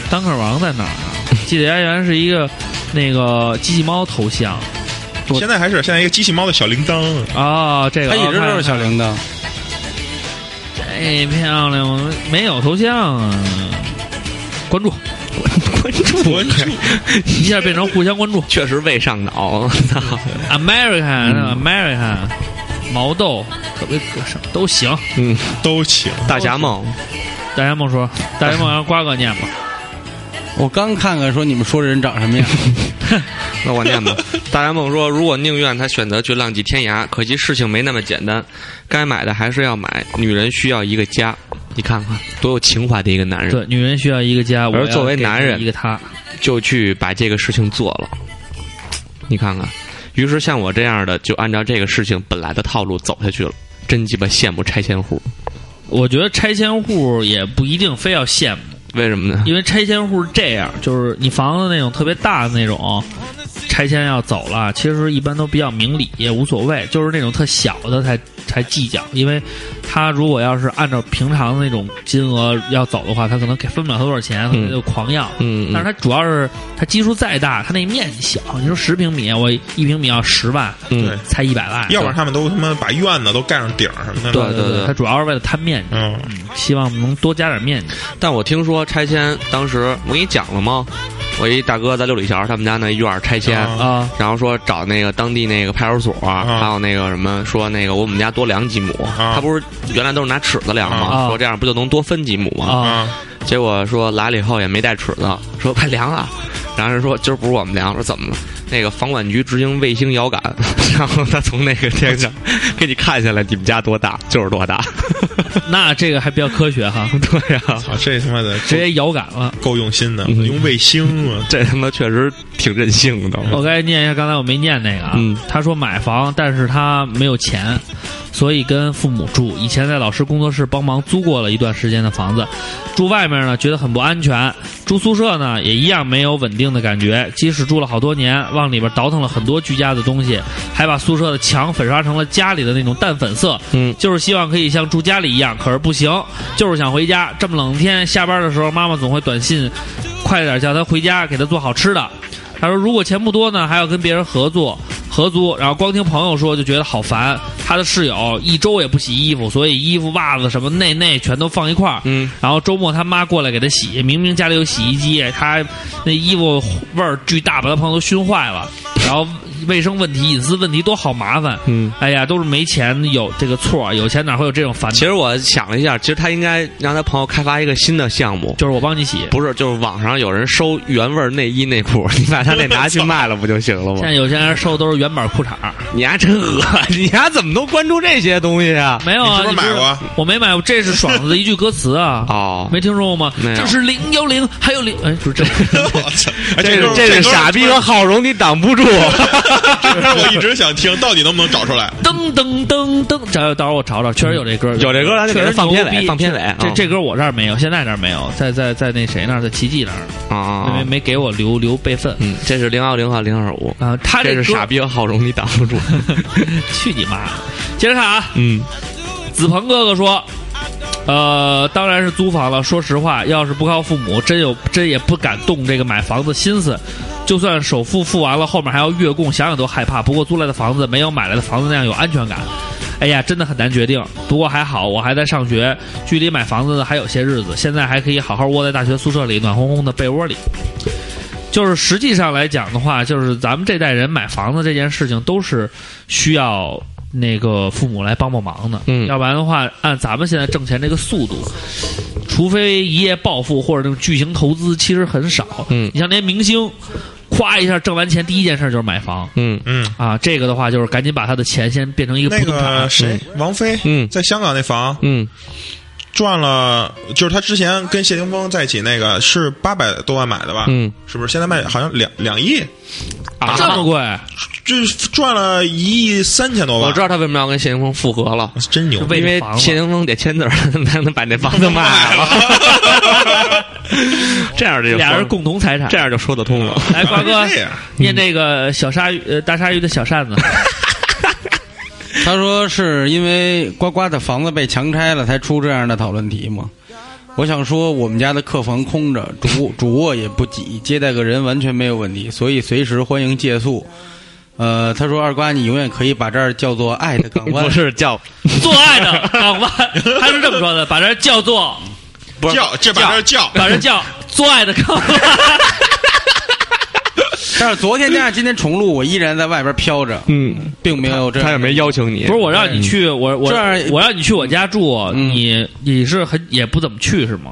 Speaker 3: 单克王在哪儿啊？ 记得家园是一个那个机器猫头像我
Speaker 5: 现在还是现在一个机器猫的小铃 铛，
Speaker 3: 啊，这个
Speaker 6: 他一直都是小
Speaker 3: 玲，
Speaker 6: 铃铛，
Speaker 3: 太漂亮了，没有头像啊，关注
Speaker 5: 我
Speaker 3: 一下变成互相关注
Speaker 4: 确实未上脑，我操，
Speaker 3: ，American、American，毛豆特别可上都行。
Speaker 4: 嗯，
Speaker 5: 都行。
Speaker 4: 大侠梦，
Speaker 3: 大家梦说，大家梦让瓜哥念吧，
Speaker 6: 我刚看看说你们说这人长 什么样，
Speaker 4: 那我念吧。大侠梦说，如果宁愿他选择去浪迹天涯，可惜事情没那么简单，该买的还是要买。女人需要一个家，你看看多有情怀的一个男人。
Speaker 3: 对，女人需要一个家，我
Speaker 4: 而
Speaker 3: 要
Speaker 4: 作为
Speaker 3: 给
Speaker 4: 男
Speaker 3: 你
Speaker 4: 人
Speaker 3: 一个他，
Speaker 4: 就去把这个事情做了。你看看，于是像我这样的就按照这个事情本来的套路走下去了，真鸡巴羡慕拆迁户，
Speaker 3: 我觉得拆迁户也不一定非要羡慕。
Speaker 4: 为什么 呢？
Speaker 3: 因为拆迁户是这样，就是你房子那种特别大的那种，拆迁要走了，其实一般都比较明理，也无所谓。就是那种特小的才才计较，因为他如果要是按照平常的那种金额要走的话，他可能给分不了他多少钱，他可能就狂要。
Speaker 4: 嗯，
Speaker 3: 但是
Speaker 4: 嗯
Speaker 3: 它主要是它基数再大，它那面积小。你说十平米，我一平米要十万，
Speaker 5: 对
Speaker 4: 嗯，，
Speaker 3: 才一百万。
Speaker 5: 要不然他们都他妈把院子都盖上顶儿什么
Speaker 4: 对
Speaker 5: 的。
Speaker 3: 对
Speaker 4: 对
Speaker 3: 它主要是为了贪面积，
Speaker 5: 嗯，
Speaker 3: 希望能多加点面积。
Speaker 4: 但我听说拆迁当时我给你讲了吗？我一大哥在六里桥他们家那院儿拆迁。
Speaker 5: 啊
Speaker 3: 啊
Speaker 4: 然后说找那个当地那个派出所，
Speaker 5: 啊
Speaker 4: 还有那个什么，说那个我们家多量几亩，
Speaker 5: 啊
Speaker 4: 他不是原来都是拿尺子量吗？
Speaker 3: 啊
Speaker 4: 说这样不就能多分几亩吗？
Speaker 3: 啊！
Speaker 5: 啊，
Speaker 4: 结果说来了以后也没带尺子，说快量啊，然后人说今儿不是我们量，说怎么了？那个房管局执行卫星遥感， 然后他从那个天上 给你看下来，你们家多大就是多大。
Speaker 3: 那这个还比较科学哈，
Speaker 4: 对呀、啊，
Speaker 5: 操，这他妈的
Speaker 3: 直接遥感了。
Speaker 5: 够用心的，
Speaker 4: 嗯
Speaker 5: 用卫星 啊，
Speaker 4: 这他妈确实挺任性的。
Speaker 3: 我该念一下，刚才我没念那个啊。
Speaker 4: 嗯
Speaker 3: 他说买房，但是他没有钱，所以跟父母住。以前在老师工作室帮忙租过了一段时间的房子，住外面呢觉得很不安全，住宿舍呢也一样没有稳定的感觉。即使住了好多年，往里边倒腾了很多居家的东西，还把宿舍的墙粉刷成了家里的那种淡粉色。
Speaker 4: 嗯
Speaker 3: 就是希望可以像住家里一样，可是不行，就是想回家。这么冷的天，下班的时候妈妈总会短信，快点叫他回家，给他做好吃的。他说如果钱不多呢，还要跟别人合作合租，然后光听朋友说就觉得好烦。他的室友一周也不洗衣服，所以衣服、袜子什么内内全都放一块儿。
Speaker 4: 嗯，
Speaker 3: 然后周末他妈过来给他洗，明明家里有洗衣机，他那衣服味儿巨大，把他朋友都熏坏了。然后卫生问题、隐私问题多好麻烦。
Speaker 4: 嗯，
Speaker 3: 哎呀，都是没钱有这个错，有钱哪会有这种烦 恼？
Speaker 4: 其实我想了一下，其实他应该让他朋友开发一个新的项目，
Speaker 3: 哎就是我帮你洗。
Speaker 4: 不是，就是网上有人收原味内衣内裤，你把他那拿去卖了不就行了
Speaker 3: 现
Speaker 4: 吗？
Speaker 3: 在有些人收的都是原版裤衩儿，
Speaker 4: 你还真恶，心，你还怎么都关注这些东西啊？。
Speaker 3: 没有啊？
Speaker 5: 你是不是
Speaker 3: 你知道
Speaker 5: 买过？
Speaker 3: 我没买过，这是爽子的一句歌词啊
Speaker 4: 哦，
Speaker 3: 没听说过吗？
Speaker 4: 没有
Speaker 3: 这是零幺零，还有零哎，不是这，
Speaker 5: 我操！哎
Speaker 4: 这
Speaker 5: 歌
Speaker 4: 个
Speaker 5: 儿
Speaker 4: 这
Speaker 5: 歌
Speaker 4: 个
Speaker 5: 儿
Speaker 4: 傻逼 和浩荣你挡不住。
Speaker 5: 这歌 儿我一直想听，到底能不能找出来？
Speaker 3: 噔噔噔噔，找到时候我找找，确实有这歌，
Speaker 4: 嗯有这歌咱就给
Speaker 3: 确
Speaker 4: 它
Speaker 3: 实
Speaker 4: 放片尾
Speaker 3: 牛逼
Speaker 4: 放片尾
Speaker 3: 这
Speaker 4: 嗯
Speaker 3: 这歌我这儿没有，现在这儿没有，在在在那谁那儿，在奇迹那儿，
Speaker 4: 啊
Speaker 3: 没，没给我留留备份
Speaker 4: 嗯，这是零幺零和零二五，
Speaker 3: 啊。他
Speaker 4: 这
Speaker 3: 歌
Speaker 4: 是傻，逼和浩荣你挡不住。
Speaker 3: 去你妈！的！接着看啊，
Speaker 4: 嗯，
Speaker 3: 子鹏哥哥说。呃，当然是租房了。说实话，要是不靠父母，真有真也不敢动这个买房子心思。就算首付付完了，后面还要月供，想想都害怕。不过租来的房子没有买来的房子那样有安全感。哎呀，真的很难决定。不过还好，我还在上学，距离买房子还有些日子。现在还可以好好窝在大学宿舍里，暖烘烘的被窝里。就是实际上来讲的话，就是咱们这代人买房子这件事情都是需要那个父母来帮帮忙的，
Speaker 4: 嗯
Speaker 3: 要不然的话，按咱们现在挣钱这个速度，除非一夜暴富或者那种巨型投资，其实很少。
Speaker 4: 嗯
Speaker 3: 你像那些明星，咵一下挣完钱，第一件事就是买房
Speaker 4: 嗯
Speaker 5: 嗯，
Speaker 3: 啊。这个的话，就是赶紧把他的钱先变成一个
Speaker 5: 那
Speaker 3: 不动产。
Speaker 5: 个谁，王菲，
Speaker 4: 嗯
Speaker 5: 在香港那房
Speaker 4: 嗯，
Speaker 5: 赚了，就是他之前跟谢霆锋在一起那个是八百多万买的吧？
Speaker 4: 嗯，
Speaker 5: 是不是？现在卖好像两两亿，
Speaker 4: 啊
Speaker 3: 这么贵，
Speaker 5: 这赚了一亿三千多万。
Speaker 4: 我知道他为什么要跟谢霆锋复合了，
Speaker 5: 真牛
Speaker 3: 是！为
Speaker 4: 因为
Speaker 3: 房子
Speaker 4: 谢霆锋得签字儿 才能把那房子卖了。 这样这就
Speaker 3: 俩人
Speaker 4: 说
Speaker 3: 共同财产
Speaker 4: 这。样就说得通了。
Speaker 3: 来，瓜哥
Speaker 5: 这样
Speaker 3: 念这个小鲨鱼呃大鲨鱼的小扇子，
Speaker 6: 他说是因为呱呱的房子被强拆了，才出这样的讨论题吗？我想说，我们家的客房空着， 主主卧也不挤，接待个人完全没有问题，所以随时欢迎借宿。呃，他说二瓜，你永远可以把这儿叫做爱的港 湾
Speaker 4: 不。是叫
Speaker 3: 做爱的港 湾，他是这么说的，把这叫做
Speaker 4: 不是
Speaker 5: 叫这把这叫，
Speaker 3: 把 这叫做爱的港湾。
Speaker 6: 但是昨天加上今天重录，我依然在外边飘 着，
Speaker 4: 嗯，
Speaker 6: 并没有这
Speaker 4: 他也
Speaker 6: 样。
Speaker 4: 没邀请你。
Speaker 3: 不是我让你去，我我
Speaker 6: 这样
Speaker 3: 我让你去我家住，
Speaker 6: 嗯
Speaker 3: 你你是很也不怎么去是吗？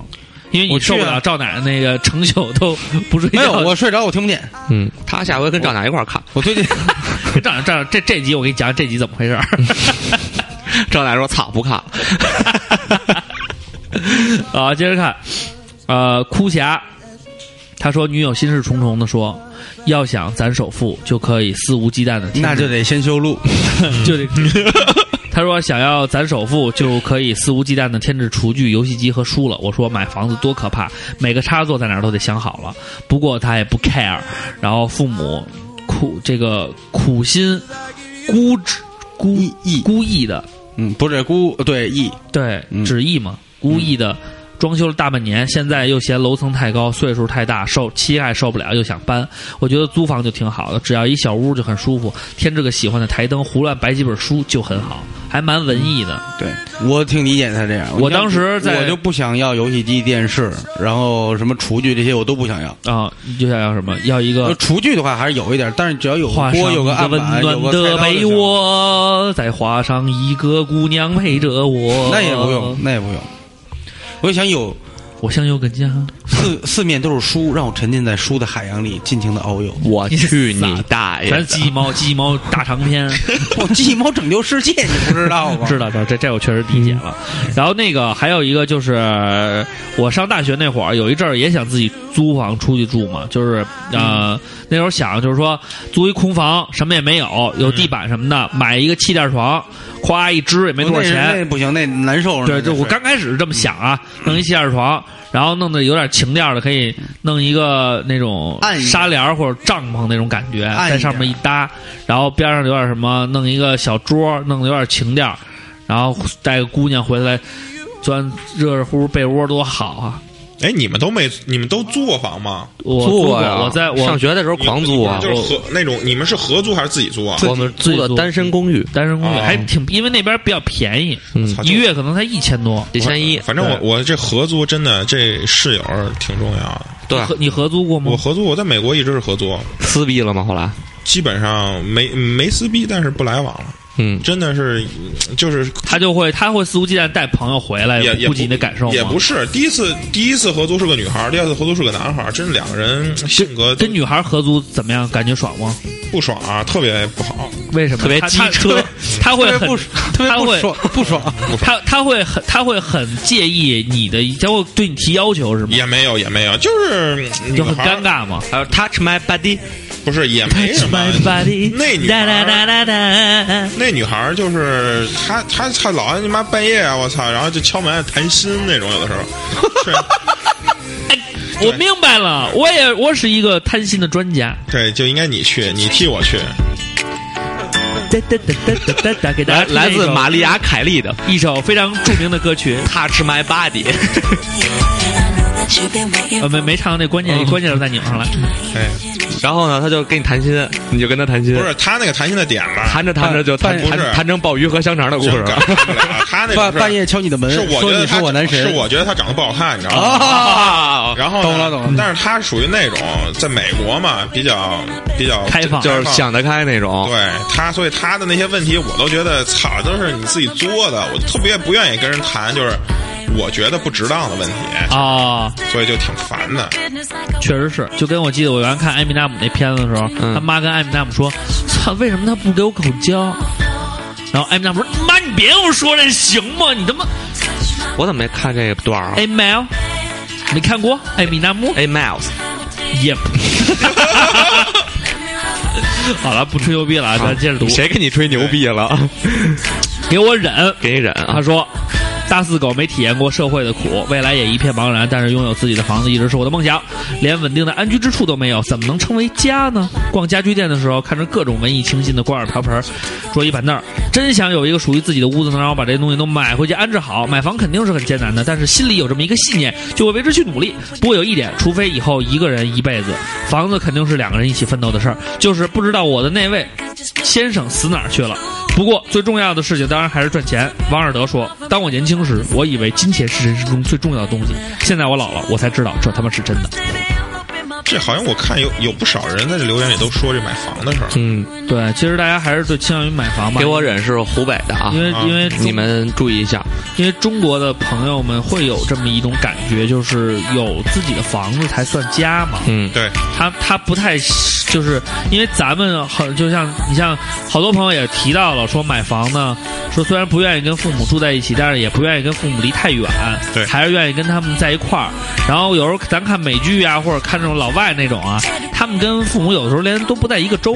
Speaker 3: 因为你
Speaker 6: 我去
Speaker 3: 受
Speaker 6: 啊
Speaker 3: 不了赵奶奶那个成宿都不睡觉。
Speaker 6: 没 有，我睡着我听不见。
Speaker 4: 嗯，他下回跟赵楠一块儿看。
Speaker 6: 我 最近
Speaker 3: 赵奶赵奶这这集我给你讲这集怎么回 事儿。
Speaker 4: 赵楠说：“操，不看。
Speaker 3: 啊，接着看，呃，哭侠，他说女友心事重重的说，要想攒首付就可以肆无忌惮的，
Speaker 6: 那就得先修路。
Speaker 3: 就得。他说：“想要攒首付，就可以肆无忌惮的添置厨具、游戏机和书了。”我说：“买房子多可怕，每个插座在哪儿都得想好了。”不过他也不 care，然后父母苦这个苦心孤执孤
Speaker 6: 意
Speaker 3: 孤意的
Speaker 6: 嗯，不是孤对意，
Speaker 3: 对
Speaker 6: 嗯
Speaker 3: 旨意嘛，故意的装修了大半年，现在又嫌楼层太高，岁数太大，受膝盖受不了，又想搬。我觉得租房就挺好的，只要一小屋就很舒服，添置个喜欢的台灯，胡乱摆几本书就很好，还蛮文艺的。
Speaker 6: 对我挺理解他这样。
Speaker 3: 我当时在
Speaker 6: 我就不想要游戏机、电视，然后什么厨具这些我都不想要。
Speaker 3: 啊，你就想要什么？要一
Speaker 6: 呃
Speaker 3: 个
Speaker 6: 厨具的话还是有一点，但是只要有
Speaker 3: 画
Speaker 6: 个
Speaker 3: 上
Speaker 6: 锅、有
Speaker 3: 一
Speaker 6: 案
Speaker 3: 温
Speaker 6: 板、有
Speaker 3: 暖
Speaker 6: 个
Speaker 3: 的
Speaker 6: 菜刀就
Speaker 3: 被
Speaker 6: 行。
Speaker 3: 窝，再画上一个姑娘陪着我。
Speaker 6: 那也不
Speaker 3: 嗯
Speaker 6: 用，，那也不用。我想有
Speaker 3: 我想有个家。
Speaker 6: 四四面都是书，让我沉浸在书的海洋里，尽情的遨游”。
Speaker 4: 我去你大爷！
Speaker 3: 全是鸡 毛鸡毛大长篇。
Speaker 6: 我鸡毛拯救世界，你不知道吗？
Speaker 3: 知道，知道，这这我确实理解了。
Speaker 6: 嗯
Speaker 3: 然后那个还有一个就是，呃我上大学那会儿有一阵儿也想自己租房出去住嘛，就是
Speaker 6: 嗯
Speaker 3: 呃、那时候想就是说租一空房，什么也没有，有地板什么的，买一个气垫床，夸一支也没
Speaker 6: 我
Speaker 3: 多少
Speaker 6: 那
Speaker 3: 钱，
Speaker 6: 那不行，那难受着呢。
Speaker 3: 对，就
Speaker 6: 那
Speaker 3: 我
Speaker 6: 是
Speaker 3: 刚开始是这么想啊，弄一气垫床，然后弄得有点情调的，可以弄一个那种
Speaker 6: 暗一点
Speaker 3: 纱帘儿或者帐篷那种感觉，
Speaker 6: 暗一
Speaker 3: 在上面一搭，然后边上有点什么，弄一个小桌，弄得有点情调，然后带个姑娘回来，钻热热乎乎被窝多好啊！
Speaker 5: 哎，你们都没，你们都租过房吗？
Speaker 3: 我租
Speaker 4: 租
Speaker 3: 过，
Speaker 4: 啊！
Speaker 3: 我在
Speaker 4: 上
Speaker 3: 我
Speaker 4: 学的时候狂租啊！
Speaker 5: 就是合那种，你们是合租还是自己租啊？
Speaker 4: 我们租的单身公寓，
Speaker 3: 单身公寓
Speaker 5: 哦
Speaker 3: 还挺，因为那边比较便宜，
Speaker 5: 操
Speaker 3: 一月可能才一千多。
Speaker 4: 嗯一千一。
Speaker 5: 反正我我这合租真的这室友挺重要的。
Speaker 4: 对
Speaker 3: 你合你合租过吗
Speaker 5: 我？合租，我在美国一直是合租，
Speaker 4: 撕逼了吗？后来
Speaker 5: 基本上没没撕逼，但是不来往了。
Speaker 4: 嗯，
Speaker 5: 真的是，就是
Speaker 3: 他就会他会肆无忌惮带朋友回来，
Speaker 5: 也也
Speaker 3: 估计你哎的感受
Speaker 5: 也
Speaker 3: 吗
Speaker 5: 不是第一次，第一次合租是个女孩儿，第二次合租是个男孩儿，真是两个人性格
Speaker 3: 跟女孩合租怎么样？感觉爽吗？
Speaker 5: 不爽啊，特别不好。
Speaker 3: 为什么？
Speaker 4: 特别
Speaker 3: 他他
Speaker 4: 机车
Speaker 3: 特别他会
Speaker 6: 特别
Speaker 3: 很
Speaker 6: 不特别
Speaker 3: 他
Speaker 6: 不
Speaker 3: 会
Speaker 6: 爽不爽，
Speaker 3: 他他会很他会很介意你的，他会对你提要求是吗？
Speaker 5: 也没有，也没有，就是女
Speaker 3: 就很
Speaker 5: 孩儿
Speaker 3: 尴，尬嘛。
Speaker 4: 还有 Touch My Body，
Speaker 5: 不是也没什么
Speaker 3: My。body，
Speaker 5: 那女
Speaker 3: 哒
Speaker 5: 孩
Speaker 3: 哒
Speaker 5: 儿
Speaker 3: 哒哒哒。
Speaker 5: 那女孩儿就是她，她她老爱你妈半夜啊，我操，然后就敲门谈心那种，有的时候，是，
Speaker 3: 我明白了，我也我是一个贪心的专家。
Speaker 5: 对，就应该你去，你替我去，
Speaker 3: 哒哒哒哒哒哒哒，给大
Speaker 4: 来
Speaker 3: 家
Speaker 4: 来自玛
Speaker 3: 马
Speaker 4: 丽亚·凯莉的
Speaker 3: 一首非常著名的歌曲，
Speaker 4: Touch My Body，
Speaker 3: 呃，没没唱那关键关键是在拧上来。
Speaker 5: 哎，
Speaker 4: 然后呢，他就跟你谈心，你就跟他谈心
Speaker 5: 不，是她那个谈心的点吧，
Speaker 4: 谈着谈着就谈
Speaker 5: 不是
Speaker 4: 谈谈成鲍鱼和香肠的故
Speaker 5: 真
Speaker 4: 事
Speaker 5: 感
Speaker 4: 了。
Speaker 5: 受不了，她那
Speaker 6: 半
Speaker 5: 种
Speaker 6: 半夜敲你的门，
Speaker 5: 是我觉
Speaker 6: 说
Speaker 5: 得
Speaker 6: 你
Speaker 5: 她
Speaker 6: 是我男神，
Speaker 5: 是我觉得她长得不好看，你知道吗？
Speaker 4: 啊，
Speaker 5: 然后呢
Speaker 6: 懂了懂了
Speaker 5: 但是她属于那种在美国嘛，比较比较
Speaker 3: 开放
Speaker 4: 就是想得开那种。
Speaker 5: 对他，所以他的那些问题，我都觉得操，都是你自己作的，我特别不愿意跟人谈，就是我觉得不值当的问题，
Speaker 3: 啊，
Speaker 5: 所以就挺烦的。
Speaker 3: 确实是，就跟我记得我原来看艾米纳姆那片子的时候，
Speaker 4: 嗯
Speaker 3: 他妈跟艾米纳姆说：“操，为什么他不给我口交？”然后艾米纳姆说：“妈，你别跟我说这行吗？你他妈
Speaker 4: 我怎么没看这段儿啊？
Speaker 3: 艾 m 没看过艾米纳姆
Speaker 4: 哎，Miles，
Speaker 3: ？Yep。好了，不吹牛逼了啊，咱接着读。
Speaker 4: 谁跟你吹牛逼了？
Speaker 3: 给我忍！
Speaker 4: 给你忍啊
Speaker 3: 他！说，大四狗没体验过社会的苦，未来也一片茫然。但是拥有自己的房子一直是我的梦想，连稳定的安居之处都没有，怎么能称为家呢？逛家居店的时候，看着各种文艺清新的瓜尔瓢盆儿、桌椅板凳儿，真想有一个属于自己的屋子，能让我把这些东西都买回去安置好。买房肯定是很艰难的，但是心里有这么一个信念，就会为之去努力。不过有一点，除非以后一个人一辈子，房子肯定是两个人一起奋斗的事儿。就是不知道我的那位先生死哪儿去了。不过最重要的事情当然还是赚钱。王尔德说：“当我年轻时，我以为金钱是人生中最重要的东西。现在我老了，我才知道这他妈是真的。
Speaker 5: 这好像我看有有不少人在这留言里都说这买房的事儿，
Speaker 4: 嗯，”
Speaker 3: 对，其实大家还是最倾向于买房吧。
Speaker 4: 给我忍是湖北的啊
Speaker 3: 因，为
Speaker 5: 啊
Speaker 3: 因为中
Speaker 4: 你们注意一下。
Speaker 3: 因为中国的朋友们会有这么一种感觉，就是有自己的房子才算家嘛。
Speaker 4: 嗯，
Speaker 5: 对，
Speaker 3: 他他不太就是因为咱们很就像你像好多朋友也提到了说买房呢，说虽然不愿意跟父母住在一起，但是也不愿意跟父母离太远，
Speaker 5: 对
Speaker 3: 还是愿意跟他们在一块儿。然后有时候咱看美剧啊，或者看这种老外那种啊，他们跟父母有的时候连都不在一个州，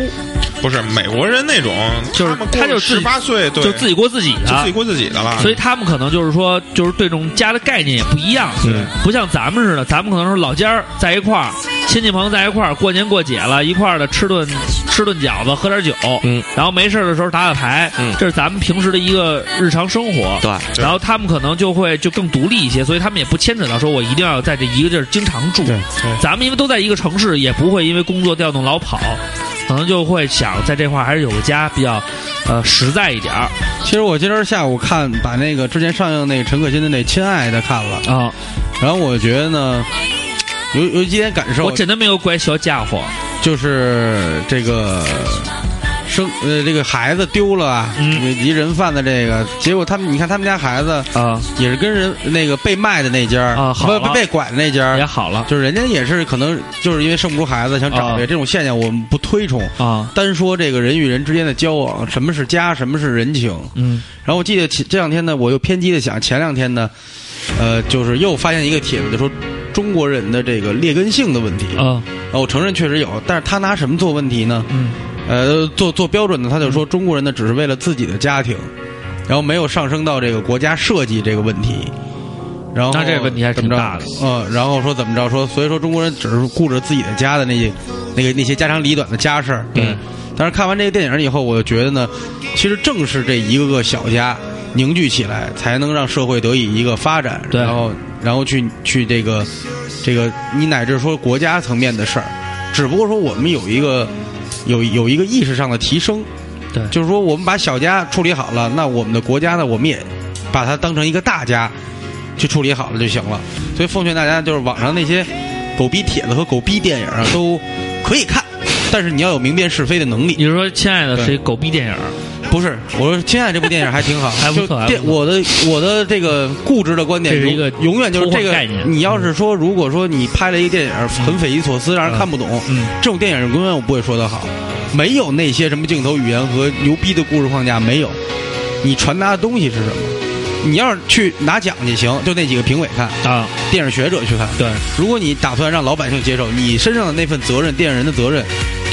Speaker 5: 不是美国人那种，
Speaker 3: 就是
Speaker 5: 他
Speaker 3: 他就自
Speaker 5: 十
Speaker 3: 己
Speaker 5: 八岁，哎对，
Speaker 3: 就自己过自己的，
Speaker 5: 就自己过自己的
Speaker 4: 啊
Speaker 5: 了，
Speaker 3: 所以他们可能就是说，就是对这种家的概念也不一样，
Speaker 5: 嗯
Speaker 3: 不像咱们似的，咱们可能是老家儿在一块儿，亲戚朋友在一块儿，过年过节了，一块儿的吃顿吃顿饺子，喝点酒，
Speaker 4: 嗯，
Speaker 3: 然后没事儿的时候打打牌，
Speaker 4: 嗯
Speaker 3: 这是咱们平时的一个日常生活。
Speaker 4: 对，
Speaker 5: 对
Speaker 3: 然后他们可能就会就更独立一些，所以他们也不牵扯到说我一定要在这一个地儿经常住。
Speaker 6: 对
Speaker 3: 咱们因为都在一个城市，也不会因为工作调动老跑，可能就会想在这块儿还是有个家比较，呃，实在一点儿
Speaker 6: 其实我今儿下午看把那个之前上映那个陈可辛的那《亲爱的》看了，
Speaker 4: 哦
Speaker 3: 啊。
Speaker 6: 然后我觉得呢，有有几点感受
Speaker 3: 我，真的没有拐小家伙，
Speaker 6: 就是这个生呃这个孩子丢了啊，
Speaker 3: 嗯
Speaker 6: 一人贩子这个，结果他们你看他们家孩子
Speaker 3: 啊、
Speaker 6: 也是跟人那个被卖的那家儿
Speaker 3: 啊好
Speaker 6: 不
Speaker 3: 了
Speaker 6: 不被拐的那家
Speaker 3: 也
Speaker 6: 儿，
Speaker 3: 好了
Speaker 6: 就是人家也是可能就是因为生不出孩子想找
Speaker 3: 啊
Speaker 6: 这个这种现象，我们不推崇。
Speaker 3: 啊，
Speaker 6: 单说这个人与人之间的交往，什么是家，什么是人情，
Speaker 3: 嗯
Speaker 6: 然后我记得前这两天呢，我又偏激的想，前两天呢，呃，就是又发现一个帖子，就说中国人的这个劣根性的问题。
Speaker 3: 啊
Speaker 6: 哦，我承认确实有，但是他拿什么做问题呢？
Speaker 3: 嗯
Speaker 6: 呃，做做标准呢，他就说中国人呢只是为了自己的家庭，然后没有上升到这个国家设计这个问题。然后
Speaker 3: 那这个问题还挺
Speaker 6: 怎么着
Speaker 3: 大的
Speaker 6: 呃，然后说怎么着说，所以说中国人只是顾着自己的家的那些那个那些家长里短的家事儿。嗯
Speaker 3: 对，
Speaker 6: 但是看完这个电影以后，我就觉得呢，其实正是这一个个小家凝聚起来，才能让社会得以一个发展，
Speaker 3: 对
Speaker 6: 然后然后去去这个这个你乃至说国家层面的事儿，只不过说我们有一个有有一个意识上的提升，
Speaker 3: 对
Speaker 6: 就是说我们把小家处理好了，那我们的国家呢，我们也把它当成一个大家去处理好了就行了。所以奉劝大家，就是网上那些狗逼帖子和狗逼电影啊，都可以看，但是你要有明辨是非的能力。
Speaker 3: 你是说《亲爱的》
Speaker 6: 对
Speaker 3: 是一狗逼电影儿？
Speaker 6: 不是，我说亲爱的这部电影还挺好，
Speaker 3: 还不
Speaker 6: 就
Speaker 3: 错还不
Speaker 6: 电
Speaker 3: 错
Speaker 6: 我的我的这个固执的观点，
Speaker 3: 这是一个
Speaker 6: 永永远就是这
Speaker 3: 偷
Speaker 6: 个
Speaker 3: 换概念。
Speaker 6: 你要是说，如果说你拍了一个电影很匪夷所思，让人看不懂，
Speaker 3: 嗯
Speaker 6: 这种电影永远我不会说的好，没有那些什么镜头语言和牛逼的故事框架，没有。你传达的东西是什么？你要是去拿奖去行，就那几个评委看，
Speaker 3: 啊，
Speaker 6: 电影学者去看。
Speaker 3: 对，
Speaker 6: 如果你打算让老百姓接受，你身上的那份责任，电影人的责任，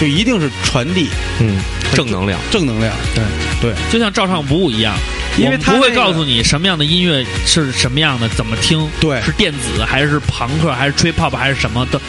Speaker 6: 就一定是传递
Speaker 4: 嗯，正能量。
Speaker 6: 正能量。对对，
Speaker 3: 就像照唱不误一样，
Speaker 6: 因为
Speaker 3: 我们
Speaker 6: 他
Speaker 3: 不会
Speaker 6: 那个
Speaker 3: 告诉你什么样的音乐是什么样的，怎么听，
Speaker 6: 对
Speaker 3: 是电子还是朋克还是吹 pop 还是什么的，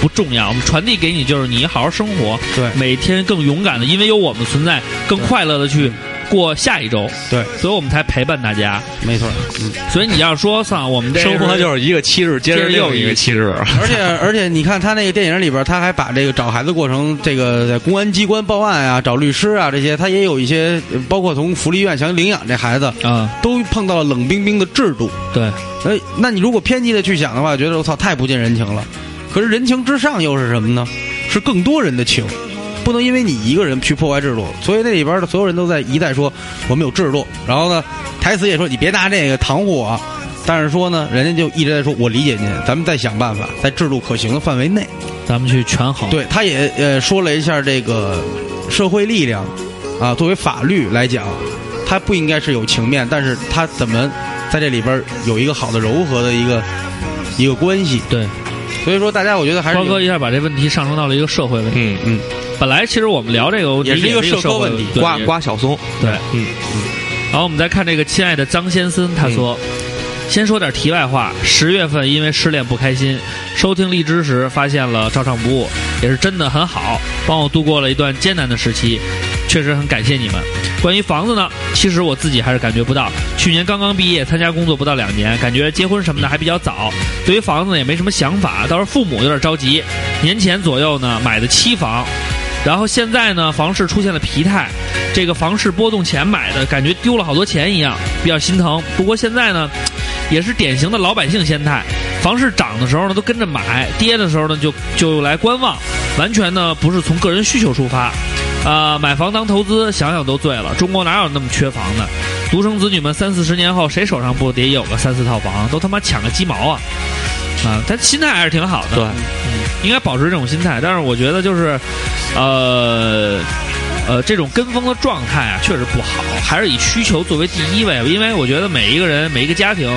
Speaker 3: 不重要。我们传递给你就是你好好生活，
Speaker 6: 对
Speaker 3: 每天更勇敢的，因为有我们存在，更快乐的去过下一周，
Speaker 6: 嗯对，
Speaker 3: 所以我们才陪伴大家。
Speaker 6: 没错。嗯。
Speaker 3: 所以你要说算我们这
Speaker 4: 生活就是一个七日接着
Speaker 3: 接着又
Speaker 4: 又一
Speaker 3: 一
Speaker 4: 个
Speaker 3: 个
Speaker 4: 七日，
Speaker 6: 而且而且，你看他那个电影里边，他还把这个找孩子过程，这个在公安机关报案啊、找律师啊这些，他也有一些，呃包括从福利院想领养这孩子，
Speaker 3: 啊、
Speaker 6: 都碰到了冷冰冰的制度。
Speaker 3: 对，
Speaker 6: 哎，那你如果偏激的去想的话，觉得我操太不近人情了。可是人情之上又是什么呢？是更多人的情，不能因为你一个人去破坏制度。所以那里边的所有人都在一再说我们有制度，然后呢，台词也说你别拿这个搪护我。但是说呢，人家就一直在说，我理解您，咱们再想办法，在制度可行的范围内。
Speaker 3: 咱们去权衡。
Speaker 6: 对，他也呃说了一下这个社会力量啊，作为法律来讲，它不应该是有情面，但是它怎么在这里边儿有一个好的柔和的一个一个关系。
Speaker 3: 对，
Speaker 6: 所以说，大家我觉得还是
Speaker 3: 瓜哥
Speaker 6: 有
Speaker 3: 一下把这问题上升到了一个社会问题。
Speaker 4: 嗯，
Speaker 6: 嗯，
Speaker 3: 本来其实我们聊这个我
Speaker 6: 也是
Speaker 3: 理解
Speaker 6: 一个
Speaker 3: 是
Speaker 6: 社
Speaker 3: 会
Speaker 6: 会问题
Speaker 3: 嗯对
Speaker 4: 刮刮小松，
Speaker 3: 对，
Speaker 4: 嗯嗯
Speaker 3: 然后我们再看这个亲爱的张先生，他说。先说点题外话，十月份因为失恋不开心，收听荔枝时发现了照唱不误，也是真的很好，帮我度过了一段艰难的时期，确实很感谢你们。关于房子呢，其实我自己还是感觉不到，去年刚刚毕业，参加工作不到两年，感觉结婚什么的还比较早，对于房子呢也没什么想法，倒是父母有点着急，年前左右呢买的期房，然后现在呢，房市出现了疲态，这个房市波动前买的，感觉丢了好多钱一样，比较心疼。不过现在呢，也是典型的老百姓心态，房市涨的时候呢都跟着买，跌的时候呢就就来观望，完全呢不是从个人需求出发。呃，买房当投资，想想都醉了。中国哪有那么缺房呢？独生子女们三四十年后，谁手上不得有个三四套房？都他妈抢个鸡毛啊！啊，但心态还是挺好的。嗯
Speaker 4: 对
Speaker 3: 应该保持这种心态。但是我觉得就是，呃。呃，这种跟风的状态啊，确实不好，还是以需求作为第一位。因为我觉得每一个人、每一个家庭，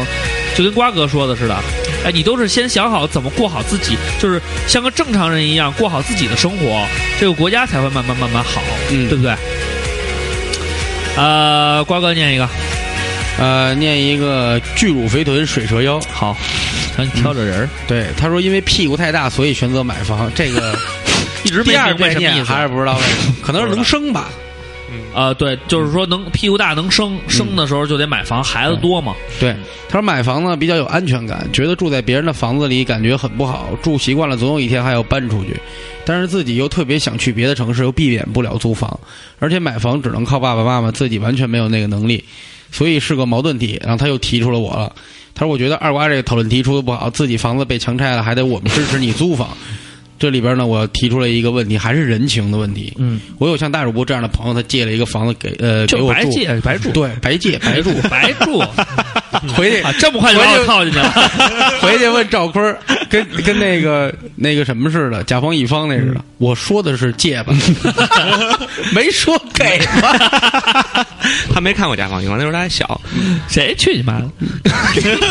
Speaker 3: 就跟瓜哥说的似的，哎，你都是先想好怎么过好自己，就是像个正常人一样过好自己的生活，这个国家才会慢慢慢慢好，
Speaker 6: 嗯
Speaker 3: 对不对？呃，瓜哥念一个，
Speaker 6: 呃，念一个巨乳肥臀水蛇腰。
Speaker 3: 好，让你挑着人儿，
Speaker 6: 对，他说因为屁股太大，所以选择买房。这个
Speaker 3: 一直没
Speaker 6: 第二
Speaker 3: 明白
Speaker 6: 遍
Speaker 3: 什么意
Speaker 6: 念
Speaker 3: 思。啊
Speaker 6: 还是不知道为什么，啊 可能是能生吧。
Speaker 3: 呃，对，就是说能屁股大能生，生的时候就得买房，孩子多嘛。
Speaker 6: 嗯对，他说买房呢比较有安全感，觉得住在别人的房子里感觉很不好，住习惯了总有一天还要搬出去，但是自己又特别想去别的城市，又避免不了租房，而且买房只能靠爸爸妈妈，自己完全没有那个能力，所以是个矛盾体。然后他又提出了我了，他说我觉得二瓜这个讨论题出的不好，自己房子被强拆了，还得我们支持你租房。这里边呢，我提出了一个问题，还是人情的问题。
Speaker 3: 嗯，
Speaker 6: 我有像大主播这样的朋友，他借了一个房子给呃给
Speaker 3: 就
Speaker 6: 我
Speaker 3: 白
Speaker 6: 住，
Speaker 3: 借白住，
Speaker 6: 对，白借白住，
Speaker 3: 白住，
Speaker 6: 回去
Speaker 3: 啊，这么快就把我 套进去了。
Speaker 6: 回去问赵坤儿，跟 跟那个那个什么似的，甲方乙方那似的。我说的是借 吧，没说给吧。
Speaker 4: 他没看过《甲方乙方》，那时候他还小，
Speaker 3: 谁去 你妈的？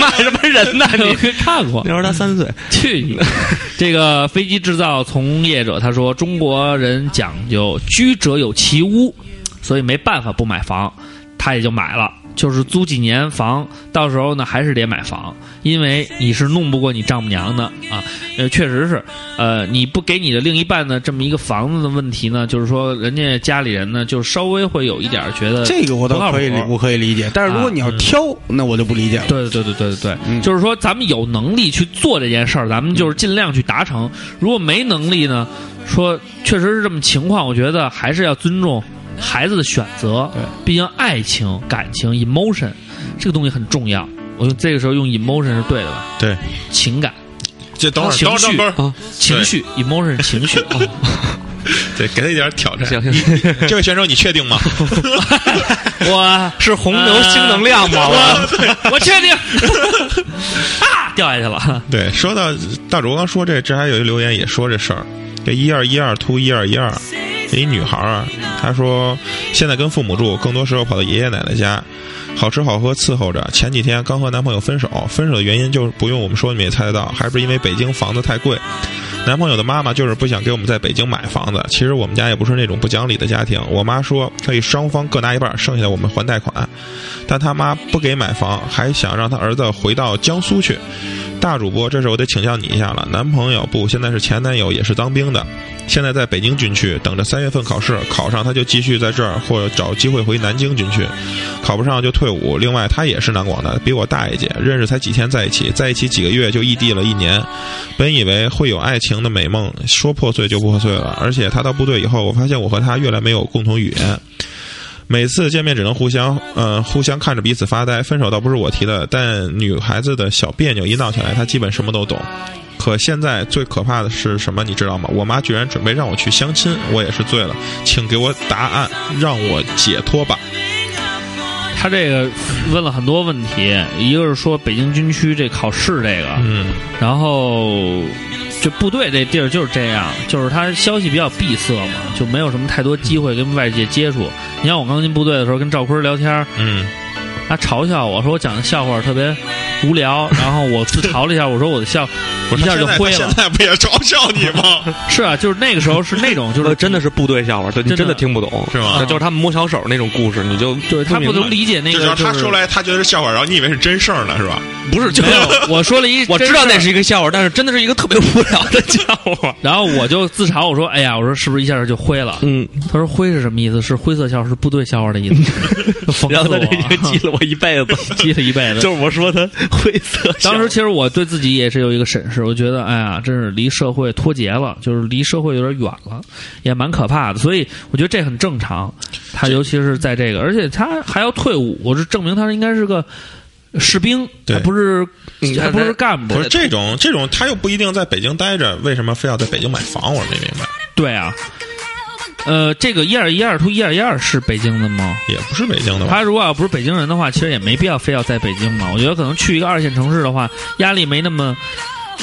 Speaker 4: 骂什么人呢？你
Speaker 3: 我看过
Speaker 4: 那时，候他三岁，
Speaker 3: 去你！ 这个飞机制造从业者他说，中国人讲究居者有其屋，所以没办法不买房，他也就买了。就是租几年房，到时候呢还是得买房，因为你是弄不过你丈母娘的啊。呃，确实是，呃，你不给你的另一半呢这么一个房子的问题呢，就是说人家家里人呢就稍微会有一点儿觉得
Speaker 6: 这个我
Speaker 3: 不
Speaker 6: 倒啊
Speaker 3: 靠谱
Speaker 6: 可以理，我可以理解。但是如果你要挑，那我就不理解了。
Speaker 3: 对对对对对对，
Speaker 6: 嗯
Speaker 3: 就是说咱们有能力去做这件事儿，咱们就是尽量去达成。如果没能力呢，说确实是这么情况，我觉得还是要尊重孩子的选择。
Speaker 6: 对，
Speaker 3: 毕竟爱情、感情、emotion 这个东西很重要。我用这个时候用 emotion 是对的吧？
Speaker 5: 对，
Speaker 3: 情感、
Speaker 5: 这等会儿，
Speaker 3: 情
Speaker 5: 等会儿，
Speaker 3: 绪
Speaker 5: 等会儿，
Speaker 3: 情绪，emotion 是情绪。
Speaker 5: 对，给他一点挑战。
Speaker 4: 行行
Speaker 5: 你你这位选手，你确 定吗？
Speaker 3: 我
Speaker 4: 是红牛新能量 吗？
Speaker 3: 呃我我确定， 啊，掉下去了。
Speaker 5: 对，说到大主刚说这，这还有一留言也说这事儿，这一二一二 two 一二一二，一女孩儿啊，她说现在跟父母住，更多时候跑到爷爷奶奶家，好吃好喝伺候着。前几天刚和男朋友分手，分手的原因就是不用我们说你们也猜得到，还是因为北京房子太贵。男朋友的妈妈就是不想给我们在北京买房子。其实我们家也不是那种不讲理的家庭，我妈说可以双方各拿一半，剩下的我们还贷款。但他妈不给买房，还想让他儿子回到江苏去。大主播，这事我得请教你一下了。男朋友不，现在是前男友，也是当兵的，现在在北京军区，等着三月份考试，考上他就继续在这儿，或者找机会回南京军区，考不上就退伍。另外，他也是南广的，比我大一届，认识才几天在一起，在一起几个月就异地了一年。本以为会有爱情的美梦，说破碎就破碎了。而且他到部队以后，我发现我和他越来没有共同语言。每次见面只能互相，呃，互相看着彼此发呆。分手倒不是我提的，但女孩子的小别扭一闹起来，她基本什么都懂。可现在最可怕的是什么？你知道吗？我妈居然准备让我去相亲，我也是醉了，请给我答案，让我解脱吧。
Speaker 3: 他这个问了很多问题，一个是说北京军区这考试这个，
Speaker 5: 嗯，
Speaker 3: 然后就部队这地儿就是这样，就是他消息比较闭塞嘛，就没有什么太多机会跟外界接触。你像我刚进部队的时候，跟赵坤聊天儿，
Speaker 5: 嗯，
Speaker 3: 他嘲笑我说我讲的笑话特别无 聊，然后我自嘲了一下，我说我的笑
Speaker 5: 不
Speaker 3: 一
Speaker 5: 是，
Speaker 3: 下就
Speaker 5: 她
Speaker 3: 灰
Speaker 5: 现在
Speaker 3: 了
Speaker 5: 她现。在不也嘲笑你 吗？
Speaker 3: 是啊，就是那个时候是那种就
Speaker 4: 我
Speaker 3: 是
Speaker 4: 呃真的是部队笑话，对你
Speaker 3: 真的啊
Speaker 4: 真的听不懂，
Speaker 5: 是吗
Speaker 4: 对就是他们摸小手那种故事，你就
Speaker 3: 对他不
Speaker 4: 明白
Speaker 3: 能理解那
Speaker 5: 这
Speaker 3: 个、
Speaker 5: 只
Speaker 3: 就
Speaker 5: 要
Speaker 3: 是，
Speaker 5: 她说来，她觉得是笑话，然后你以为是真事儿呢，是吧？
Speaker 4: 不是，就
Speaker 3: 没有，我说了一，
Speaker 4: 我知道那是一个笑话，但是真的是一个特别无聊的 笑话。
Speaker 3: 然后我就自嘲，我说：“哎呀，我说是不是一下就灰 了？”
Speaker 4: 嗯，
Speaker 3: 他说：“灰是什么意思？是灰色笑话，是部队笑话的意思。” 讽
Speaker 4: 然
Speaker 3: 刺
Speaker 4: 后
Speaker 3: 我
Speaker 4: 他这就 记了我一辈子，
Speaker 3: 记了一辈子。
Speaker 4: 就是我说他灰色笑话。
Speaker 3: 当时其实我对自己也是有一个审视，我觉得哎呀，真是离社会脱节了，就是离社会有点远了，也蛮可怕的。所以我觉得这很正常。他尤其是在这个，而且他还要退伍，我是证明他应该是个士兵，
Speaker 5: 对
Speaker 3: 还不是
Speaker 4: 嗯
Speaker 3: 还不是干部
Speaker 5: 不。是这种，这种她又不一定在北京待着，为什么非要在北京买房？我是没明白，
Speaker 3: 对啊，呃，这个一二一二 to 一二一二是北京的吗？
Speaker 5: 也不是北京的吧？
Speaker 3: 他如果要不是北京人的话，其实也没必要非要在北京嘛。我觉得可能去一个二线城市的话，压力没那么，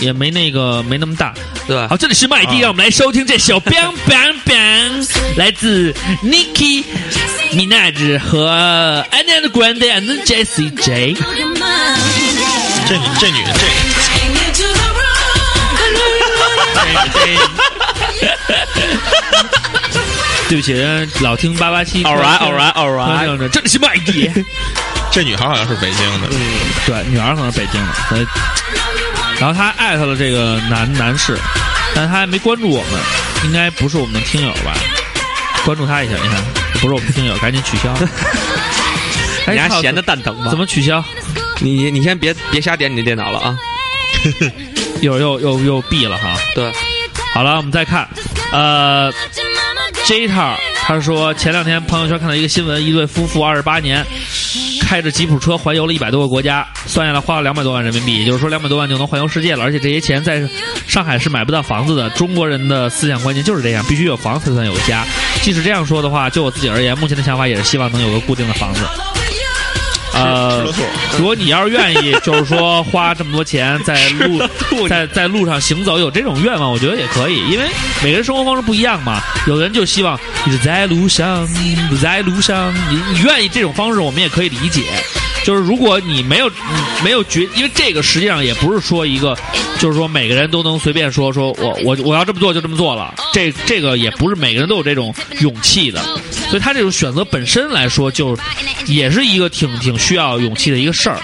Speaker 3: 也没那个没那么大。
Speaker 4: 对
Speaker 3: 好，这里是麦地，
Speaker 5: 啊
Speaker 3: 让我们来收听这首《bang bang bang》，来自 Nicki Minaj 和 Ariana Grande and Jessie J。
Speaker 5: 这女这女这
Speaker 3: 对不起，老听八八七。
Speaker 4: All right, all right, all right
Speaker 3: 听着这里是麦地。
Speaker 5: 这女孩好像是北京的，
Speaker 3: 嗯对，女儿可能是北京的，所以，然后他艾特了这个男男士，但他还没关注我们，应该不是我们的听友吧？关注他一下，你看，不是我们听友，赶紧取消。
Speaker 4: 你还
Speaker 3: 哎操
Speaker 4: 闲的蛋疼吗？
Speaker 3: 怎么取消？
Speaker 4: 你你先别别瞎点你的电脑了啊！
Speaker 3: 又又又又闭了哈。
Speaker 4: 对，
Speaker 3: 好了，我们再看，呃，J 套他说前两天朋友圈看到一个新闻，一对夫妇二十八年开着吉普车环游了一百多个国家，算下来花了两百多万人民币，也就是说两百多万就能环游世界了。而且这些钱在上海是买不到房子的。中国人的思想观念就是这样，必须有房才算有家。即使这样说的话，就我自己而言，目前的想法也是希望能有个固定的房子。呃，
Speaker 5: 吃了醋。
Speaker 3: 如果你要是愿 意，就是说花这么多钱在路
Speaker 4: 吐
Speaker 3: 在在路上行走，有这种愿望，我觉得也可以，因为每个人生活方式不一样嘛。有人就希望你是在路上，你在路上，你你愿意这种方式，我们也可以理解。就是如果你没有你没有决，因为这个实际上也不是说一个，就是说每个人都能随便说说我我我要这么做就这么做了，这这个也不是每个人都有这种勇气的，所以他这种选择本身来说就也是一个挺挺需要勇气的一个事儿，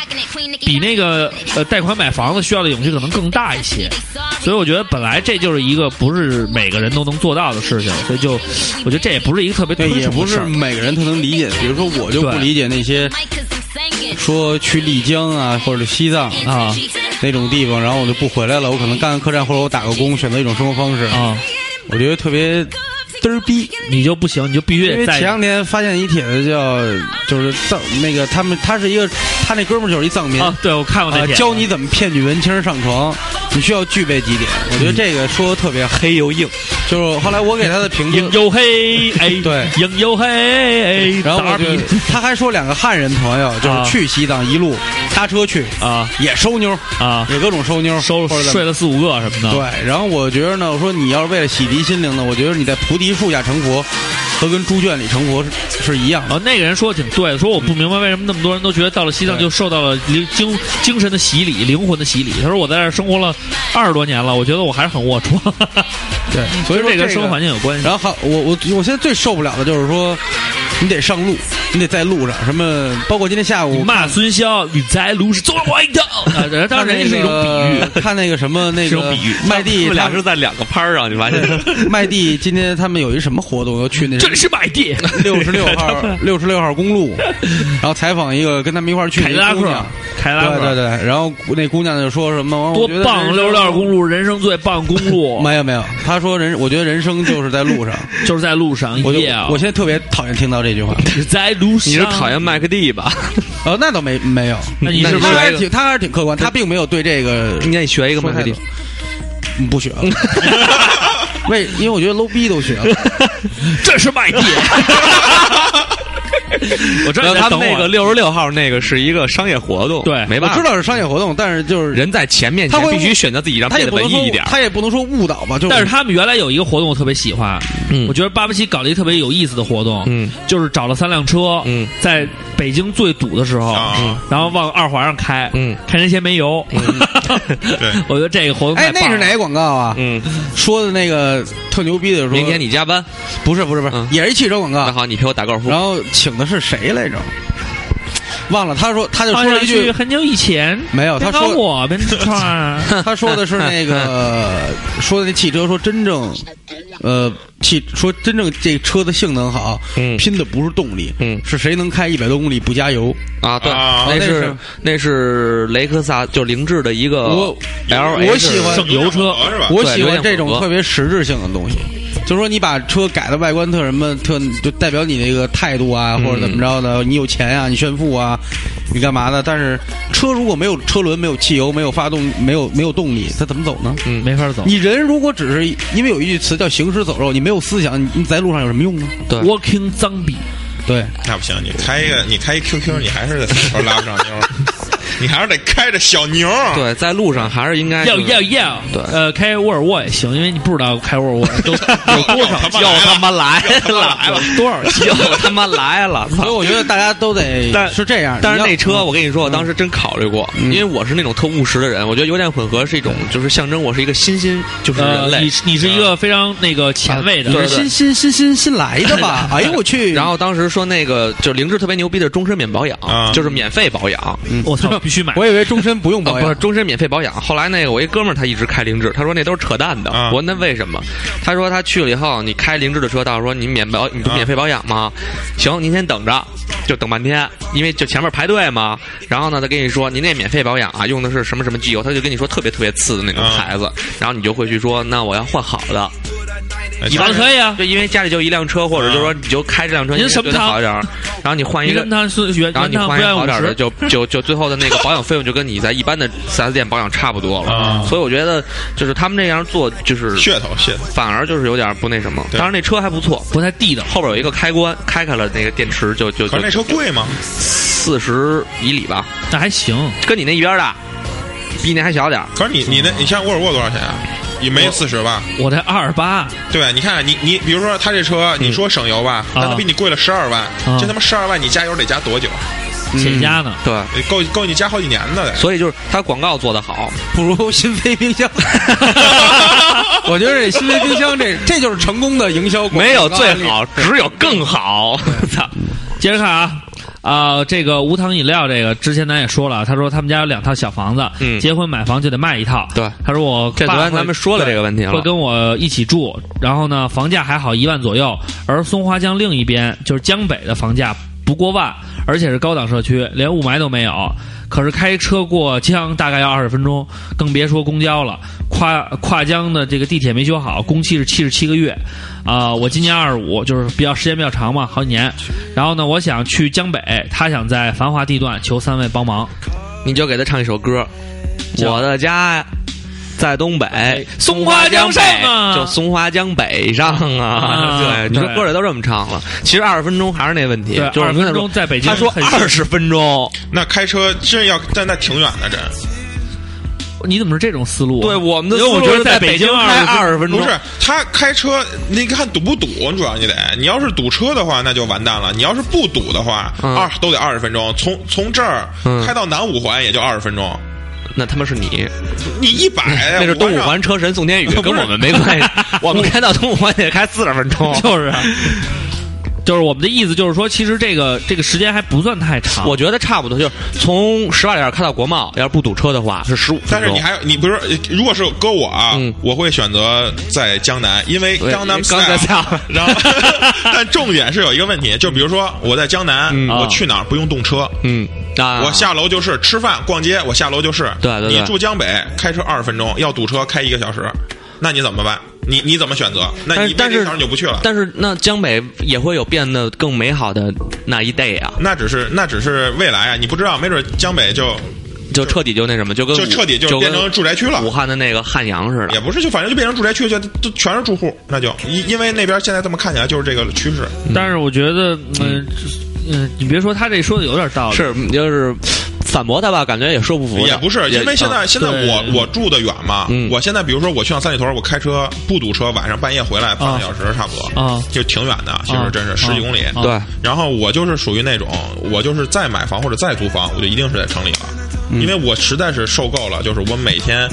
Speaker 3: 比那个呃贷款买房子需要的勇气可能更大一些。所以我觉得本来这就是一个不是每个人都能做到的事情，所以就我觉得这也不是一个特别
Speaker 6: 对，
Speaker 3: 推
Speaker 6: 也
Speaker 3: 崇
Speaker 6: 不
Speaker 3: 的事
Speaker 6: 是
Speaker 3: 儿。
Speaker 6: 每个人他能理解的。比如说，我就不
Speaker 3: 对
Speaker 6: 理解那些说去丽江啊，或者西藏
Speaker 3: 啊
Speaker 6: 那种地方，然后我就不回来了。我可能干个客栈，或者我打个工，选择一种生活方式。
Speaker 3: 啊，
Speaker 6: 我觉得特别嘚儿逼。
Speaker 3: 你就不行，你就必须
Speaker 6: 因
Speaker 3: 得
Speaker 6: 为前
Speaker 3: 在
Speaker 6: 两天发现一帖子叫，就是藏那个他们，他是一个他那哥们儿就是一藏民
Speaker 3: 啊，对我看过那
Speaker 6: 啊
Speaker 3: 帖，
Speaker 6: 教你怎
Speaker 3: 嗯
Speaker 6: 么骗女文青上床，你需要具备几点？我觉得这个说的特别黑又硬，就是后来我给他的评
Speaker 3: 影
Speaker 6: 价，
Speaker 3: 又黑，哎，
Speaker 6: 对
Speaker 3: 影又黑，哎
Speaker 6: 然后我
Speaker 3: 打
Speaker 6: 就
Speaker 3: 比
Speaker 6: 他还说两个汉人朋友就是去西藏一路搭车去，
Speaker 3: 啊
Speaker 6: 也收妞，
Speaker 3: 啊，
Speaker 6: 也各种收妞，
Speaker 3: 收
Speaker 6: 或者怎么
Speaker 3: 睡了四五个什么的，
Speaker 6: 对，然后我觉得呢，我说你要是为了洗涤心灵呢，我觉得你在菩提树下成佛，和跟猪圈里成佛是是一样
Speaker 3: 然
Speaker 6: 的。
Speaker 3: 后哦那个人说的挺对的，说我不明白为什么那么多人都觉得到了西藏就受到了灵精精神的洗礼、灵魂的洗礼。他说我在这儿生活了二十多年了，我觉得我还是很龌龊，
Speaker 6: 对，所以说
Speaker 3: 跟这
Speaker 6: 个
Speaker 3: 跟生活环。境有关系。
Speaker 6: 然后还我我我现在最受不了的就是说，你得上路，你得在路上什么，包括今天下午
Speaker 3: 骂孙骁，你在路上做我一 道，啊然后当
Speaker 6: 看
Speaker 3: 然
Speaker 6: 那
Speaker 3: 人家是一种比喻。
Speaker 6: 个看那个什么那
Speaker 3: 是种
Speaker 6: 个
Speaker 3: 比喻
Speaker 6: 麦地
Speaker 4: 你们
Speaker 6: 他
Speaker 4: 俩
Speaker 6: 们
Speaker 4: 是在两个拍儿上，你发现？
Speaker 6: 麦地今天他们有一什么活动，要去那
Speaker 3: 这里是麦地，
Speaker 6: 六十六号六十六号公路，然后采访一个跟他们一块儿去
Speaker 3: 凯
Speaker 6: 的
Speaker 3: 迪
Speaker 6: 一
Speaker 3: 拉
Speaker 6: 个姑
Speaker 3: 克
Speaker 6: 娘。，
Speaker 3: 凯迪拉
Speaker 6: 对对
Speaker 3: 克，
Speaker 6: 对，然后那姑娘就说什么
Speaker 3: 多棒！六十六号
Speaker 6: 路。
Speaker 3: 公路，人生最棒公 路，
Speaker 6: 没有没有，他说人，我觉得人生就是在路上。
Speaker 3: 就是在路上。
Speaker 6: 我就
Speaker 3: Yeah
Speaker 6: 我现在特别讨厌听到这句话。
Speaker 3: 是在路上，
Speaker 4: 你是讨厌麦克蒂吧？
Speaker 6: 呃，那倒没没有，
Speaker 3: 那你是不
Speaker 6: 他
Speaker 3: 是
Speaker 6: 还挺他还是挺客观，他并没有对这个
Speaker 4: 应该你学一个
Speaker 6: 说
Speaker 4: 麦克
Speaker 6: 太
Speaker 4: 蒂
Speaker 6: 多。。嗯不学 了，为因为我觉得 low 逼都学了。
Speaker 3: 这是麦地。 我知
Speaker 4: 然后
Speaker 3: 道你在
Speaker 4: 他们
Speaker 3: 等
Speaker 4: 那个
Speaker 3: 我。
Speaker 4: 六十六号那个是一个商业活动，
Speaker 3: 对
Speaker 4: 没
Speaker 6: 我
Speaker 4: 办法，
Speaker 6: 知道是商业活动，但是就是
Speaker 4: 人在前面，
Speaker 6: 他
Speaker 4: 前
Speaker 6: 会
Speaker 4: 必须选择自己让
Speaker 6: 他
Speaker 4: 变
Speaker 6: 也
Speaker 4: 得
Speaker 6: 不能
Speaker 4: 文
Speaker 6: 说
Speaker 4: 艺一点儿。
Speaker 6: 他也不能说误导吧，就
Speaker 3: 但是他们原来有一个活动我特别喜欢，
Speaker 4: 嗯
Speaker 3: 我觉得八八七搞了一个特别有意思的活动，
Speaker 4: 嗯，
Speaker 3: 就是找了三辆车，
Speaker 4: 嗯，
Speaker 3: 在北京最堵的时候，
Speaker 5: 啊嗯
Speaker 3: 然后往二环上开，
Speaker 4: 嗯
Speaker 3: 看谁先没油，
Speaker 5: 对
Speaker 3: 我觉得这个活动
Speaker 6: 哎
Speaker 3: 太，棒
Speaker 6: 那
Speaker 3: 了
Speaker 6: 是哪个广告啊？
Speaker 4: 嗯，
Speaker 6: 说的那个特牛逼的说，
Speaker 4: 明天你加班，
Speaker 6: 不是不是不是
Speaker 4: 嗯，
Speaker 6: 也是一汽车广告
Speaker 4: 那。好，你陪我打高尔夫
Speaker 6: 然。后请的是谁来着？忘了，他说他就
Speaker 3: 好
Speaker 6: 说
Speaker 3: 像
Speaker 6: 了一句
Speaker 3: 是很久以前，
Speaker 6: 没有，他
Speaker 3: 别搞
Speaker 6: 说
Speaker 3: 我别啊 串，
Speaker 6: 他说的是那个说的那汽车，说真正，呃，汽说真正这车的性能好，
Speaker 4: 嗯
Speaker 6: 拼的不是动力，
Speaker 4: 嗯
Speaker 6: 是谁能开一百多公里不加油？
Speaker 4: 啊，对，
Speaker 5: 啊
Speaker 4: 那
Speaker 6: 那
Speaker 4: 是
Speaker 6: 是
Speaker 4: 那是雷克萨，就凌志的一个
Speaker 6: 我
Speaker 4: L，
Speaker 6: 我喜欢
Speaker 3: 省油车
Speaker 5: 是吧？
Speaker 6: 我
Speaker 4: 啊对
Speaker 6: 喜
Speaker 4: 有
Speaker 6: 欢
Speaker 4: 点
Speaker 6: 这
Speaker 4: 混
Speaker 6: 种
Speaker 4: 合
Speaker 6: 特别实质性的东西，就是说你把车改的外观特什么特，就代表你那个态度啊，
Speaker 4: 嗯
Speaker 6: 或者怎么着的，你有钱啊，你炫富啊，你干嘛的？但是车如果没有车轮、没有汽油、没有发动、没有没有动力，它怎么走呢？
Speaker 4: 嗯
Speaker 3: 没法走。
Speaker 6: 你人如果只是因为有一句词叫行尸走肉，你没有思想，你你在路上有什么用呢？
Speaker 4: 对
Speaker 3: Walking 脏逼，
Speaker 6: 对，
Speaker 5: 那不行，你开一个，你开一 QQ，你还是在死拉不上妞儿，你还是得开着小牛 儿。
Speaker 4: 对，在路上还是应该
Speaker 3: 要
Speaker 4: 就是
Speaker 3: 要 要，
Speaker 4: 哎对
Speaker 3: 呃，开沃尔沃也行，因为你不知道开沃尔沃都有多少
Speaker 5: 他妈
Speaker 4: 要
Speaker 5: 来了
Speaker 4: 他妈来了，
Speaker 3: 有 多少钱。
Speaker 4: 要他妈来了，
Speaker 6: 所以
Speaker 4: 操！
Speaker 6: 我觉得大家都得
Speaker 4: 啊但
Speaker 6: 是这样。
Speaker 4: 但是
Speaker 6: 你要
Speaker 4: 那车，我跟你说，我当时真考虑过，因为我是那种特务实的人，我觉得油电混合是一种，就是象征我是一个新兴，就是 人
Speaker 3: 呃，
Speaker 4: 类
Speaker 3: 你。是你是一个非常那个前卫的，
Speaker 4: 对对
Speaker 6: 你是新新新新新来的吧？哎呦我 去！
Speaker 4: 然后当时说那个就凌志特别牛逼的终身免保养
Speaker 5: 啊，
Speaker 4: 就是免费保养，
Speaker 3: 我操，必须买！
Speaker 6: 我以为终身不
Speaker 3: 哦
Speaker 6: 用
Speaker 4: 啊，
Speaker 6: 保
Speaker 4: 不是
Speaker 6: 养，
Speaker 4: 终身免费保养。后来那个我一哥们儿他一直开凌志，他说那都是扯淡的。
Speaker 5: 啊
Speaker 4: 我问他为什么，他说他去了以后，你开凌志的车，到时候你免保，你不
Speaker 5: 啊
Speaker 4: 免费保养吗？行，您先等着，就等半天，因为就前面排队嘛。然后呢，他跟你说您那免费保养啊，用的是什么什么机油，他就跟你说特别特别次的那种
Speaker 5: 啊
Speaker 4: 牌子，然后你就会去说那我要换好的，
Speaker 5: 哎，
Speaker 3: 你完
Speaker 5: 当时
Speaker 3: 可以啊
Speaker 4: 就，因为家里就一辆车，或者就是说你就开这辆车，
Speaker 3: 您
Speaker 4: 你
Speaker 3: 什
Speaker 4: 觉
Speaker 3: 么
Speaker 4: 得
Speaker 3: 汤
Speaker 4: 好一点儿，然后你换
Speaker 3: 你
Speaker 4: 一个
Speaker 3: 跟。他说原
Speaker 4: 然后
Speaker 3: 原
Speaker 4: 你
Speaker 3: 汤
Speaker 4: 换
Speaker 3: 不
Speaker 4: 一个
Speaker 3: 要
Speaker 4: 好
Speaker 3: 五
Speaker 4: 点儿的，
Speaker 3: 十，
Speaker 4: 就就就最后的那个保养费用就跟你在一般的 4S 店保养差不多
Speaker 5: 啊
Speaker 4: 了。所以我觉得就是他们这样做，就是
Speaker 5: 噱头噱头，
Speaker 4: 反而就是有点不那什么。
Speaker 5: 对
Speaker 4: 当然那车还不错，
Speaker 3: 不太地道。
Speaker 4: 后边有一个开关，开开了那个电池就就
Speaker 5: 可
Speaker 4: 就是
Speaker 5: 那车贵吗？
Speaker 4: 四十以里吧，
Speaker 3: 那还行，
Speaker 4: 跟你那一边的，比你还小点儿。嗯
Speaker 5: 可是你你那你像沃尔沃多少钱啊？也没四十吧？
Speaker 3: 我这二十八，
Speaker 5: 对，你看你你比如说他这车，你说省油吧，但它比你贵了十二万，这他妈十二万你加油得加多久？
Speaker 4: 嗯
Speaker 3: 谁家呢？
Speaker 4: 对，
Speaker 5: 够够你加好几年的得。
Speaker 4: 所以就是它广告做得好，
Speaker 6: 不如新飞 冰箱。 我觉得这新飞冰箱这这就是成功的营销广告
Speaker 4: 没有最好，只有更好。 操，
Speaker 3: 接着看啊。啊、这个无糖饮料，这个之前咱也说了，啊他说他们家有两套小房子，
Speaker 4: 嗯
Speaker 3: 结婚买房就得卖一套。
Speaker 4: 对
Speaker 3: 他说我
Speaker 4: 这昨
Speaker 3: 爸
Speaker 4: 天咱们说了这个问题了
Speaker 3: 会跟我一起住，然后呢，房价还好一万左右，而松花江另一边就是江北的房价不过万，而且是高档社区，连雾霾都没有。可是开车过江大概要二十分钟，更别说公交了。跨跨江的这个地铁没修好，工期是七十七个月，啊、我今年二十五，就是比较时间比较长嘛，好几年。然后呢，我想去江北，他想在繁华地段求三位帮忙。
Speaker 4: 你就给他唱一首歌，《
Speaker 3: 叫
Speaker 4: 我的家》在东北，
Speaker 3: 松
Speaker 4: 松
Speaker 3: 花
Speaker 4: 花江
Speaker 3: 江上
Speaker 4: 北
Speaker 3: 啊
Speaker 4: 就松花江北上啊，
Speaker 3: 啊
Speaker 4: 对，你说
Speaker 3: 对
Speaker 4: 歌里都这么唱了。其实二十分钟还是那问题，
Speaker 3: 对
Speaker 4: 就是我
Speaker 3: 20
Speaker 4: 跟他
Speaker 3: 分钟
Speaker 4: 说
Speaker 3: 在北京
Speaker 4: 他说
Speaker 3: 很
Speaker 4: 二十分钟，
Speaker 5: 那开车真要，但那挺远的，这
Speaker 3: 你怎么是这种思路啊？
Speaker 4: 对我们的
Speaker 3: 因为我
Speaker 4: 思路
Speaker 3: 觉得
Speaker 4: 是
Speaker 3: 在
Speaker 4: 在
Speaker 3: 北
Speaker 4: 北
Speaker 3: 京
Speaker 4: 京
Speaker 3: 20。
Speaker 4: 开二十分钟
Speaker 5: 不是他开车，你看堵不堵？主要你得，你要是堵车的话，那就完蛋了。你要是不堵的话，
Speaker 4: 嗯
Speaker 5: 二都得二十分钟，从从这儿
Speaker 4: 嗯
Speaker 5: 开到南五环也就二十分钟，
Speaker 4: 那他妈是你，
Speaker 5: 你一百
Speaker 4: 那是东五
Speaker 5: 哎我让
Speaker 4: 环车神宋天宇，
Speaker 5: 不是
Speaker 4: 跟我们没关系。我们开到东五环得开四十分钟
Speaker 3: 就是啊，就是我们的意思就是说，其实这个这个时间还不算太长。
Speaker 4: 我觉得差不多，就是从十八里店开到国贸，要是不堵车的话是十五分钟。
Speaker 5: 但是你还你不是，如果是搁我啊，
Speaker 4: 嗯
Speaker 5: 我会选择在江南，因为江南
Speaker 4: 刚才
Speaker 5: style。
Speaker 4: 下，
Speaker 5: 然后， 但重点是有一个问题，就比如说我在江南，
Speaker 4: 嗯
Speaker 5: 我去哪儿不用动车，
Speaker 4: 嗯啊，
Speaker 5: 我下楼就是吃饭、逛街，我下楼就是。
Speaker 4: 对对对
Speaker 5: 你住江北，开车二十分钟，要堵车开一个小时，那你怎么办？你你怎么选择？那
Speaker 4: 但
Speaker 5: 你
Speaker 4: 是但
Speaker 5: 那
Speaker 4: 是
Speaker 5: 小时你就不去了。
Speaker 4: 但是那江北也会有变得更美好的那一 day 啊，
Speaker 5: 那只是那只是未来啊，你不知道，没准江北就
Speaker 4: 就彻底就那什么，就跟
Speaker 5: 就彻底就
Speaker 4: 嗯就
Speaker 5: 变
Speaker 4: 跟
Speaker 5: 成住宅区了
Speaker 4: 武汉的那个汉阳似
Speaker 5: 也
Speaker 4: 的。
Speaker 5: 不是，就反正就变成住宅区，就都全是住户，那就因因为那边现在这么看起来就是这个趋势。
Speaker 3: 但是我觉得，嗯嗯，你别说他这说的有点道理，
Speaker 4: 是，就是反驳他吧，感觉也说不服他。
Speaker 5: 也不是，
Speaker 4: 也
Speaker 5: 因为现在、
Speaker 4: 嗯
Speaker 5: 现在我我住的远嘛，
Speaker 4: 嗯
Speaker 5: 我现在比如说我去趟三里屯，我开车不堵车，晚上半夜回来半个小时差不多，
Speaker 3: 啊
Speaker 5: 就挺远的，其
Speaker 3: 啊
Speaker 5: 实真是、
Speaker 3: 啊
Speaker 5: 十几公里。
Speaker 3: 啊
Speaker 4: 对，
Speaker 5: 然后我就是属于那种，我就是再买房或者再租房，我就一定是在城里了，
Speaker 4: 嗯
Speaker 5: 因为我实在是受够了，就是我每天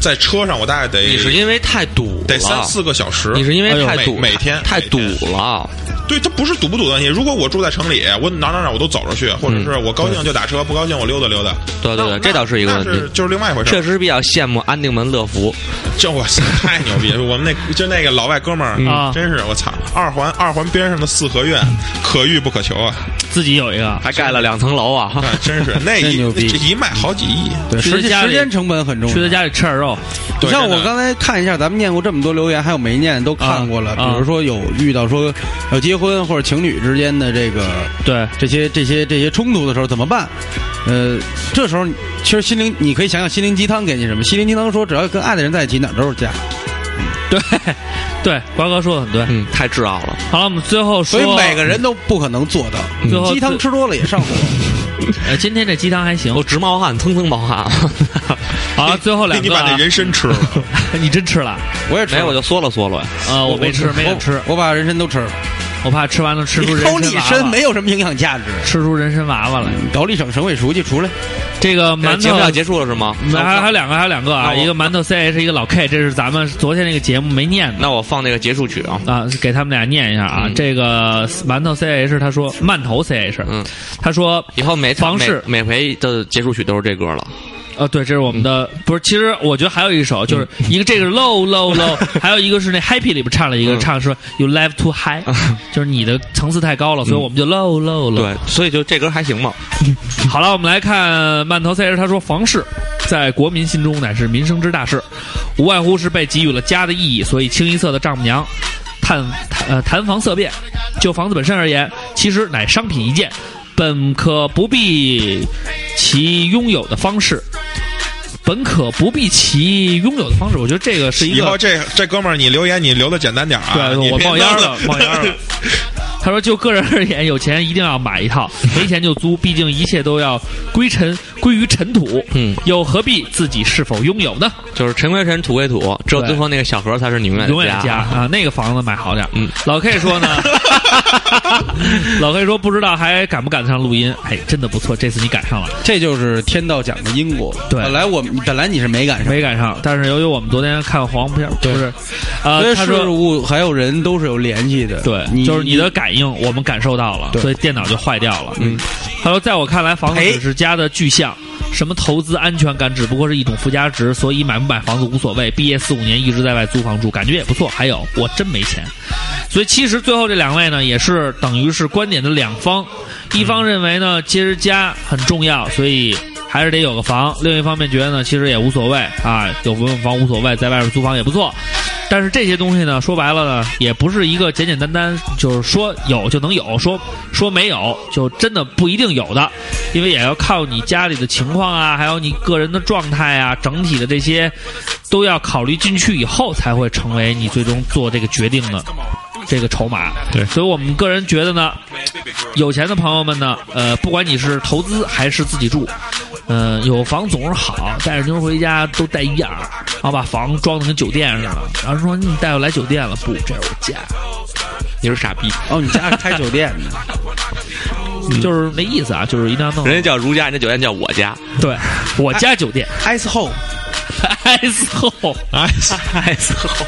Speaker 5: 在车上，我大概得
Speaker 4: 你是因为太堵了，
Speaker 5: 得三四个小时，
Speaker 4: 你是因为太
Speaker 5: 每
Speaker 4: 堵，
Speaker 5: 每天
Speaker 4: 太
Speaker 5: 每
Speaker 4: 堵
Speaker 5: 天
Speaker 4: 了。
Speaker 5: 对，它不是堵不堵的问题。如果我住在城里，我哪哪哪我都走着去，或者是我高兴就打车，不高兴我溜达溜达。
Speaker 4: 对对对
Speaker 5: 那
Speaker 4: 这倒是一个
Speaker 5: 那
Speaker 4: 问题
Speaker 5: 是就是另外一回事。
Speaker 4: 确实比较羡慕安定门乐福，
Speaker 5: 这我操太牛逼！了！我们那就那个老外哥们儿
Speaker 4: 嗯
Speaker 3: 啊
Speaker 5: 真是我操！二环二环边上的四合院，可遇不可求啊！
Speaker 3: 自己有一个，
Speaker 4: 还盖了两层楼 啊。
Speaker 5: 啊，真 是那
Speaker 6: 真
Speaker 5: 一
Speaker 6: 牛逼
Speaker 5: 这一卖好几亿，
Speaker 6: 对，
Speaker 3: 去
Speaker 6: 时
Speaker 3: 他家
Speaker 6: 间时
Speaker 3: 里
Speaker 6: 间成本很重要。
Speaker 3: 去他家里吃点肉，
Speaker 6: 你
Speaker 5: 对
Speaker 6: 像
Speaker 5: 真的
Speaker 6: 我刚才看一下，咱们念过这么多留言，还有没念都看过了。
Speaker 3: 啊啊
Speaker 6: 比如说有遇到说要结婚或者情侣之间的这个
Speaker 3: 对，
Speaker 6: 这些这些这些冲突的时候怎么办？呃，这时候其实心灵你可以想想心灵鸡汤给你什么？心灵鸡汤说，只要跟爱的人在一起，哪儿都是家。
Speaker 3: 对，对，瓜哥说的很对。
Speaker 4: 嗯，太自傲了。
Speaker 3: 好了，我们最后
Speaker 6: 所
Speaker 3: 说，
Speaker 6: 以每个人都不可能做到。嗯
Speaker 3: 最后
Speaker 6: 鸡汤吃多了也上火。
Speaker 3: 呃，今天这鸡汤还行
Speaker 4: 我。直冒汗，蹭蹭冒汗。
Speaker 3: 好了，最后
Speaker 5: 那
Speaker 3: 两
Speaker 5: 你
Speaker 3: 个
Speaker 5: 把
Speaker 3: 啊
Speaker 5: 那，人参吃了，
Speaker 3: 你真吃了？
Speaker 6: 我也吃
Speaker 4: 没
Speaker 6: 了，
Speaker 4: 有，我就缩了缩了。
Speaker 3: 啊，我 没吃，没敢吃，
Speaker 6: 我把人参都吃了。
Speaker 3: 我怕吃完了啊吃出人
Speaker 6: 偷你参
Speaker 3: 参娃
Speaker 6: 没
Speaker 3: 娃，
Speaker 6: 有什么营养价值。
Speaker 3: 吃出人参娃娃来。
Speaker 6: 搞了一省省委书记出来，
Speaker 3: 这个
Speaker 4: 这
Speaker 3: 馒
Speaker 4: 节
Speaker 3: 头
Speaker 4: 目要结束了是吗？
Speaker 3: 还还有两个，还有两个啊，
Speaker 4: 那我
Speaker 3: 一个馒头 CH，一个老 K，这是咱们昨天那个节目没念的
Speaker 4: 那我放那个结束曲啊。
Speaker 3: 啊，给他们俩念一下啊。
Speaker 4: 嗯
Speaker 3: 这个馒头 CH 他说，馒头 CH，
Speaker 4: 嗯，
Speaker 3: 他说，
Speaker 4: 以后每
Speaker 3: 方式
Speaker 4: 每每回的结束曲都是这歌了。
Speaker 3: 呃，对，这是我们的，
Speaker 4: 嗯
Speaker 3: 不是，其实我觉得还有一首，就是一个这个 low low low，还有一个是那 happy 里边唱了一个
Speaker 4: 嗯
Speaker 3: 唱说 you live too high，就是你的层次太高了，所以我们就 low low low。
Speaker 4: 嗯对，所以就这歌还行吧。
Speaker 3: 好了，我们来看曼头赛事。他说，房市在国民心中乃是民生之大事，无外乎是被给予了家的意义，所以清一色的丈母娘。谈呃谈房色变，就房子本身而言，其实乃商品一件，本可不必其拥有的方式，本可不必其拥有的方式。我觉得这个是一
Speaker 5: 以
Speaker 3: 个
Speaker 5: 后这这哥们儿你留言你留的简单点儿啊，
Speaker 3: 对，
Speaker 5: 你
Speaker 3: 我
Speaker 5: 别
Speaker 3: 冒烟
Speaker 5: 弄
Speaker 3: 了，冒烟了。他说：“就个人而言，有钱一定要买一套，没钱就租，毕竟一切都要归尘，归于尘土。
Speaker 4: 嗯，
Speaker 3: 又何必自己是否拥有呢？
Speaker 4: 就是尘归尘，土归土，只有
Speaker 3: 对
Speaker 4: 最后那个小盒才是你永远的
Speaker 3: 永远家啊，那个房子买好点。
Speaker 4: 哎嗯，
Speaker 3: 老 K 说呢，老 K 说不知道还赶不赶得上录音。哎，真的不错，这次你赶上了，
Speaker 6: 这就是天道讲的因果。
Speaker 3: 对
Speaker 6: 本来我们本来你是没赶上，
Speaker 3: 没赶上。但是由于我们昨天看黄片，不是，
Speaker 6: 所
Speaker 3: 呃，
Speaker 6: 以
Speaker 3: 他
Speaker 6: 事
Speaker 3: 说。”
Speaker 6: 物还有人都是有联系的。
Speaker 3: 对，
Speaker 6: 你
Speaker 3: 就是你的感应，我们感受到了，
Speaker 6: 对
Speaker 3: 所以电脑就坏掉了。嗯，他说，在我看来，房子
Speaker 6: 赔
Speaker 3: 只是家的具象，什么投资安全感只不过是一种附加值，所以买不买房子无所谓。毕业四五年一直在外租房住，感觉也不错。还有，我真没钱。所以其实最后这两位呢，也是等于是观点的两方，一方认为呢，其实家很重要，所以还是得有个房；另一方面觉得呢，其实也无所谓啊，有不用房无所谓，在外边租房也不错。但是这些东西呢，说白了呢，也不是一个简简单单就是说有就能有，说说没有就真的不一定有的，因为也要靠你家里的情况啊，还有你个人的状态啊，整体的这些都要考虑进去以后，才会成为你最终做这个决定的这个筹码。
Speaker 5: 对
Speaker 3: 所以我们个人觉得呢，有钱的朋友们呢，呃，不管你是投资还是自己住，嗯、有房总是好，带着妞回家都带一样儿，然后把房装的跟酒店似的，然后说你带我来酒店了，不，这是我家，
Speaker 4: 你是傻逼，
Speaker 6: 哦，你家是开酒店 的，
Speaker 3: 就是没意思啊，就是一定要弄
Speaker 4: 人家叫如家，人家酒店叫我 家，
Speaker 3: 对我家酒店
Speaker 6: ice home，
Speaker 3: ，S 后
Speaker 5: 哎，
Speaker 4: as home。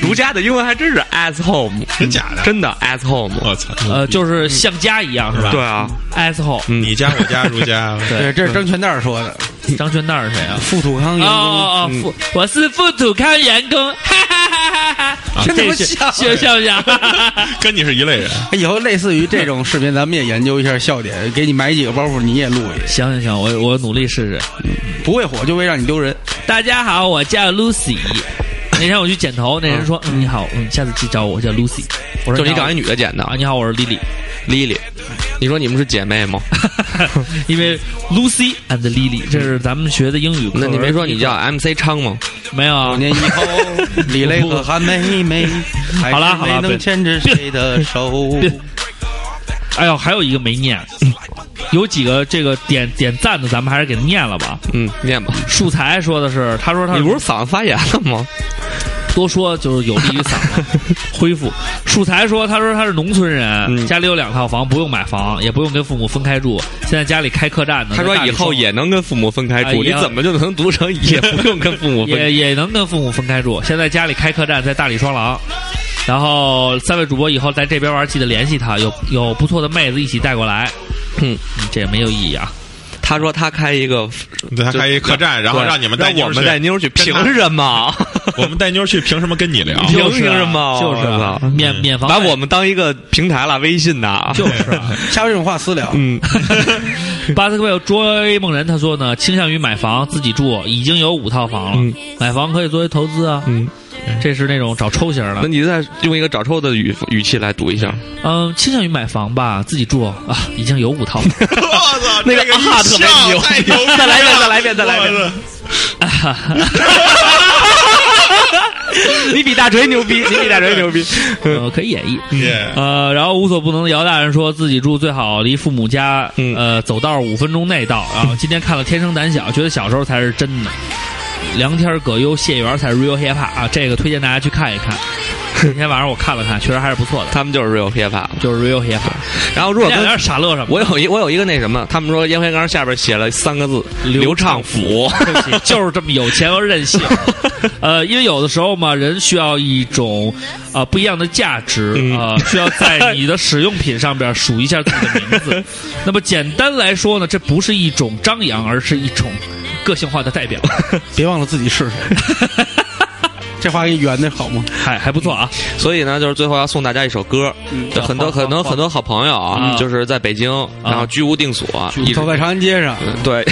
Speaker 4: 如家的英文还真是 as home，
Speaker 5: 真假的
Speaker 4: 真的 as home。
Speaker 5: 我操！
Speaker 3: 呃，就是像家一样是吧？
Speaker 4: 对啊，
Speaker 3: ，S 后
Speaker 5: 嗯你家我家如家，
Speaker 6: 对，这是张全蛋说的，
Speaker 3: 张全蛋是谁啊？
Speaker 6: 富土
Speaker 4: 嗯
Speaker 6: 康
Speaker 3: 哦
Speaker 6: 员工，
Speaker 3: 哦哦，富，我是富土康员工，哈哈哈哈哈！
Speaker 6: 真他妈
Speaker 3: 这是
Speaker 6: 像
Speaker 3: 像像不像？
Speaker 5: 跟你是一类人。
Speaker 6: 以后类似于这种视频，咱们也研究一下笑点，给你买几个包袱，你也录一下，
Speaker 3: 行行行，我我努力试试。
Speaker 6: 不会火就会让你丢人。
Speaker 3: 大家好，我叫 Lucy。那天我去剪头，那人说：“嗯，你好，嗯，下次记找我，我叫 Lucy。”我说：“
Speaker 4: 就你
Speaker 3: 好
Speaker 4: 找一女的捡的
Speaker 3: 啊，你好，我是 Lily，
Speaker 4: ，Lily，你说你们是姐妹吗？
Speaker 3: 因为 Lucy and Lily 这是咱们学的英语课
Speaker 4: 嗯
Speaker 3: 文。
Speaker 4: 那你没说你叫 MC 昌吗？
Speaker 3: 没有啊
Speaker 6: 五？年以后，李雷和韩梅 梅，
Speaker 3: 好啦
Speaker 6: 还
Speaker 3: 好
Speaker 6: 是
Speaker 3: 啦
Speaker 6: 没能
Speaker 3: 别
Speaker 6: 牵着谁的手？
Speaker 3: 别哎呦，还有一个没念，有几个这个点点赞的，咱们还是给念了吧。
Speaker 4: 嗯，念吧。
Speaker 3: 素材说的是，他说他
Speaker 4: 你不是嗓子发炎了吗？
Speaker 3: 多说就是有利于嗓 子恢复。树才说，他说他是农村人，
Speaker 4: 嗯
Speaker 3: 家里有两套房，不用买房，也不用跟父母分开住，现在家里开客栈呢。
Speaker 4: 嗯他说
Speaker 3: 在大理
Speaker 4: 以后
Speaker 3: 生活
Speaker 4: 也能跟父母分开
Speaker 3: 哎
Speaker 4: 住，你
Speaker 3: 也
Speaker 4: 怎么就能读成也不用跟父母分开？
Speaker 3: 也也能跟父母分开住，现在家里开客栈在大理双廊。然后三位主播以后在这边玩，记得联系他，有有不错的妹子一起带过来。
Speaker 4: 嗯，
Speaker 3: 这也没有意义啊。
Speaker 4: 他说他开一个，
Speaker 5: 对他开一客栈，然后
Speaker 4: 对
Speaker 5: 让你们带
Speaker 4: 让
Speaker 5: 妞
Speaker 4: 我
Speaker 5: 儿
Speaker 4: 们带
Speaker 5: 去，
Speaker 4: 妞儿去，凭
Speaker 5: 他
Speaker 4: 什么？
Speaker 5: 我们带妞儿去，凭什么跟 你聊？
Speaker 4: 凭
Speaker 3: 就是啊
Speaker 4: 什么
Speaker 3: 就是啊
Speaker 4: 我操
Speaker 3: 免
Speaker 5: 嗯
Speaker 3: 免房费，
Speaker 4: 把我们当一个平台了，微信呐，
Speaker 3: 就是啊。
Speaker 6: 下回这种话私聊。
Speaker 4: 嗯，
Speaker 3: 巴斯克有追梦人他说呢，倾向于买房自己住，已经有五套房了，
Speaker 4: 嗯
Speaker 3: 买房可以作为投资啊。
Speaker 4: 嗯，
Speaker 3: 这是那种找抽型
Speaker 4: 那
Speaker 3: 的。
Speaker 4: 你再用一个找抽的语语气来读一下，
Speaker 3: 嗯，倾向于买房吧，自己住啊，已经有五 套房。
Speaker 5: 我操，
Speaker 4: 那个
Speaker 5: 这个一
Speaker 4: 啊特别
Speaker 5: 笑
Speaker 4: 牛
Speaker 5: 太牛逼 了！
Speaker 4: 再来一遍再来一遍再来一遍
Speaker 5: 我操
Speaker 4: 你比大锤牛 逼，你比大锤牛逼。
Speaker 3: 呃，可以演绎。
Speaker 5: 耶
Speaker 3: 呃，然后无所不能的姚大人说自己住最好离父母家，
Speaker 4: 嗯
Speaker 3: 呃，走道五分钟内到。然后今天看了《天生胆小》，觉得小时候才是真的。梁天儿、葛优、谢元儿才是 real hip hop 啊，这个推荐大家去看一看。今天晚上我看了看，确实还是不错的，
Speaker 4: 他们就是 real hip hop。
Speaker 3: 就是 real hip hop。
Speaker 4: 然后如
Speaker 3: 这
Speaker 4: 果
Speaker 3: 两
Speaker 4: 跟
Speaker 3: 点傻乐什么
Speaker 4: 我有一我有一个那什么，他们说烟灰缸下边写了三个字“
Speaker 3: 流
Speaker 4: 流畅
Speaker 3: 畅
Speaker 4: 府
Speaker 3: 对不起， 就是这么有钱又任 性。呃，因为有的时候嘛，人需要一种啊、呃不一样的价值
Speaker 4: 嗯
Speaker 3: 啊、呃需要在你的使用品上边数一下自己的 名字。那么简单来说呢，这不是一种张扬，而是一种个性化的代表，
Speaker 6: 别忘了自己是谁。 这话给你圆的好吗？
Speaker 3: 还还不 错啊。”。
Speaker 4: 所以呢，就是最后要送大家一首歌，就很多
Speaker 3: 好好
Speaker 4: 很多
Speaker 3: 好
Speaker 4: 很多好朋友啊
Speaker 3: 嗯，
Speaker 4: 就是在北京，然后居无定所，一直
Speaker 6: 走在长安街上，
Speaker 4: 嗯对，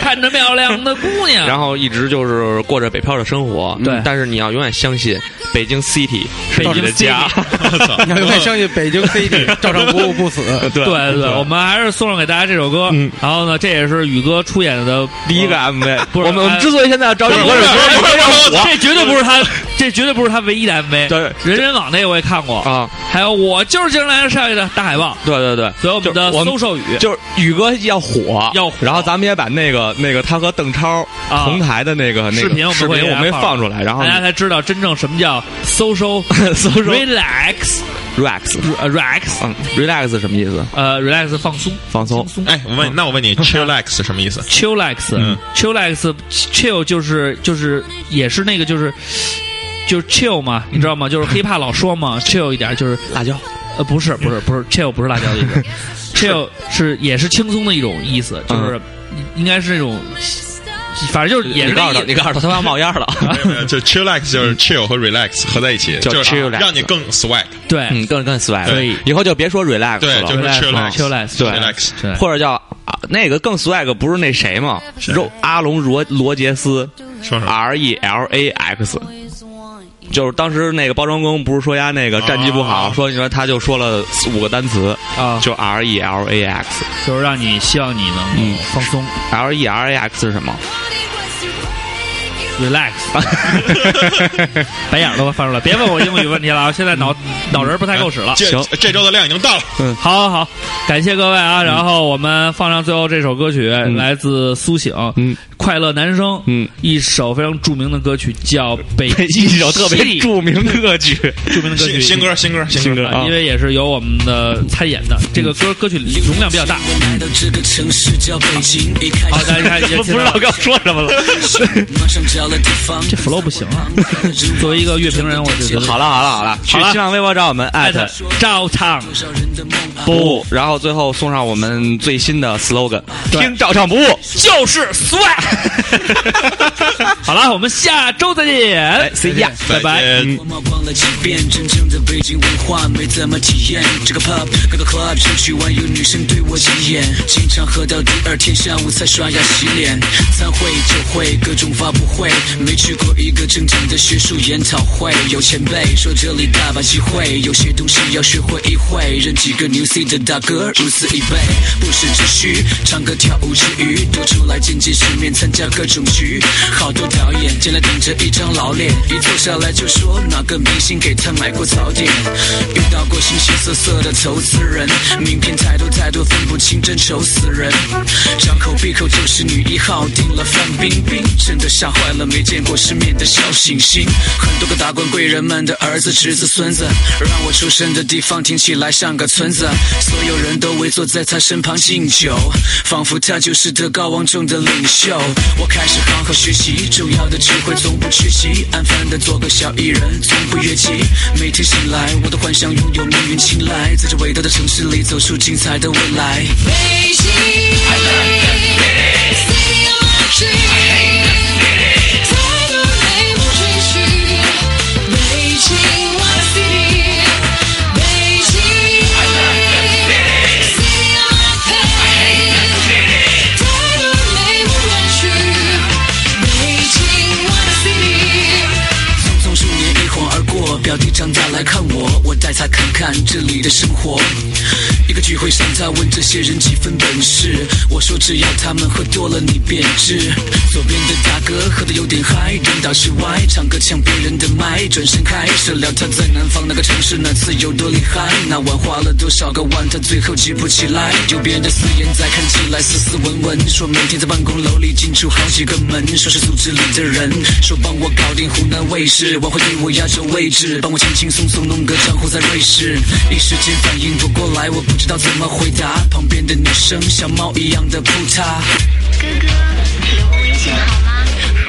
Speaker 3: 看着漂亮的姑娘，
Speaker 4: 然后一直就是过着北漂的生活。
Speaker 3: 啊嗯对
Speaker 4: 但是你要永远相信北京 City 是
Speaker 3: 北
Speaker 4: 你
Speaker 3: 京
Speaker 4: 的
Speaker 3: City
Speaker 4: 家。
Speaker 5: 我操！
Speaker 6: 你要永远相信北京 CD 照常不误不死。
Speaker 4: 对嗯
Speaker 3: 对对对，我们还是送上给大家这首歌。然后呢，这也是宇哥出演的
Speaker 4: 第一个啊 MV，
Speaker 3: 不是
Speaker 4: 我们我
Speaker 3: 哎
Speaker 4: 们之所以现在要找你，
Speaker 3: 不
Speaker 4: 我
Speaker 3: 是
Speaker 4: 是
Speaker 3: 不
Speaker 4: 觉得你
Speaker 3: 是不是不是
Speaker 4: 让
Speaker 3: 这绝对不是他，这绝对不是他唯一的 MV。
Speaker 4: 对
Speaker 3: 人人网那个我也看过
Speaker 4: 我，啊，
Speaker 3: 还有我就是经常来上一的大海报，
Speaker 4: 对对对，
Speaker 3: 所以我们的
Speaker 4: 就我们
Speaker 3: 搜售语
Speaker 4: 就是宇哥要火，
Speaker 3: 要火
Speaker 4: 然后咱们也把那个那个他和邓超
Speaker 3: 啊
Speaker 4: 同台的那个那个
Speaker 3: 视频我们
Speaker 4: 视
Speaker 3: 会给
Speaker 4: 频
Speaker 3: 大
Speaker 4: 我
Speaker 3: 家
Speaker 4: 们会
Speaker 3: 放
Speaker 4: 放出来，然后
Speaker 3: 大家才知道真正什么叫 social social relax
Speaker 4: relax，
Speaker 3: 呃 relax
Speaker 4: 嗯，relax 是什么意思？
Speaker 3: 呃 relax 放松
Speaker 4: 放松。
Speaker 3: 松
Speaker 5: 哎，我问，那我问你，chillax 什么意思？
Speaker 3: chillax
Speaker 5: 嗯
Speaker 3: chillax chill 就是就是也是那个就是。就是 chill 嘛，你知道吗？就是 hiphop 老说嘛，chill 一点就是
Speaker 4: 嗯辣椒，
Speaker 3: 呃，不是，不是，不是，chill 不是辣椒的意 思，chill 是也是轻松的一种意思，就是应该是那种，反正就是
Speaker 4: 嗯
Speaker 3: 也
Speaker 4: 你
Speaker 3: 是
Speaker 4: 告
Speaker 3: 那
Speaker 4: 诉他，
Speaker 3: 意
Speaker 4: 你告诉他，他要冒烟 了。
Speaker 5: 就 chillax 就是 chill 和 relax 合在一起，
Speaker 4: 叫
Speaker 5: 就是
Speaker 4: chillax
Speaker 5: 让你更 swag。
Speaker 3: 对
Speaker 4: 嗯，更更 swag，
Speaker 5: 所
Speaker 3: 以
Speaker 4: 以后就别说 relax
Speaker 5: 对
Speaker 4: 了，
Speaker 5: 就是
Speaker 3: chillax chillax
Speaker 4: 对
Speaker 5: chillax
Speaker 8: 哎
Speaker 4: 或者叫啊那个更 swag 不是那谁吗？
Speaker 5: 谁
Speaker 4: 肉阿隆罗罗杰斯
Speaker 8: 嗯 E
Speaker 5: 说什么？
Speaker 4: R E L A X，
Speaker 8: 就是当时那个包装工不是说丫那个战绩不好，
Speaker 5: 啊
Speaker 8: 说你说他就说了四五个单词，
Speaker 3: 啊，
Speaker 8: 就 R E L A X。
Speaker 3: 就是让你希望你能
Speaker 8: 嗯
Speaker 3: 够放松
Speaker 8: L E R A X 是什么？
Speaker 3: ，relax，白眼儿都快翻出来。别问我英语问题了，啊，现在脑脑仁儿不太够使了。
Speaker 5: 这
Speaker 8: 行
Speaker 5: 这周的量已经到了，
Speaker 3: 好好好，感谢各位啊！
Speaker 8: 嗯
Speaker 3: 然后我们放上最后这首歌曲，来自苏醒，
Speaker 8: 嗯，
Speaker 3: 快乐男生，
Speaker 8: 嗯，
Speaker 3: 一首非常著名的歌曲叫《北
Speaker 8: 一首特别
Speaker 3: 西
Speaker 8: 著名的歌曲，
Speaker 3: 著名的歌曲
Speaker 5: 新新歌新歌新歌，
Speaker 8: 歌啊
Speaker 3: 因为也是由我们的参演
Speaker 8: 嗯
Speaker 3: 的，这个歌歌曲容量比较大。
Speaker 9: 来到这个城市叫北京，一开
Speaker 3: 好，大
Speaker 9: 始
Speaker 3: 家 看，也
Speaker 8: 不知道刚说什么了。
Speaker 9: 马上找了地方。
Speaker 3: 这 flow 不行啊！ 作为一个乐评人，我觉得
Speaker 8: 好了好了好了，去
Speaker 3: 好了
Speaker 8: 新浪微博找我们艾
Speaker 3: 艾
Speaker 8: 特
Speaker 3: 特照唱，
Speaker 9: 少人的梦啊，
Speaker 8: 不，然后最后送上我们最新的 slogan：
Speaker 3: 对
Speaker 8: 听照唱不误。
Speaker 3: 就是 swag。好了，我们下周再见
Speaker 8: 哎，see ya
Speaker 3: 拜拜。
Speaker 5: 再见
Speaker 9: 我们逛了几遍，真正的北京文化没怎么体验。这个 pub 各个 club 出去玩，有女生对我急眼，经常喝到第二天下午才刷牙洗脸。参会、酒会、各种发布会，没去过一个正经的学术研讨会。有前辈说这里大把机会，有些东西要学会一会，认几个牛 C 的大哥，如此一辈，不时之需。唱歌跳舞之余，多出来见见世面，参加各种局。好多导演进来顶着一张老脸，一坐下来就说哪个明星给他买过槽点。遇到过形形色色的投资人，名片太多太多分不清真愁死人。张口闭口就是女一号，定了范冰冰，真的吓坏了没见过世面的小行星。很多个达官贵人们的儿子、侄子、孙子，让我出生的地方听起来像个村子。所有人都围坐在他身旁敬酒，仿佛他就是德高望重的领袖。我开始好好学习，重要的智慧从不缺席，安分的做个小艺人，从不越级。每天醒来，我都幻想拥有命运青睐，在这伟大的城市里走出精彩的未来。
Speaker 10: 北京，City of my dreams，太多内幕吹嘘。北京，My City，北京，City of my pain，太多内幕弯曲。北京，My City。
Speaker 9: 匆匆数年一晃而过，表弟长大来看我，我带他看看这里的生活。一个聚会上，他问这些人几分本事，我说只要他们喝多了你便知。左边的大哥喝得有点嗨，领导是歪，唱歌抢别人的麦，转身开始聊他在南方那个城市那次有多厉害，那晚花了多少个碗，他最后记不起来。右边的四眼仔看起来斯斯文文，说每天在办公楼里进出好几个门，说是组织里的人，说帮我搞定湖南卫视，晚会给我压轴位置，帮我轻轻松松弄个账户在瑞士。一时间反应不过来，我不知道怎么回答。旁边的女生像猫一样的扑他。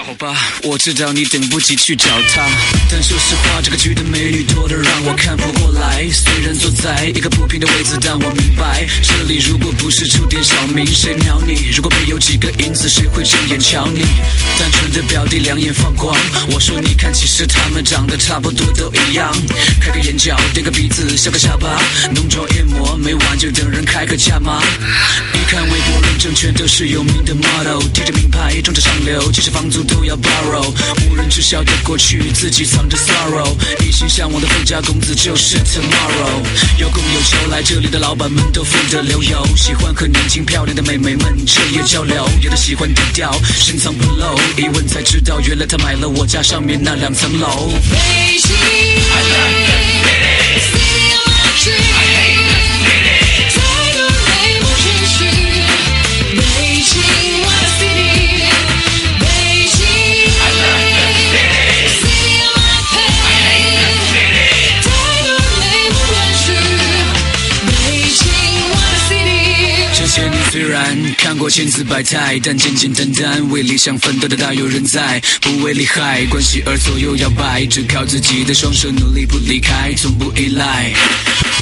Speaker 9: 好吧，我知道你等不及去找她，但说实话，这个局的美女多得让我看不过来。虽然坐在一个不平的位置，但我明白，这里如果不是出点小名，谁鸟你？如果没有几个银子，谁会正眼瞧你？单纯的表弟两眼放光，我说你看，其实他们长得差不多都一样，开个眼角，垫个鼻子，削个下巴，浓妆艳抹，没完就等人开个价吗？一看微博认证，全都是有名的 model，贴着名牌，装着上流，即使房租都要 borrow，无人知晓的过去，自己藏着 sorrow，一心向往的富家公子就是 tomorrow，有供有求，来这里的老板们都富得流油，喜欢和年轻漂亮的美眉们彻夜交流，有的喜欢低调，深藏不露，一问才知道，原来他买了我家上面那两层楼。
Speaker 10: 北京，City of my dreams，太多内幕吹嘘。北京，My City，北京，City of my pain，太多内幕弯曲。北京，My City。
Speaker 9: 这些年虽然看过千姿百态，但简简单单为理想奋斗的大有人在，不为利害关系而左右摇摆，只靠自己的双手努力不离开，从不依赖。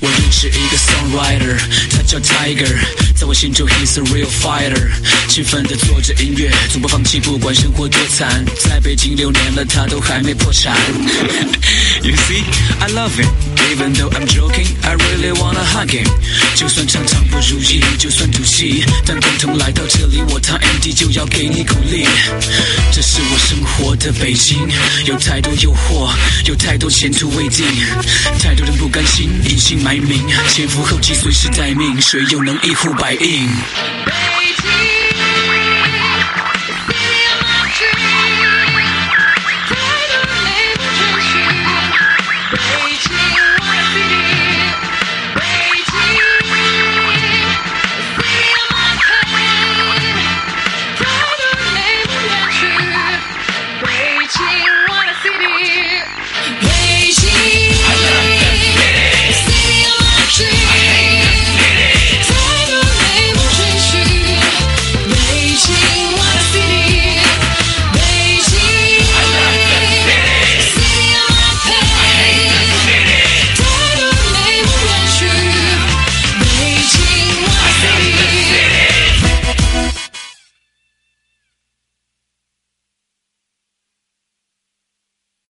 Speaker 9: 我认识一个 songwriter，他叫 Tiger，在我心中 he's a real fighter，勤奋地做着音乐，从不放弃，不管生活多惨，在北京六年了，他都还没破产。you see, I love him, even though I'm joking, I really wanna hug him。就算常常不如意，就算赌气，
Speaker 11: 力，但共同来到这里，我他 MD 就要给你鼓励。这是我生活的北京，有太多诱惑，有太多前途未定，太多人不甘心，隐姓埋名，前赴后继，随时待命，谁又能一呼百应？
Speaker 9: 北京。